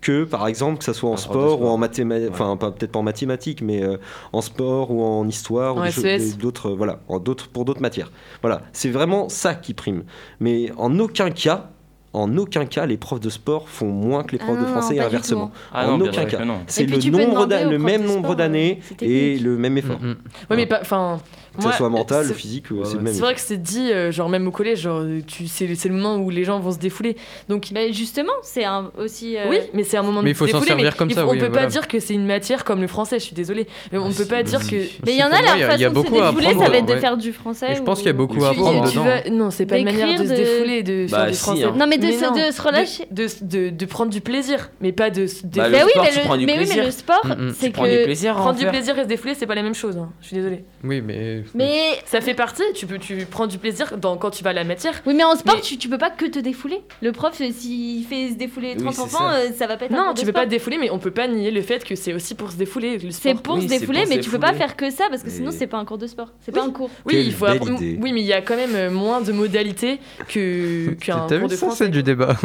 Speaker 6: que, par exemple, que ça soit en
Speaker 1: Hmm. prof de
Speaker 6: sport, ou
Speaker 1: sport.
Speaker 6: en mathématiques, enfin, pas- peut-être pas en mathématiques, mais euh, en sport ou en histoire
Speaker 1: En
Speaker 6: ou des choses-
Speaker 8: E
Speaker 1: SES.
Speaker 6: des- d'autres, euh, voilà, en d'autres, pour d'autres matières. Voilà, c'est vraiment ça qui prime. Mais en aucun cas, en aucun cas, les profs de sport font moins que les
Speaker 1: Ah
Speaker 6: profs de
Speaker 1: non,
Speaker 6: français et
Speaker 1: pas du
Speaker 6: inversement.
Speaker 1: tout, hein. Ah
Speaker 6: en
Speaker 1: non, bien
Speaker 6: aucun
Speaker 1: sûr
Speaker 6: cas.
Speaker 1: que non.
Speaker 6: C'est
Speaker 8: Et puis
Speaker 6: le,
Speaker 8: tu peux
Speaker 6: nombre
Speaker 8: demander
Speaker 6: d'a-
Speaker 8: aux
Speaker 6: le
Speaker 8: profs
Speaker 6: même
Speaker 8: de
Speaker 6: nombre
Speaker 8: sport,
Speaker 6: d'années
Speaker 8: euh, c'est
Speaker 6: et
Speaker 8: technique.
Speaker 6: le même
Speaker 1: Hmm.
Speaker 6: effort.
Speaker 7: Hmm.
Speaker 8: Oui, mais pas. Enfin.
Speaker 6: Que
Speaker 8: moi,
Speaker 6: ce soit mental,
Speaker 8: c'est-
Speaker 6: physique, ou c'est le même
Speaker 8: C'est
Speaker 6: effort.
Speaker 8: vrai que c'est dit, euh, genre même au collège, genre, euh, tu, c'est, c'est le moment où les gens vont se défouler. Donc,
Speaker 9: justement, c'est un, aussi. euh,
Speaker 8: Oui, mais c'est un moment
Speaker 7: euh, Mais
Speaker 8: de
Speaker 7: il faut s'en
Speaker 8: défouler,
Speaker 7: servir
Speaker 8: mais
Speaker 7: comme
Speaker 8: il
Speaker 7: ça,
Speaker 8: faut- On
Speaker 7: oui,
Speaker 8: peut
Speaker 7: voilà. Bah,
Speaker 8: pas dire que c'est une matière comme le français, je suis désolée. Mais on peut pas dire que.
Speaker 9: Mais il y en a,
Speaker 7: Pour
Speaker 9: la
Speaker 7: moi, il y a- il y a
Speaker 9: façon de se
Speaker 7: beaucoup à
Speaker 9: défouler, ça
Speaker 7: apprendre,
Speaker 9: va être de
Speaker 7: ouais.
Speaker 9: faire du français.
Speaker 7: Et je pense
Speaker 9: ou-
Speaker 7: qu'il y a beaucoup
Speaker 9: Tu-
Speaker 7: à apprendre
Speaker 8: Tu
Speaker 7: dedans.
Speaker 8: vas- Non, c'est pas une
Speaker 9: D'écrire,
Speaker 8: manière de, se
Speaker 9: de-
Speaker 8: défouler, de
Speaker 7: Bah,
Speaker 8: faire du
Speaker 7: si,
Speaker 8: français.
Speaker 7: hein. Non,
Speaker 9: mais de se- de se relâcher. Ben
Speaker 8: De, de- de prendre du plaisir, mais pas de se
Speaker 1: Bah,
Speaker 8: défouler.
Speaker 1: le Bah oui, sport, mais tu le- prends du
Speaker 8: mais
Speaker 1: mais oui, mais plaisir.
Speaker 8: le sport,
Speaker 1: Mm, mm. c'est
Speaker 8: c'est
Speaker 1: Tu prends du que-
Speaker 8: que.
Speaker 1: plaisir à en
Speaker 8: Prendre du
Speaker 1: faire.
Speaker 8: plaisir et se défouler, c'est pas la même chose. hein. Je suis désolée.
Speaker 7: Oui, mais.
Speaker 9: Mais
Speaker 8: ça fait partie, tu, peux, tu prends du plaisir dans, quand tu vas à la matière.
Speaker 9: Oui, mais en sport, Tu, tu peux pas que te défouler. Le prof, euh, s'il fait se défouler
Speaker 8: Oui,
Speaker 9: 30
Speaker 8: c'est
Speaker 9: enfants,
Speaker 8: ça.
Speaker 9: euh, ça va pas être un
Speaker 8: Non,
Speaker 9: cours
Speaker 8: tu
Speaker 9: de
Speaker 8: peux
Speaker 9: sport.
Speaker 8: pas te défouler, mais on peut pas nier le fait que c'est aussi pour se défouler. le
Speaker 9: C'est
Speaker 8: sport.
Speaker 9: pour se défouler, mais tu peux pas faire que ça parce que sinon
Speaker 8: Mais-
Speaker 9: c'est pas un cours de sport, c'est pas un cours.
Speaker 8: Oui,
Speaker 7: Quelle
Speaker 8: il faut
Speaker 7: belle
Speaker 8: appre-
Speaker 7: idée.
Speaker 8: oui, mais il y a quand même euh, moins de modalités que qu'un
Speaker 7: T'as
Speaker 8: cours
Speaker 7: vu
Speaker 8: de
Speaker 7: ça,
Speaker 8: français.
Speaker 7: c'est du débat.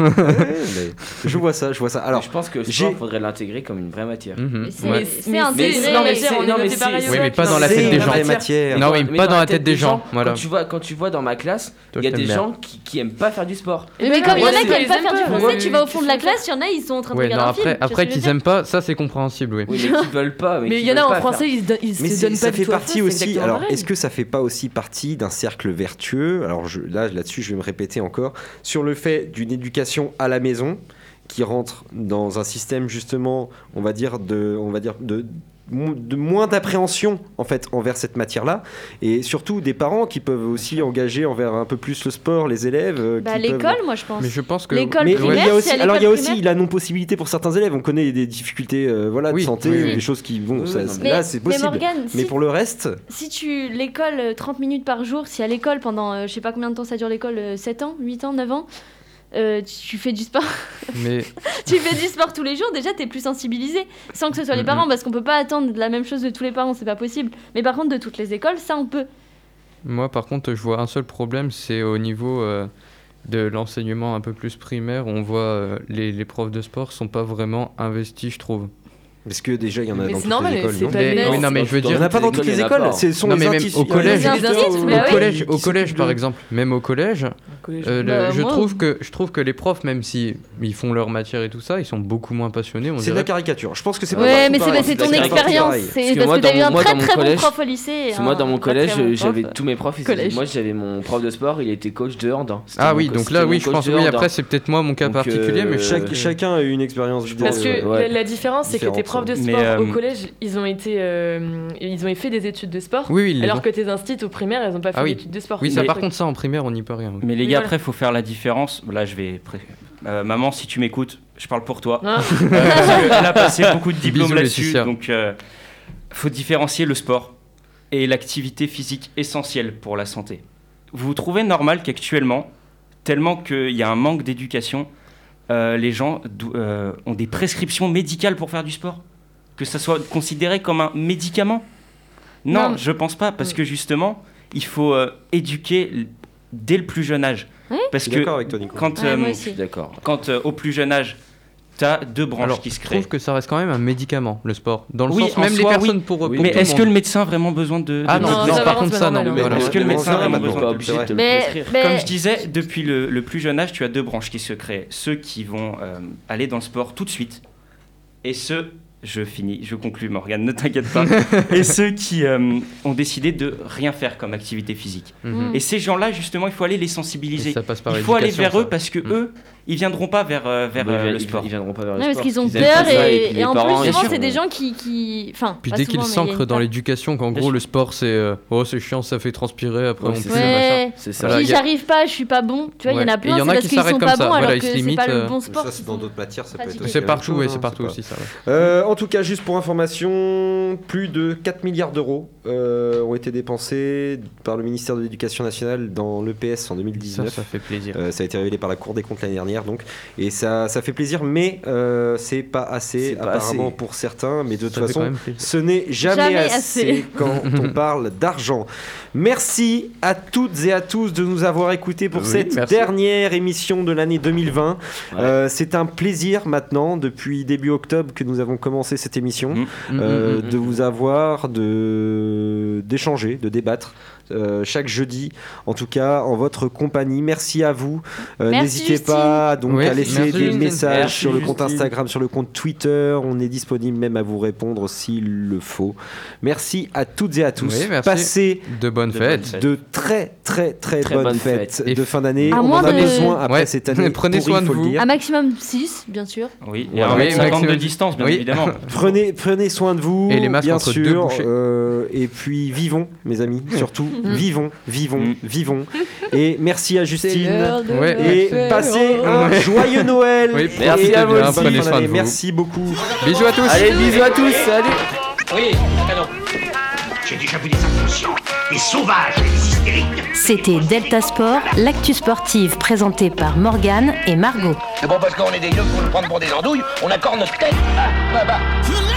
Speaker 6: je vois ça, je vois ça. Alors,
Speaker 1: je pense que le sport, faudrait l'intégrer comme une vraie matière.
Speaker 7: Mhm.
Speaker 1: Mais
Speaker 7: Ouais.
Speaker 1: c'est-
Speaker 8: c'est
Speaker 1: mais
Speaker 8: intégré,
Speaker 1: c'est- non, mais
Speaker 8: c'est-
Speaker 1: c'est-
Speaker 8: on est
Speaker 1: non, mais
Speaker 8: noté
Speaker 1: c'est-
Speaker 8: pareil au
Speaker 7: Oui, mais pas dans la
Speaker 1: C'est
Speaker 7: tête des
Speaker 1: une
Speaker 7: gens.
Speaker 1: vraie
Speaker 7: Matière. Non, mais pas dans la tête des gens, voilà.
Speaker 1: Quand tu vois, quand tu vois dans ma classe,
Speaker 7: Toi,
Speaker 1: il y a
Speaker 7: je t'aime
Speaker 1: des
Speaker 7: bien.
Speaker 1: gens qui, qui aiment pas faire du sport.
Speaker 9: Mais, comme il y en
Speaker 1: Moi,
Speaker 9: a qui
Speaker 1: c'est-
Speaker 9: aiment pas faire du
Speaker 1: Ouais.
Speaker 9: français, tu vas au fond de la classe, il y en a, ils sont en train de
Speaker 7: Ouais, non,
Speaker 9: regarder un film.
Speaker 7: après,
Speaker 9: tu vois ce
Speaker 7: après
Speaker 9: que je
Speaker 7: qu'ils
Speaker 9: veux
Speaker 7: aiment pas, ça c'est compréhensible, oui.
Speaker 1: Oui, mais qui veulent pas.
Speaker 8: Mais il y en a en français, ils, se don- ils
Speaker 6: Mais
Speaker 8: se
Speaker 6: c'est-
Speaker 8: donnent
Speaker 6: ça
Speaker 8: pas du
Speaker 6: fait
Speaker 8: tout à fond,
Speaker 6: partie
Speaker 8: c'est
Speaker 6: aussi.
Speaker 8: exactement
Speaker 6: Alors,
Speaker 8: pareil.
Speaker 6: est-ce que ça fait pas aussi partie d'un cercle vertueux Alors je, là, là-dessus, je vais me répéter encore sur le fait d'une éducation à la maison qui rentre dans un système justement, on va dire de, on va dire de mo- de moins d'appréhension en fait envers cette matière-là et surtout des parents qui peuvent aussi engager envers un peu plus le sport les élèves euh,
Speaker 9: Bah,
Speaker 6: qui peuvent-
Speaker 9: l'école, moi, je pense. Mais je pense que- L'école
Speaker 6: Mais
Speaker 9: primaire,
Speaker 6: il y a
Speaker 9: si à
Speaker 6: aussi, alors il y a
Speaker 9: l'école
Speaker 6: aussi la non possibilité pour certains élèves on connaît des difficultés euh, voilà de santé
Speaker 7: oui,
Speaker 6: ou
Speaker 7: oui.
Speaker 6: des choses qui vont
Speaker 7: Oui,
Speaker 6: ça-
Speaker 7: oui, non,
Speaker 9: mais-
Speaker 6: là c'est
Speaker 9: Mais
Speaker 6: possible
Speaker 9: Morgane,
Speaker 6: mais
Speaker 9: si-
Speaker 6: pour le reste
Speaker 9: dire. Si tu l'école euh, 30 minutes par jour, si à l'école pendant euh, je sais pas combien de temps ça dure l'école, euh, 7 ans, 8 ans, 9 ans, euh, tu tu fais du sport.
Speaker 7: Mais
Speaker 9: tu fais du sport tous les jours, déjà t'es plus sensibilisé, sans que ce soit les
Speaker 7: Mhm.
Speaker 9: parents, parce qu'on peut pas attendre la même chose de tous les parents, c'est pas possible. Mais par contre, de toutes les écoles, ça on peut.
Speaker 7: moi, par contre, je vois un seul problème, c'est au niveau euh, de l'enseignement un peu plus primaire. On voit euh, les, les profs de sport sont pas vraiment investis, je trouve.
Speaker 6: Parce que déjà, il y en
Speaker 8: a Mais dans c'est toutes les normal, écoles, c'est non pas le
Speaker 7: oui,
Speaker 8: même.
Speaker 7: non, mais je veux
Speaker 6: Il y
Speaker 7: dire.
Speaker 6: en a pas dans toutes les écoles, ce sont
Speaker 7: Non,
Speaker 6: les
Speaker 7: mais même
Speaker 6: intis-
Speaker 7: au collège.
Speaker 6: les instituteurs
Speaker 7: Au
Speaker 9: bah
Speaker 6: ou- qui-
Speaker 7: collège, au
Speaker 6: qui
Speaker 7: collège
Speaker 6: s'occupent
Speaker 7: par
Speaker 6: de-
Speaker 7: exemple, même au collège,
Speaker 8: collège.
Speaker 7: euh, le-
Speaker 6: Bah,
Speaker 7: je
Speaker 6: moi,
Speaker 7: trouve que je trouve que les profs, même si ils font leur matière et tout ça, ils sont beaucoup moins passionnés. on
Speaker 6: C'est de la
Speaker 7: dirait.
Speaker 6: caricature. Je pense que c'est
Speaker 9: Ouais, mais c'est- c'est ton expérience, c'est- parce que t'as eu un très, très bon prof au lycée hein. et
Speaker 1: Parce que moi
Speaker 9: un
Speaker 1: dans mon
Speaker 9: pas très
Speaker 1: collège,
Speaker 9: bon prof,
Speaker 1: j'avais
Speaker 9: euh,
Speaker 1: tous mes profs. ils
Speaker 9: collège.
Speaker 1: étaient- Moi j'avais mon prof de sport, il était coach de hand. hein. C'était
Speaker 7: Ah
Speaker 1: mon
Speaker 7: oui,
Speaker 1: co-
Speaker 7: donc
Speaker 1: c'était
Speaker 7: là
Speaker 1: mon
Speaker 7: oui, je
Speaker 1: coach
Speaker 7: pense
Speaker 1: de
Speaker 7: oui.
Speaker 1: hand, hein.
Speaker 7: Après, c'est peut-être moi mon cas
Speaker 1: Donc,
Speaker 7: particulier,
Speaker 1: euh,
Speaker 7: mais
Speaker 1: Chaque-
Speaker 6: Chacun a eu une expérience.
Speaker 8: Parce que la, la différence, c'est que tes profs de
Speaker 7: Mais,
Speaker 8: sport
Speaker 7: euh,
Speaker 8: au collège, ils ont été, euh, ils ont fait des études de sport.
Speaker 7: Oui, oui, ils les
Speaker 8: alors
Speaker 7: ont.
Speaker 8: que tes instits au primaire, elles ont pas fait
Speaker 7: Ah oui.
Speaker 8: d'études de sport.
Speaker 7: Oui, ça
Speaker 8: Mais-
Speaker 7: par contre, ça en primaire, on n'y peut rien. oui.
Speaker 10: Mais les
Speaker 8: Oui,
Speaker 10: gars,
Speaker 8: voilà.
Speaker 10: après, il faut faire la différence. Là, je vais. pré- Euh, maman, si tu m'écoutes, je parle pour toi.
Speaker 8: Ah.
Speaker 10: Euh, parce que elle a passé beaucoup de diplômes
Speaker 7: Bisous,
Speaker 10: là-dessus.
Speaker 7: Laetitia.
Speaker 10: Donc, euh, faut différencier le sport et l'activité physique essentielle pour la santé. Vous trouvez normal qu'actuellement, tellement qu'il y a un manque d'éducation, euh, les gens dou- euh, ont des prescriptions médicales pour faire du sport Que ça soit considéré comme un médicament non,
Speaker 7: Non, mais-
Speaker 10: je pense pas, parce que justement, il faut euh, éduquer l- dès le plus jeune âge.
Speaker 7: Oui.
Speaker 10: Parce
Speaker 7: Je suis
Speaker 10: que
Speaker 7: d'accord avec toi, Nico.
Speaker 10: quand,
Speaker 7: Ouais,
Speaker 10: euh,
Speaker 7: moi aussi. Je suis
Speaker 10: quand euh, au plus jeune âge, tu as deux branches
Speaker 7: Alors,
Speaker 10: qui se
Speaker 7: je
Speaker 10: créent.
Speaker 7: trouve que ça reste quand même un médicament, le sport. Dans le
Speaker 10: Oui,
Speaker 7: sens,
Speaker 10: en
Speaker 7: même les
Speaker 10: soi,
Speaker 7: personnes
Speaker 10: oui.
Speaker 7: pour. pour
Speaker 10: mais
Speaker 7: tout
Speaker 10: est-ce
Speaker 7: monde.
Speaker 10: que le médecin a vraiment besoin de.
Speaker 7: Ah
Speaker 10: de
Speaker 7: non,
Speaker 10: médecin
Speaker 7: non, ça, par contre, ça, non.
Speaker 10: Mais
Speaker 7: Voilà.
Speaker 10: Est-ce que le
Speaker 7: Mais
Speaker 10: médecin
Speaker 7: on
Speaker 10: a
Speaker 7: sait
Speaker 10: vraiment
Speaker 7: maintenant.
Speaker 10: besoin de
Speaker 7: Pas obligé de te
Speaker 1: le
Speaker 9: Mais- prescrire. mais-
Speaker 10: Comme je disais, depuis le, le plus jeune âge, tu as deux branches qui se créent. Ceux qui vont euh, aller dans le sport tout de suite, et ceux, je finis, je conclus Morgane, ne t'inquiète pas, et ceux qui euh, ont décidé de rien faire comme activité physique.
Speaker 7: Mhm.
Speaker 10: Et ces gens-là, justement, il faut aller les sensibiliser.
Speaker 7: Et ça passe par
Speaker 10: il faut aller
Speaker 7: l'éducation,
Speaker 10: vers
Speaker 7: ça. Hmm.
Speaker 10: eux parce que eux, ils viendront pas vers, euh, vers
Speaker 1: Bah, ils
Speaker 10: euh,
Speaker 1: vi-
Speaker 10: le
Speaker 1: ils-
Speaker 10: sport.
Speaker 1: ils viendront pas vers
Speaker 9: Non, parce qu'ils ont
Speaker 10: Ils aiment
Speaker 9: peur
Speaker 10: pas ça,
Speaker 9: et,
Speaker 10: et puis
Speaker 9: et
Speaker 10: les
Speaker 9: en
Speaker 10: parents,
Speaker 9: plus,
Speaker 10: bien
Speaker 9: souvent,
Speaker 10: sûr.
Speaker 9: c'est des gens qui. qui... Enfin,
Speaker 7: Puis
Speaker 9: pas
Speaker 7: dès qu'ils
Speaker 9: souvent, mais il y a
Speaker 7: s'ancrent
Speaker 9: une
Speaker 7: dans
Speaker 9: part.
Speaker 7: l'éducation, qu'en gros le sport c'est euh, oh c'est chiant, ça fait transpirer après
Speaker 1: Ouais,
Speaker 7: on
Speaker 1: c'est ça.
Speaker 7: pue, machin.
Speaker 9: Ouais,
Speaker 7: Voilà,
Speaker 9: si
Speaker 7: y a-
Speaker 9: j'arrive pas, je suis pas bon. Tu vois, il y en
Speaker 7: Ouais.
Speaker 9: a
Speaker 7: Et il
Speaker 9: plein,
Speaker 7: y en
Speaker 9: c'est
Speaker 7: a
Speaker 9: parce
Speaker 7: qui
Speaker 9: qu'ils sont
Speaker 7: s'arrêtent
Speaker 9: pas
Speaker 7: comme ça.
Speaker 9: bons alors
Speaker 7: Voilà,
Speaker 9: que
Speaker 7: ils se
Speaker 9: c'est pas
Speaker 7: limitent,
Speaker 9: le
Speaker 7: euh,
Speaker 9: bon sport.
Speaker 6: Ça, c'est dans d'autres matières, ça peut être.
Speaker 9: Pratiquer.
Speaker 6: aussi
Speaker 7: C'est
Speaker 6: la même
Speaker 7: partout,
Speaker 6: chose,
Speaker 7: ouais,
Speaker 6: hein,
Speaker 7: c'est partout
Speaker 6: pas-
Speaker 7: aussi, ça, ouais.
Speaker 6: Euh, en tout cas, juste pour information, plus de 4 milliards d'euros euh, ont été dépensés par le ministère de l'Éducation nationale dans l'EPS en 2019.
Speaker 7: Ça, ça fait plaisir.
Speaker 6: Euh, ça a été révélé par la Cour des comptes l'année dernière. dernière donc et ça, ça fait plaisir mais euh, c'est pas assez
Speaker 1: C'est pas
Speaker 6: apparemment
Speaker 1: assez.
Speaker 6: pour certains mais de toute
Speaker 1: Ça fait quand
Speaker 6: façon
Speaker 1: même plaisir.
Speaker 6: ce n'est jamais,
Speaker 1: Jamais
Speaker 6: assez,
Speaker 1: assez.
Speaker 6: quand on parle d'argent. Merci à toutes et à tous de nous avoir écoutés pour
Speaker 1: Oui,
Speaker 6: cette
Speaker 1: merci.
Speaker 6: dernière émission de l'année 2020. Euh, c'est un plaisir maintenant depuis début octobre que nous avons commencé cette émission euh,
Speaker 1: mm, mm,
Speaker 6: de vous avoir de d'échanger, de débattre. euh, chaque jeudi, en tout cas en votre compagnie. Merci à vous. Euh,
Speaker 1: Merci,
Speaker 6: N'hésitez
Speaker 1: Justine.
Speaker 6: pas donc
Speaker 1: Oui,
Speaker 6: à laisser
Speaker 1: merci,
Speaker 6: des
Speaker 1: Justine.
Speaker 6: messages
Speaker 1: Merci,
Speaker 6: sur le compte
Speaker 1: Justine.
Speaker 6: Instagram, sur le compte Twitter. On est disponible même à vous répondre s'il le faut. Merci à toutes et à tous.
Speaker 7: Oui, merci.
Speaker 6: Passez
Speaker 7: de bonnes fêtes.
Speaker 6: de très très très,
Speaker 7: Très
Speaker 6: bonnes
Speaker 7: bonnes
Speaker 6: fêtes,
Speaker 7: fêtes. Et
Speaker 6: de fin d'année.
Speaker 11: à
Speaker 6: On
Speaker 11: moins
Speaker 6: en a
Speaker 11: de-
Speaker 6: besoin après
Speaker 7: Ouais.
Speaker 6: cette année.
Speaker 7: Prenez
Speaker 6: pourrie,
Speaker 7: soin de
Speaker 6: faut le
Speaker 7: vous.
Speaker 6: dire.
Speaker 11: Un maximum 6, bien sûr.
Speaker 10: Oui, et
Speaker 6: Voilà.
Speaker 10: un mètre
Speaker 6: Oui,
Speaker 10: cinquante de
Speaker 6: maximum.
Speaker 10: distance, bien
Speaker 6: Oui.
Speaker 10: évidemment.
Speaker 6: Prenez, prenez soin de vous,
Speaker 7: Et les masques
Speaker 6: bien
Speaker 7: entre
Speaker 6: sûr.
Speaker 7: deux bouchées.
Speaker 6: euh, et puis vivons, mes amis, surtout
Speaker 7: Mm.
Speaker 6: vivons, vivons, vivons. Et merci à Justine.
Speaker 7: l'heure de Ouais. la
Speaker 6: Et
Speaker 7: fête.
Speaker 6: passez un
Speaker 7: Ouais.
Speaker 6: joyeux Noël.
Speaker 7: Oui,
Speaker 6: et
Speaker 7: merci à
Speaker 6: une
Speaker 7: vous
Speaker 6: bonne
Speaker 7: aussi.
Speaker 6: fin
Speaker 7: Prenez soin de
Speaker 6: d'année.
Speaker 7: vous.
Speaker 6: Merci beaucoup.
Speaker 7: Bisous à tous.
Speaker 1: Allez, bisous à tous, salut
Speaker 4: Oui, canon. J'ai déjà vu des inconscients, des sauvages, des hystériques.
Speaker 2: C'était Delta Sport, l'actu sportive présentée par Morgane et Margot.
Speaker 5: C'est bon parce qu'on est des yeux pour nous prendre pour des andouilles, on accorde notre tête. Ah, bah, bah.